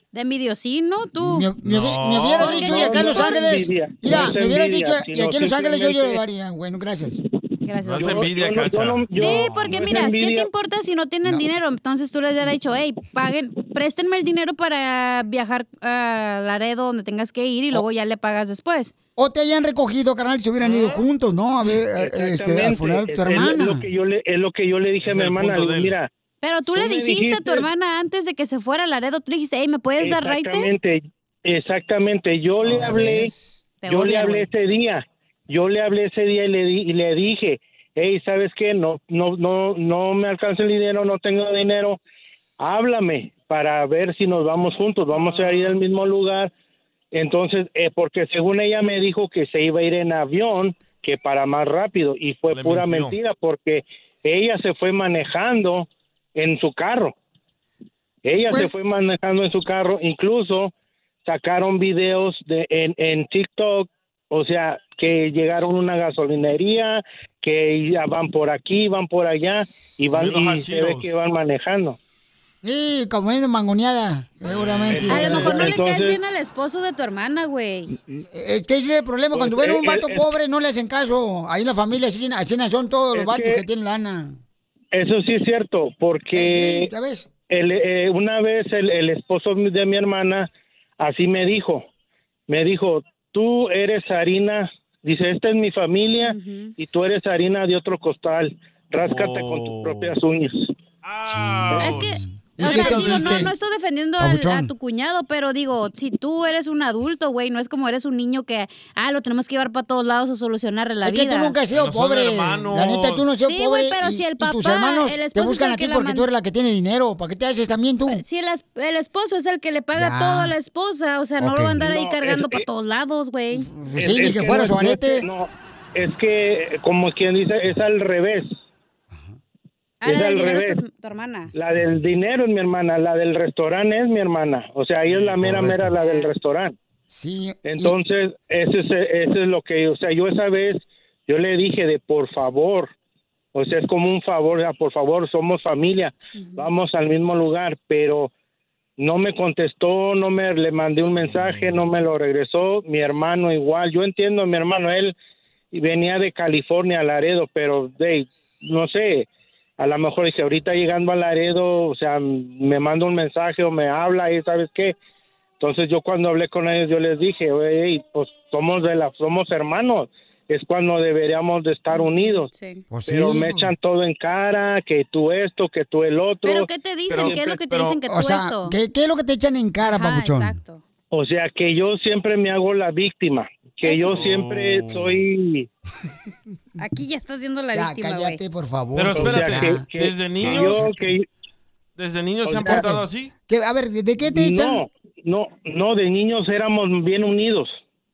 S4: De midiosino, tú.
S2: Me, hubie- me hubiera dicho y acá en Los Ángeles.
S12: envidia,
S2: Mira,
S12: no es
S2: me hubiera
S12: envidia,
S2: dicho y
S12: sino
S2: aquí en Los Ángeles yo
S12: simplemente-
S2: llevaría. Bueno, gracias.
S4: Gracias.
S3: No es envidia, Cacha.
S4: sí, porque mira, ¿qué te importa si no tienen dinero? Entonces tú les hubieras dicho, hey, paguen, préstenme el dinero para viajar a Laredo donde tengas que ir y luego ya le pagas después.
S2: O te hayan recogido, carnal, si hubieran ido juntos, ¿no? A ver, eh, este, al
S12: Exactamente,
S2: funeral de tu
S12: es- Es lo
S2: hermana.
S12: que yo le, es lo que yo le dije a mi hermana,
S2: punto
S12: digo,
S2: de él.
S12: mira,
S4: Pero tú, le
S12: me
S4: dijiste, a tu
S12: dijiste-
S4: hermana antes de que se fuera a Laredo, tú le dijiste, hey, ¿me puedes dar raite?
S12: Exactamente, exactamente. Yo le hablé,
S4: Te
S12: yo le
S4: odian,
S12: hablé ese día, yo le hablé ese día y le, di- y le dije, hey, ¿sabes qué? No, no, no, no me alcanza el dinero, no tengo dinero, háblame para ver si nos vamos juntos, vamos a ir
S4: Ah.
S12: al mismo lugar. Entonces, eh, porque según ella me dijo que se iba a ir en avión, que para más rápido, y fue
S21: Le
S12: pura
S21: mintió.
S12: mentira, porque ella se fue manejando en su carro. Ella se fue manejando en su carro, incluso sacaron videos de, en, en TikTok, o sea, que llegaron a una gasolinería, que ya van por aquí, van por allá, y, van, y se ve que van manejando.
S2: Sí, como es de mangoneada, seguramente.
S4: A lo mejor no le caes
S12: Entonces-
S4: bien al esposo de tu hermana, güey.
S2: Es que ese Eh, es el problema, cuando
S4: Pues,
S2: ven un
S4: eh,
S2: vato
S4: eh,
S2: pobre no le hacen caso. Ahí en la familia así, así son todos los
S12: Es
S2: vatos
S12: que-
S2: que... tienen lana.
S12: Eso sí es cierto, porque
S2: ¿Ya ves?
S12: el, eh, una vez el, el esposo de mi hermana así me dijo, me dijo, tú eres harina, dice, esta es mi familia y tú eres harina de otro costal, ráscate con tus propias uñas.
S4: Es que,
S12: ¿Y
S4: o
S12: qué
S4: sea, digo, no,
S12: sentiste?
S4: no estoy defendiendo al- a
S12: Papuchón.
S4: tu cuñado, pero digo, si tú eres un adulto, güey, no es como eres un niño que, ah, lo tenemos que llevar para todos lados o solucionarle la
S2: Es
S4: vida.
S2: que tú nunca has sido pobre. La neta, tú no has sido
S4: Sí,
S2: pobre.
S4: güey, pero
S2: y,
S4: si el
S2: y
S4: papá,
S2: tus hermanos
S4: el
S2: te
S4: esposo es
S2: buscan
S4: el
S2: a ti
S4: que la
S2: porque tú
S4: man- Pues,
S2: eres la que tiene dinero. ¿Para qué te haces también tú?
S4: Si el, es- el esposo es el que le paga
S2: Ya.
S4: todo a la esposa, o sea, no
S2: Ok.
S4: lo va a andar ahí
S2: No,
S4: cargando
S12: es-
S4: para todos lados, güey.
S12: Es- es no, no, No, es que, como quien dice, es al revés.
S4: Ah,
S12: es
S4: la del
S12: al
S4: dinero es
S12: revés.
S4: tu, tu hermana.
S12: La del dinero es mi hermana, la del restaurante es mi hermana. O sea, ella es la mera, mera, la del restaurante.
S2: Sí.
S12: Entonces, eso es, eso es lo que, o sea, yo esa vez, yo le dije de por favor, o sea, es como un favor, ya, por favor, somos familia, vamos al mismo lugar, pero no me contestó, no me le mandé un mensaje, no me lo regresó, mi hermano igual, yo entiendo a mi hermano, él venía de California a Laredo, pero hey, no sé, a lo mejor dice, ahorita llegando a Laredo, o sea, me manda un mensaje o me habla y sabes qué. Entonces yo cuando hablé con ellos, yo les dije, hey, pues somos de la, somos hermanos, es cuando deberíamos de estar unidos.
S2: Pues
S12: pero
S2: sí,
S12: me
S2: pues.
S12: echan todo en cara, que tú esto, que tú el otro.
S4: ¿Pero qué te dicen? ¿Qué es lo que te dicen que tú
S2: O sea,
S4: esto?
S2: ¿qué, qué es lo que te echan en cara, papuchón?
S12: O sea, que yo siempre me hago la víctima, que yo siempre
S3: Oh.
S12: soy...
S4: Aquí ya estás siendo la
S2: Ya,
S4: víctima, güey.
S2: cállate, por favor.
S3: Pero
S12: O sea,
S3: espérate,
S12: que- que-
S3: desde
S12: que
S3: niños,
S12: yo- que-
S3: desde niños se han
S12: Espérate.
S3: portado así.
S2: Que, a ver, ¿de qué te echan?
S12: No, no, no, de niños éramos bien unidos.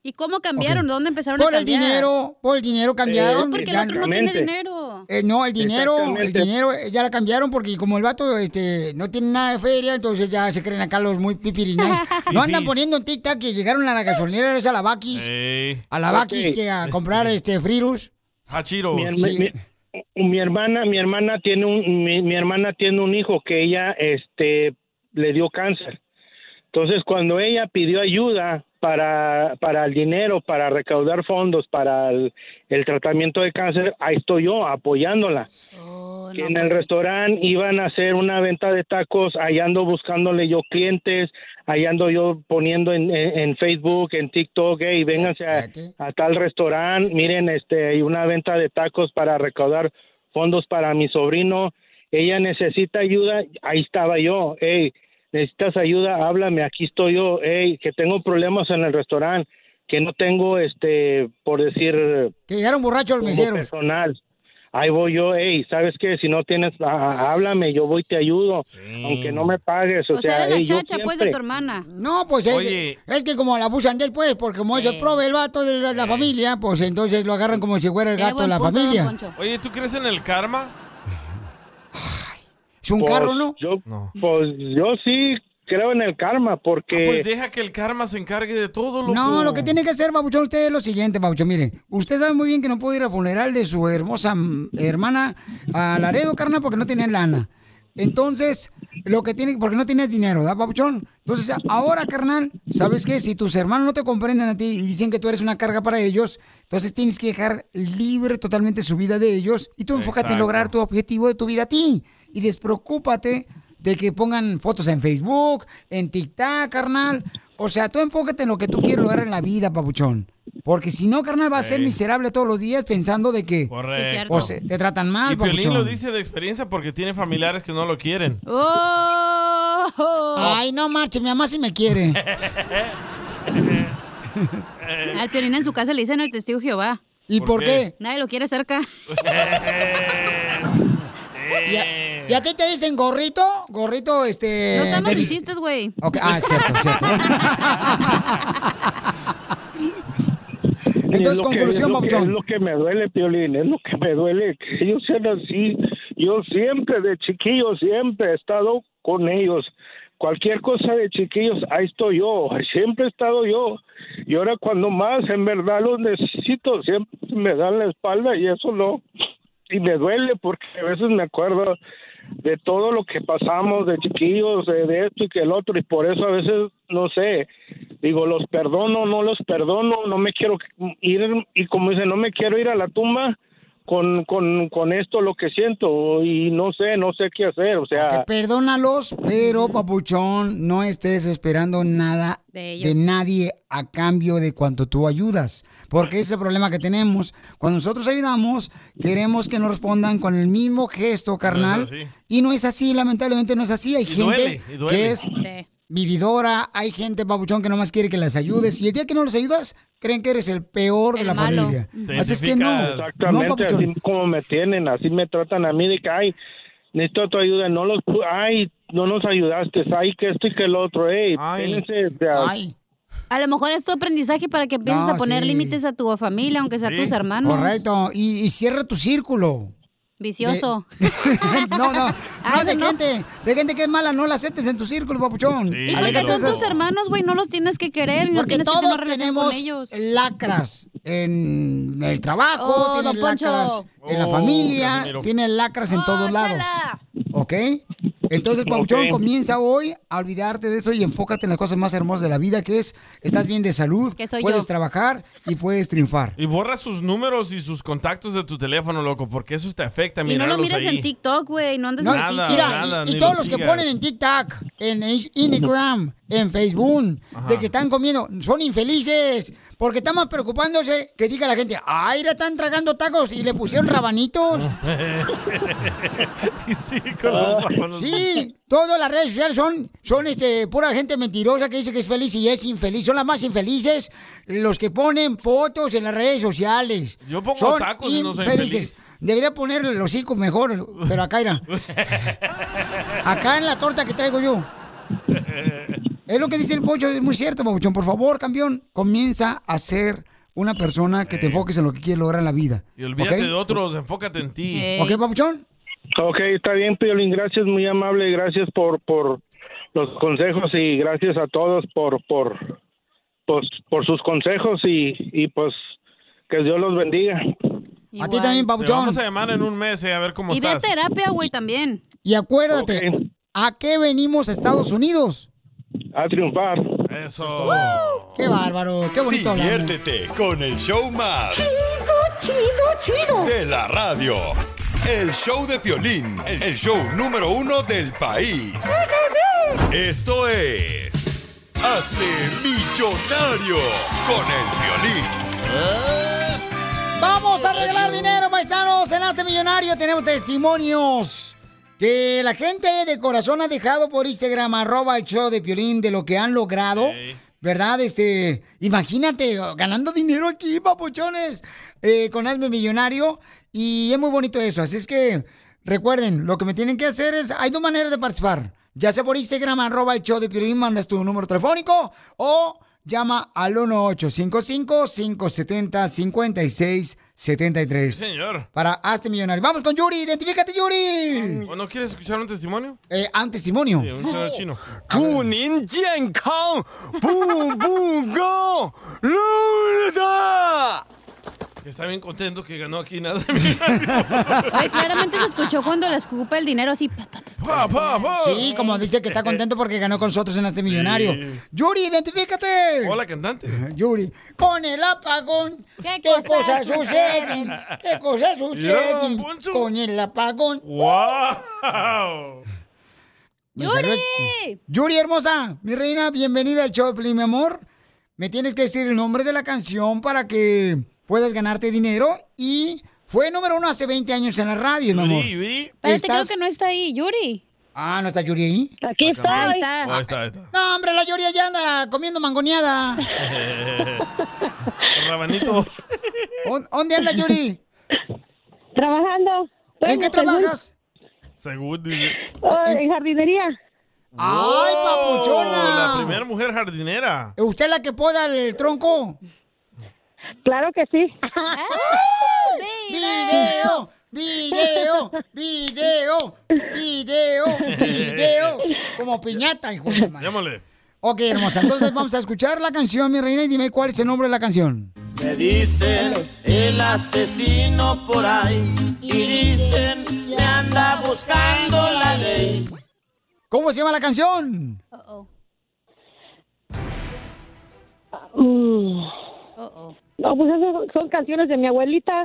S4: ¿Y cómo cambiaron? ¿Dónde empezaron
S2: Por
S4: a
S2: el
S4: cambiar?
S2: dinero, por el
S4: Eh,
S2: dinero cambiaron.
S4: No, porque el otro no tiene dinero.
S2: Eh, no, el dinero, el
S4: Exactamente.
S2: dinero eh, ya la cambiaron porque como el vato este, no tiene nada de feria, entonces ya se creen acá los muy pipirinais. No andan
S3: Pipis.
S2: poniendo en TikTok que llegaron a la gasolinera esa, a la Bakis,
S3: Ey.
S2: a la Bakis que a comprar este Frirus.
S3: Hachiro.
S12: Mi, herma- mi- mi hermana, mi hermana tiene un, mi, mi hermana tiene un hijo que ella, este, le dio cáncer. Entonces, cuando ella pidió ayuda para, para el dinero, para recaudar fondos, para el, el tratamiento de cáncer, ahí estoy yo apoyándola. Que en el restaurante iban a hacer una venta de tacos, allá ando buscándole yo clientes, allá ando yo poniendo en, en- en Facebook, en TikTok, hey, vénganse a, a tal restaurante, miren, este, hay una venta de tacos para recaudar fondos para mi sobrino, ella necesita ayuda, ahí estaba yo, hey, necesitas ayuda, háblame, aquí estoy yo, hey, que tengo problemas en el restaurante, que no tengo, este, por decir...
S2: Que llegaron borrachos los
S12: como
S2: meseros.
S12: Personal. Ahí voy yo, hey, ¿sabes qué? Si no tienes, a- a- háblame, yo voy, te ayudo, aunque no me pagues, o,
S4: O sea, eres
S12: hey,
S4: la
S12: yo
S4: chacha, pues, de tu
S12: siempre-
S4: hermana.
S2: No, pues es,
S12: Oye.
S2: es que como la abusan de él, pues, porque como es el prove el vato de la, la familia, pues entonces lo agarran como si fuera el gato de la familia.
S3: Oye, ¿tú crees en el karma?
S2: Es un
S12: Pues,
S2: carro, ¿no?
S12: Yo, Pues yo sí creo en el karma, porque...
S2: Ah,
S3: Pues deja que el karma se encargue de todo, loco.
S2: No, lo que tiene que hacer, Babuchón, usted es lo siguiente, Babuchón. Mire, usted sabe muy bien que no pudo ir al funeral de su hermosa mm, hermana a Laredo, carnal, porque no tiene lana. Entonces, lo que tiene, porque no tienes dinero, ¿verdad, papuchón? Entonces, ahora, carnal, ¿sabes qué? Si tus hermanos no te comprenden a ti y dicen que tú eres una carga para ellos, entonces tienes que dejar libre totalmente su vida de ellos y tú enfócate en
S26: Exacto.
S2: lograr tu objetivo de tu vida a ti. Y despreocúpate de que pongan fotos en Facebook, en TikTok, carnal. O sea, tú enfócate en lo que tú quieres lograr en la vida, papuchón. Porque si no, carnal, vas a ser
S3: Sí.
S2: miserable todos los días pensando de que
S3: Correcto. Sí, cierto.
S2: o sea, te tratan mal,
S3: y Piolín
S2: papuchón.
S3: lo dice de experiencia porque tiene familiares que no lo quieren.
S4: Oh.
S2: Ay, no marche, mi mamá sí me quiere.
S4: Al Piolín en su casa le dicen el testigo Jehová.
S2: ¿Y
S3: ¿Por por qué?
S4: Nadie lo quiere cerca.
S3: eh,
S2: ¿Y a ti te dicen gorrito? Gorrito, este.
S4: No estamos
S2: de-
S4: en chistes, güey.
S2: Ok, Ah, cierto, cierto.
S12: Es
S2: Entonces,
S12: lo que-
S2: conclusión,
S12: es lo que-
S2: Papuchón.
S12: Es lo que me duele, Piolín, es lo que me duele. que Ellos sean así. Yo siempre, de chiquillo, siempre he estado con ellos. Cualquier cosa de chiquillos, ahí estoy yo. Siempre he estado yo. Y ahora cuando más, en verdad, los necesito. Siempre me dan la espalda y eso no. Y me duele porque a veces me acuerdo de todo lo que pasamos de chiquillos, de, de esto y que el otro, y por eso a veces, no sé, digo, los perdono, no los perdono, no me quiero ir, y como dice, no me quiero ir a la tumba con, con, con esto, lo que siento, y no sé, no sé qué hacer, o sea...
S2: Perdónalos, pero papuchón, no estés esperando nada
S4: de,
S2: nadie a cambio de cuanto tú ayudas. Porque ese es el problema que tenemos. Cuando nosotros ayudamos, queremos que nos respondan con el mismo gesto, carnal.
S3: así.
S2: y no es así, lamentablemente no es así. Hay
S3: Y
S2: gente
S3: duele, y duele.
S2: que es
S3: Sí.
S2: vividora, hay gente, papuchón, que nomás quiere que las ayudes. Y el día que no les ayudas, creen que eres el peor de la familia. Así es que no. No,
S12: Exactamente,
S2: papuchón.
S12: así como me tienen, así me tratan a mí de que, ay, necesito tu ayuda, no los, pu- ay, no nos ayudaste, ay, que esto y que el otro, ey, espérense, o sea,
S4: A lo mejor es tu aprendizaje para que empieces
S2: No,
S4: a poner
S2: sí.
S4: límites a tu familia, aunque sea a tus hermanos.
S2: Correcto. Y, y cierra tu círculo.
S4: Vicioso.
S2: no, no. No, de gente, de gente que es mala, no la aceptes en tu círculo, papuchón.
S4: ¿Y porque
S2: Aléjate de
S4: son
S2: esas-
S4: tus hermanos, güey? No los tienes que querer. no
S2: Porque
S4: tienes que
S2: todos
S4: tener relación con ellos.
S2: tenemos lacras en el trabajo,
S4: Oh,
S2: tienes
S4: don Poncho.
S2: lacras en la
S4: Oh,
S2: familia,
S4: Casimiro.
S2: tienes lacras en todos lados. ¿Ok? Entonces, Papuchón,
S26: Ok.
S2: comienza hoy a olvidarte de eso y enfócate en las cosas más hermosas de la vida, que es, estás bien de salud,
S4: Que soy
S2: puedes
S4: yo.
S2: trabajar y puedes triunfar.
S3: Y borra sus números y sus contactos de tu teléfono, loco, porque eso te afecta.
S4: Y no lo
S3: mirarlos
S4: mires
S3: ahí.
S4: en TikTok, güey. No andes
S3: No,
S4: en
S3: y-
S4: Twitter.
S3: mira, Nada,
S2: y
S3: ni
S2: todos
S3: lo
S2: los que
S3: sigas.
S2: ponen en TikTok, en Instagram, en Facebook,
S3: Ajá.
S2: de que están comiendo, son infelices, porque están más preocupándose que diga la gente, ay, ahora están tragando tacos y le pusieron rabanitos.
S3: y sí, con
S17: Ah,
S3: los rabanos.
S2: Sí, todas las redes sociales son, son este, pura gente mentirosa que dice que es feliz y es infeliz. Son las más infelices los que ponen fotos en las redes sociales.
S3: Yo pongo
S2: Son
S3: tacos y no soy infeliz.
S2: Debería ponerle los hijos mejor, pero acá era.
S17: Ah,
S2: Acá en la torta que traigo yo. Es lo que dice el pocho, es muy cierto, Pabuchón. Por favor, campeón, comienza a ser una persona que te enfoques en lo que quieres lograr en la vida.
S3: Y olvídate
S2: ¿ok?
S3: de otros, enfócate en ti.
S2: ¿Ok, Pabuchón?
S12: ok, está bien, Piolín, gracias, muy amable, gracias por, por los consejos y gracias a todos por, por, pues, por sus consejos y, y pues, que Dios los bendiga.
S2: A ti también,
S3: Te vamos
S2: Pabuchón.
S3: a llamar en un mes eh, a ver cómo
S4: Y ve a
S3: estás.
S4: terapia, güey, también.
S2: Y acuérdate, ¿a qué venimos a Estados Unidos?
S12: A triunfar.
S3: Eso.
S2: ¡Qué bárbaro! ¡Qué bonito hablando.
S5: Diviértete con el show más...
S2: Chido, chido,
S5: de la radio. El show de Piolín, el show número uno del país. Esto es... Hazte millonario con el Piolín.
S2: Vamos a arreglar dinero, paisanos. En este millonario tenemos testimonios que la gente de corazón ha dejado por Instagram, arroba el show de Piolín, de lo que han logrado. ¿Verdad? Este, imagínate, ganando dinero aquí, papuchones, eh, con Hazme Millonario. Y es muy bonito eso. Así es que recuerden, lo que me tienen que hacer es, hay dos maneras de participar. Ya sea por Instagram, arroba el show de Piolín, mandas tu número telefónico o llama al 1855-570-5673.
S3: Sí, señor.
S2: Para Hazte Millonario. Vamos con Yuri, identifícate, Yuri.
S3: ¿O no quieres escuchar un testimonio?
S2: Eh, a un testimonio.
S3: Sí, un señor chino.
S7: 祝您健康，步步高，路的。
S3: Que está bien contento que ganó aquí nada.
S4: Ay, claramente se escuchó cuando le escupa el dinero así. pa, pa, pa,
S3: Pa, pa, pa.
S2: Sí, como dice que está contento porque ganó con nosotros en este millonario. Yuri, identifícate.
S3: Hola, cantante.
S2: Yuri. Con el apagón, ¿qué, cosas suceden? ¿Qué cosas suceden con el apagón?
S3: ¡Wow!
S2: Me saluda-
S4: ¡Yuri!
S2: Yuri, hermosa, mi reina, bienvenida al show, Pelín, mi amor. Me tienes que decir el nombre de la canción para que puedas ganarte dinero. Y fue número uno hace 20 años en la radio, mi amor.
S4: Espérate, creo que no está ahí, Yuri.
S2: Ah, ¿no está Yuri ahí?
S4: Aquí está. Ahí
S3: Ahí
S4: está.
S3: está, ahí está.
S2: No, hombre, la Yuri ya anda comiendo mangoneada.
S3: Rabanito.
S2: ¿Dó- ¿Dónde anda Yuri?
S21: Trabajando.
S2: ¿En qué trabajas?
S3: Según dice.
S21: Oh, en jardinería.
S2: ¡Ay,
S3: Oh,
S2: papuchona!
S3: La primera mujer jardinera.
S2: ¿Usted es la que poda el tronco? Ah.
S21: Claro que sí.
S2: ¡Video! ¡Video! ¡Video! ¡Video! ¡Video! Como piñata, hijo de madre.
S3: Llámale.
S2: Ok, hermosa, entonces vamos a escuchar la canción, mi reina, y dime cuál es el nombre de la canción.
S1: Me dicen el asesino por ahí y dicen me anda buscando la ley.
S2: ¿Cómo se llama la canción?
S21: Mm. No, pues esas son- son canciones de mi abuelita.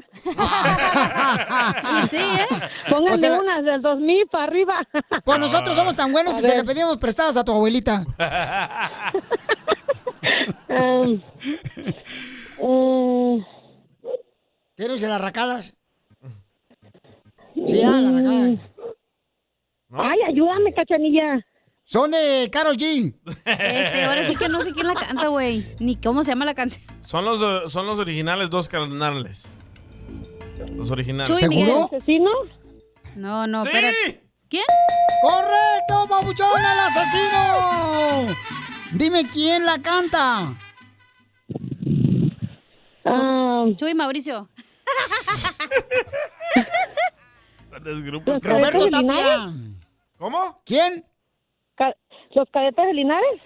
S4: sí, ¿eh?
S21: Pónganme
S2: O sea, la-
S21: unas del 2000 para arriba.
S2: Pues nosotros somos tan buenos
S21: A
S2: que se
S21: ver.
S2: le pedimos prestadas a tu abuelita.
S21: Em,
S2: ¿Quieren irse las racadas?
S21: em,
S2: Sí, ah, a las racadas.
S21: Ay, ayúdame, cachanilla.
S2: Son de Karol G.
S4: Este, ahora sí que no sé quién la canta, güey. Ni cómo se llama la canción.
S3: Son los, son los originales dos carnales. Los originales.
S4: Chuy Miguel.
S21: asesino?
S4: No, no,
S2: Sí.
S4: espérate. ¿Quién?
S2: ¡Correcto, babuchón, el asesino! Dime quién la canta.
S4: Chuy Mauricio.
S3: Los grupos.
S21: Roberto Tapia.
S3: ¿Cómo?
S2: ¿Quién?
S21: ¿Los cadetes de Linares?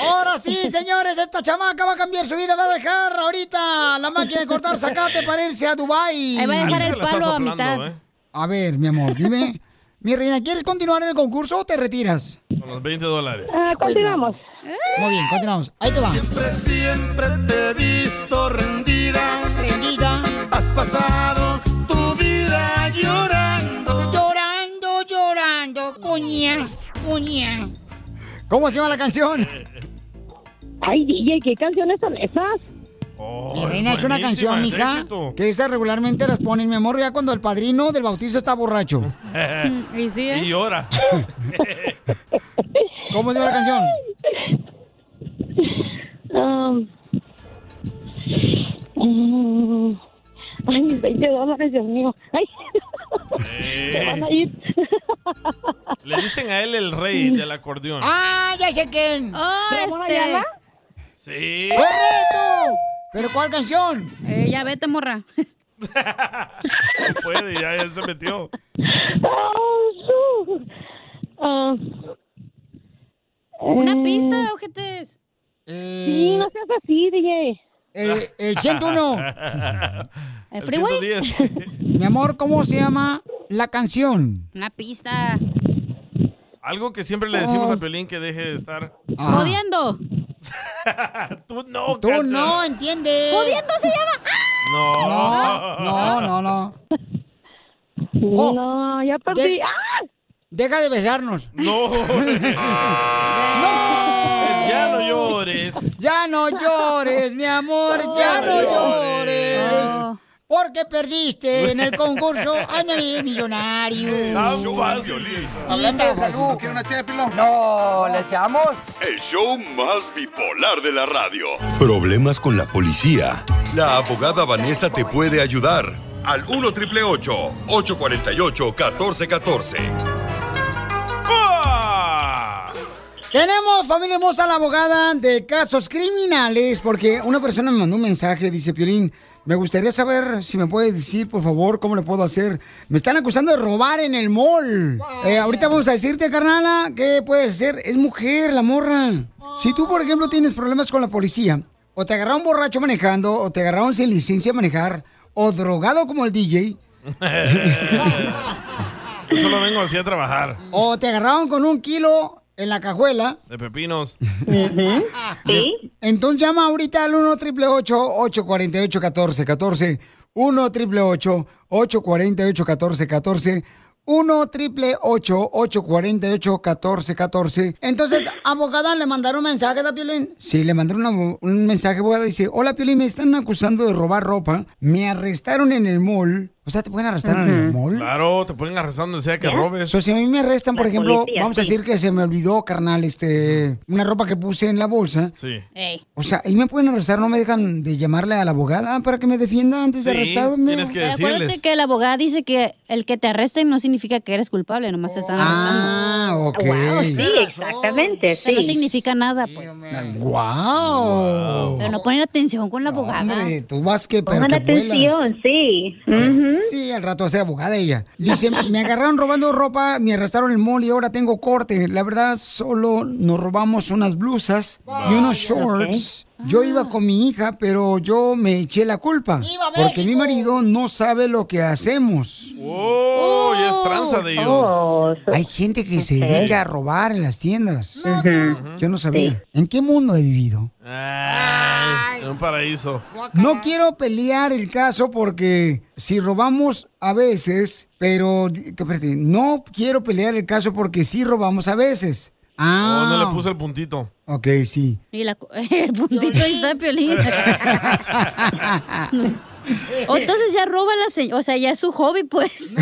S2: Ahora sí, señores, esta chamaca va a cambiar su vida, va a dejar ahorita la máquina de cortar zacate para irse a Dubai.
S4: Ahí va a dejar el palo a mitad.
S2: A ver, mi amor, dime. Mi reina, ¿quieres continuar en el concurso o te retiras?
S3: Con los 20 dólares.
S21: Ah,
S2: Ah, continuamos. Muy bien, continuamos. Ahí te va.
S1: Siempre, siempre te he visto rendida.
S2: Rendida.
S1: Has pasado tu vida llorando.
S2: Llorando, llorando, cuña, cuña. ¿Cómo se llama la canción?
S21: Ay, DJ, ¿qué canciones son esas?
S2: Mi reina es una canción, mija, que esas regularmente las ponen, mi amor, ya cuando el padrino del bautizo está borracho.
S4: Y sí, ¿eh?
S3: Y llora.
S2: ¿Cómo se llama la canción?
S21: Mm. Ay, mis 20 dólares, Dios mío. Ay, se van a ir.
S3: Eh. Le dicen a él el rey del acordeón.
S2: ¡Ah, ya sé quién!
S4: ¡Oh,
S21: ¿Ramón
S4: este!
S21: Ayala?
S3: Sí.
S2: ¡Correcto! ¿Pero cuál canción?
S4: Eh, ya vete, morra.
S3: No puede, ya, ya se metió.
S4: Una pista, ojetes.
S21: Sí, no seas así, DJ.
S2: El, Eh, el 101.
S4: El freeway.
S2: Mi amor, ¿cómo se llama la canción?
S4: Una pista.
S3: Algo que siempre le decimos
S4: Oh.
S3: a Piolín que deje de estar.
S4: Jodiendo.
S3: Tú no,
S2: Ah. Tú
S3: Cacha.
S2: no entiendes.
S4: Jodiendo se llama.
S3: No.
S2: No, no, no.
S21: no, ya perdí. ¡Ah!
S2: Deja de besarnos.
S3: No. Ya no llores.
S2: Ya no llores, mi amor, ya no llores. Porque perdiste en el concurso a nueve Eh.
S17: Tan
S2: millonario.
S17: fácil.
S2: Hablando de salud,
S8: ¿quiere una ché de pilón? No, ¿le echamos?
S5: El show más bipolar de la radio. Problemas con la policía. La abogada Vanessa te puede ayudar. Al 1 triple 848 1414.
S2: Tenemos, familia hermosa, la abogada de casos criminales, porque una persona me mandó un mensaje, dice Piolín, me gustaría saber si me puede decir, por favor, cómo le puedo hacer. Me están acusando de robar en el mall. Eh, ahorita vamos a decirte, carnala, qué puedes hacer. Es mujer, la morra. Si tú, por ejemplo, tienes problemas con la policía, o te agarraron borracho manejando, o te agarraron sin licencia a manejar, o drogado como el DJ,
S3: Yo solo vengo así a trabajar.
S2: o te agarraron con un kilo en la cajuela.
S3: De pepinos.
S2: Entonces llama ahorita al 1 triple 848 1414 1 triple 848 1414 1 triple 848 1414 Entonces, abogada, le mandaron mensaje a Piolín. Sí, le mandaron una- un mensaje, abogada, dice, hola Piolín, me están acusando de robar ropa. Me arrestaron en el mall. O sea, ¿te pueden arrestar en el mall?
S3: Claro, te pueden arrestar donde sea que robes.
S2: So, si a mí me arrestan, por
S3: La
S2: ejemplo,
S3: policía,
S2: vamos a
S3: sí.
S2: decir que se me olvidó, carnal, este, una ropa que puse en la bolsa.
S3: Sí.
S2: O sea, ahí me pueden arrestar, no me dejan de llamarle a la abogada para que me defienda antes de
S3: Sí,
S2: arrestarme.
S3: tienes que Pero acuérdate
S4: Fíjate que la abogada dice que el que te arresten no significa que eres culpable, nomás te están arrestando.
S2: Ah, ok.
S4: Wow,
S2: sí,
S4: exactamente. No significa nada, pues.
S2: Wow.
S4: Pero no ponen atención con la abogada.
S2: Hombre, tú vas que, pero
S4: Pongan
S2: que
S4: atención,
S2: vuelas. Sí. Sí, al rato va a ser abogada ella. Dice, me agarraron robando ropa, me arrestaron en el mall y ahora tengo corte. La verdad, solo nos robamos unas blusas y unos shorts.
S4: Ah.
S2: Yo iba con mi hija, pero yo me eché la culpa. Porque mi marido no sabe lo que hacemos.
S3: ¡Oh! Ya es tranza de ellos.
S2: Hay gente que se
S3: Ok.
S2: dedica a robar en las tiendas.
S3: Ujú.
S2: Yo no sabía. ¿En qué mundo he vivido?
S3: Ay, en un paraíso.
S2: No quiero pelear el caso porque si robamos a veces, pero que, espérate, no quiero pelear el caso porque sí robamos a veces.
S3: Oh,
S2: Ah,
S3: no le puse el puntito.
S2: ok, sí.
S4: Y la, cu- el puntito ahí está Piolín. o entonces ya roba la señora, o sea, ya es su hobby, pues.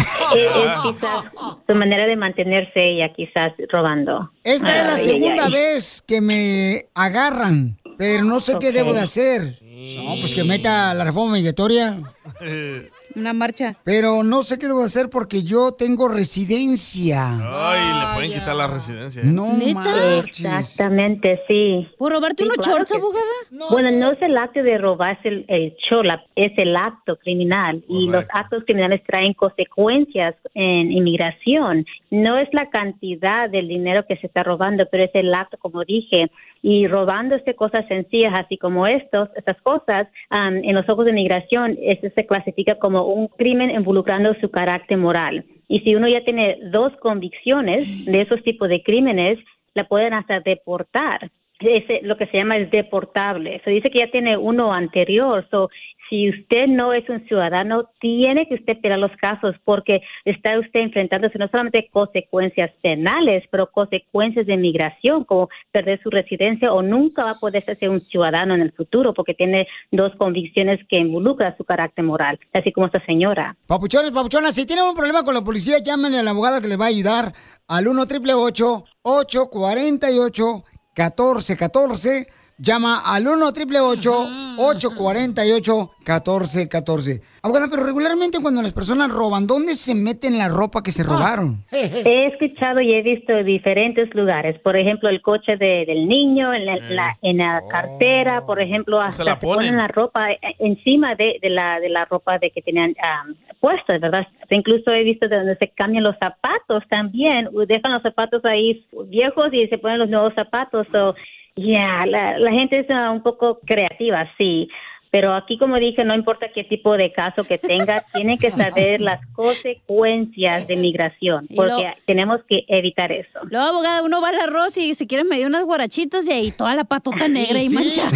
S27: Su manera de mantenerse ella quizás robando.
S2: Esta es la
S27: Ay, ay,
S2: segunda
S27: ay.
S2: vez que me agarran, pero no sé
S27: Ok.
S2: qué debo de hacer. No, pues que meta la reforma migratoria.
S3: Eh,
S4: Una marcha.
S2: Pero no sé qué debo de hacer porque yo tengo residencia.
S3: Ay, le pueden quitar la residencia. ¿eh?
S2: No marches.
S27: Exactamente, sí.
S4: ¿Por robarte
S27: unos shorts, abogada? Bueno, no es el acto de robar, es el, el show, la- es el acto criminal. Y los actos criminales traen consecuencias en inmigración. No es la cantidad del dinero que se está robando, pero es el acto, como dije. Y robándose cosas sencillas, así como estos, estas cosas, am, en los ojos de inmigración, eso se clasifica como un crimen involucrando su carácter moral. Y si uno ya tiene dos convicciones de esos tipos de crímenes, la pueden hasta deportar ese- lo que se llama el deportable. Se dice que ya tiene uno anterior. So, si usted no es un ciudadano, tiene que usted pelear los casos porque está usted enfrentándose no solamente consecuencias penales, pero consecuencias de migración, como perder su residencia o nunca va a poder ser un ciudadano en el futuro porque tiene dos convicciones que involucran su carácter moral, así como esta señora.
S2: Papuchones, papuchonas, si tienen un problema con la policía, llámenle a la abogada que les va a ayudar al 1 888 848 1414 Llama al 1 888 848 1414 Abogada, pero regularmente cuando las personas roban, ¿dónde se meten la ropa
S4: Ah.
S2: que se robaron?
S27: He escuchado y he visto diferentes lugares, por ejemplo, el coche de- del niño, en la, la-
S28: Eh.
S27: en la cartera, por ejemplo, hasta
S28: Oh. la
S27: se ponen
S28: ponen.
S27: la ropa eh, encima de, de la, de la ropa de que tenían am, puesta, ¿verdad? Incluso he visto de donde se cambian los zapatos también, u- dejan los zapatos ahí viejos y se ponen los nuevos zapatos. So, ya, la, la gente es ah, un poco creativa, sí. Pero aquí, como dije, no importa qué tipo de caso que tenga, tienen que saber las consecuencias de migración,
S4: Y
S27: porque
S4: lo-
S27: tenemos que evitar eso.
S4: Luego, abogada, uno va al arroz y si quieren me dio unas guarachitas y ahí toda la patota negra y
S27: sí.
S4: mancha.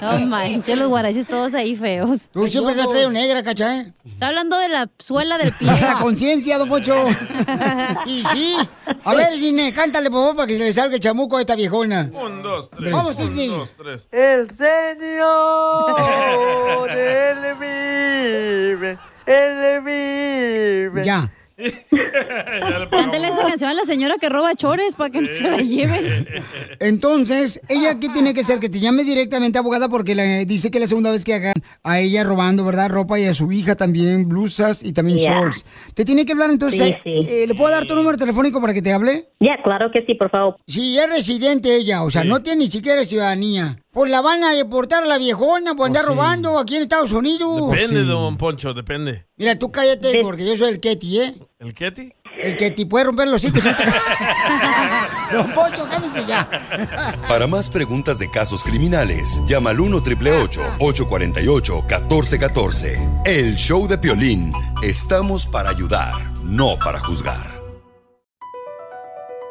S4: No manches, los guaraches todos ahí feos.
S2: Tú siempre las has traído negra, cacha, ¿eh?
S4: Está hablando de la suela del pie.
S2: La conciencia, don Pocho. y sí. A ver, Cine, cántale, por favor, para que se le salga el chamuco a esta viejona.
S3: Un, dos, tres.
S2: Vamos,
S3: un,
S2: Sisney.
S3: dos, tres.
S7: El Señor, Él vive, Él vive.
S2: Ya.
S4: Cántale esa canción a la señora que roba chores para que no se la lleven.
S2: Entonces, ella qué tiene que ser que te llame directamente abogada porque le dice que es la segunda vez que hagan a ella robando, ¿verdad? Ropa y a su hija también, blusas y también
S27: Ya.
S2: shorts. Te tiene que hablar entonces.
S27: Sí, sí.
S2: eh, ¿Le puedo dar tu número telefónico para que te hable?
S27: Ya, claro que sí, por favor.
S2: Si es residente ella, o sea, no tiene ni siquiera ciudadanía. Pues la van a deportar a la viejona por andar robando aquí en Estados Unidos.
S3: Depende,
S2: Sí.
S3: don Poncho, depende.
S2: Mira, tú cállate porque yo soy el Ketty, ¿eh?
S3: ¿El Ketty?
S2: El que te puede romper los hijos. Don Poncho, cálmese ya.
S5: Para más preguntas de casos criminales, llama al 1 848 1414 El show de Piolín. Estamos para ayudar, no para juzgar.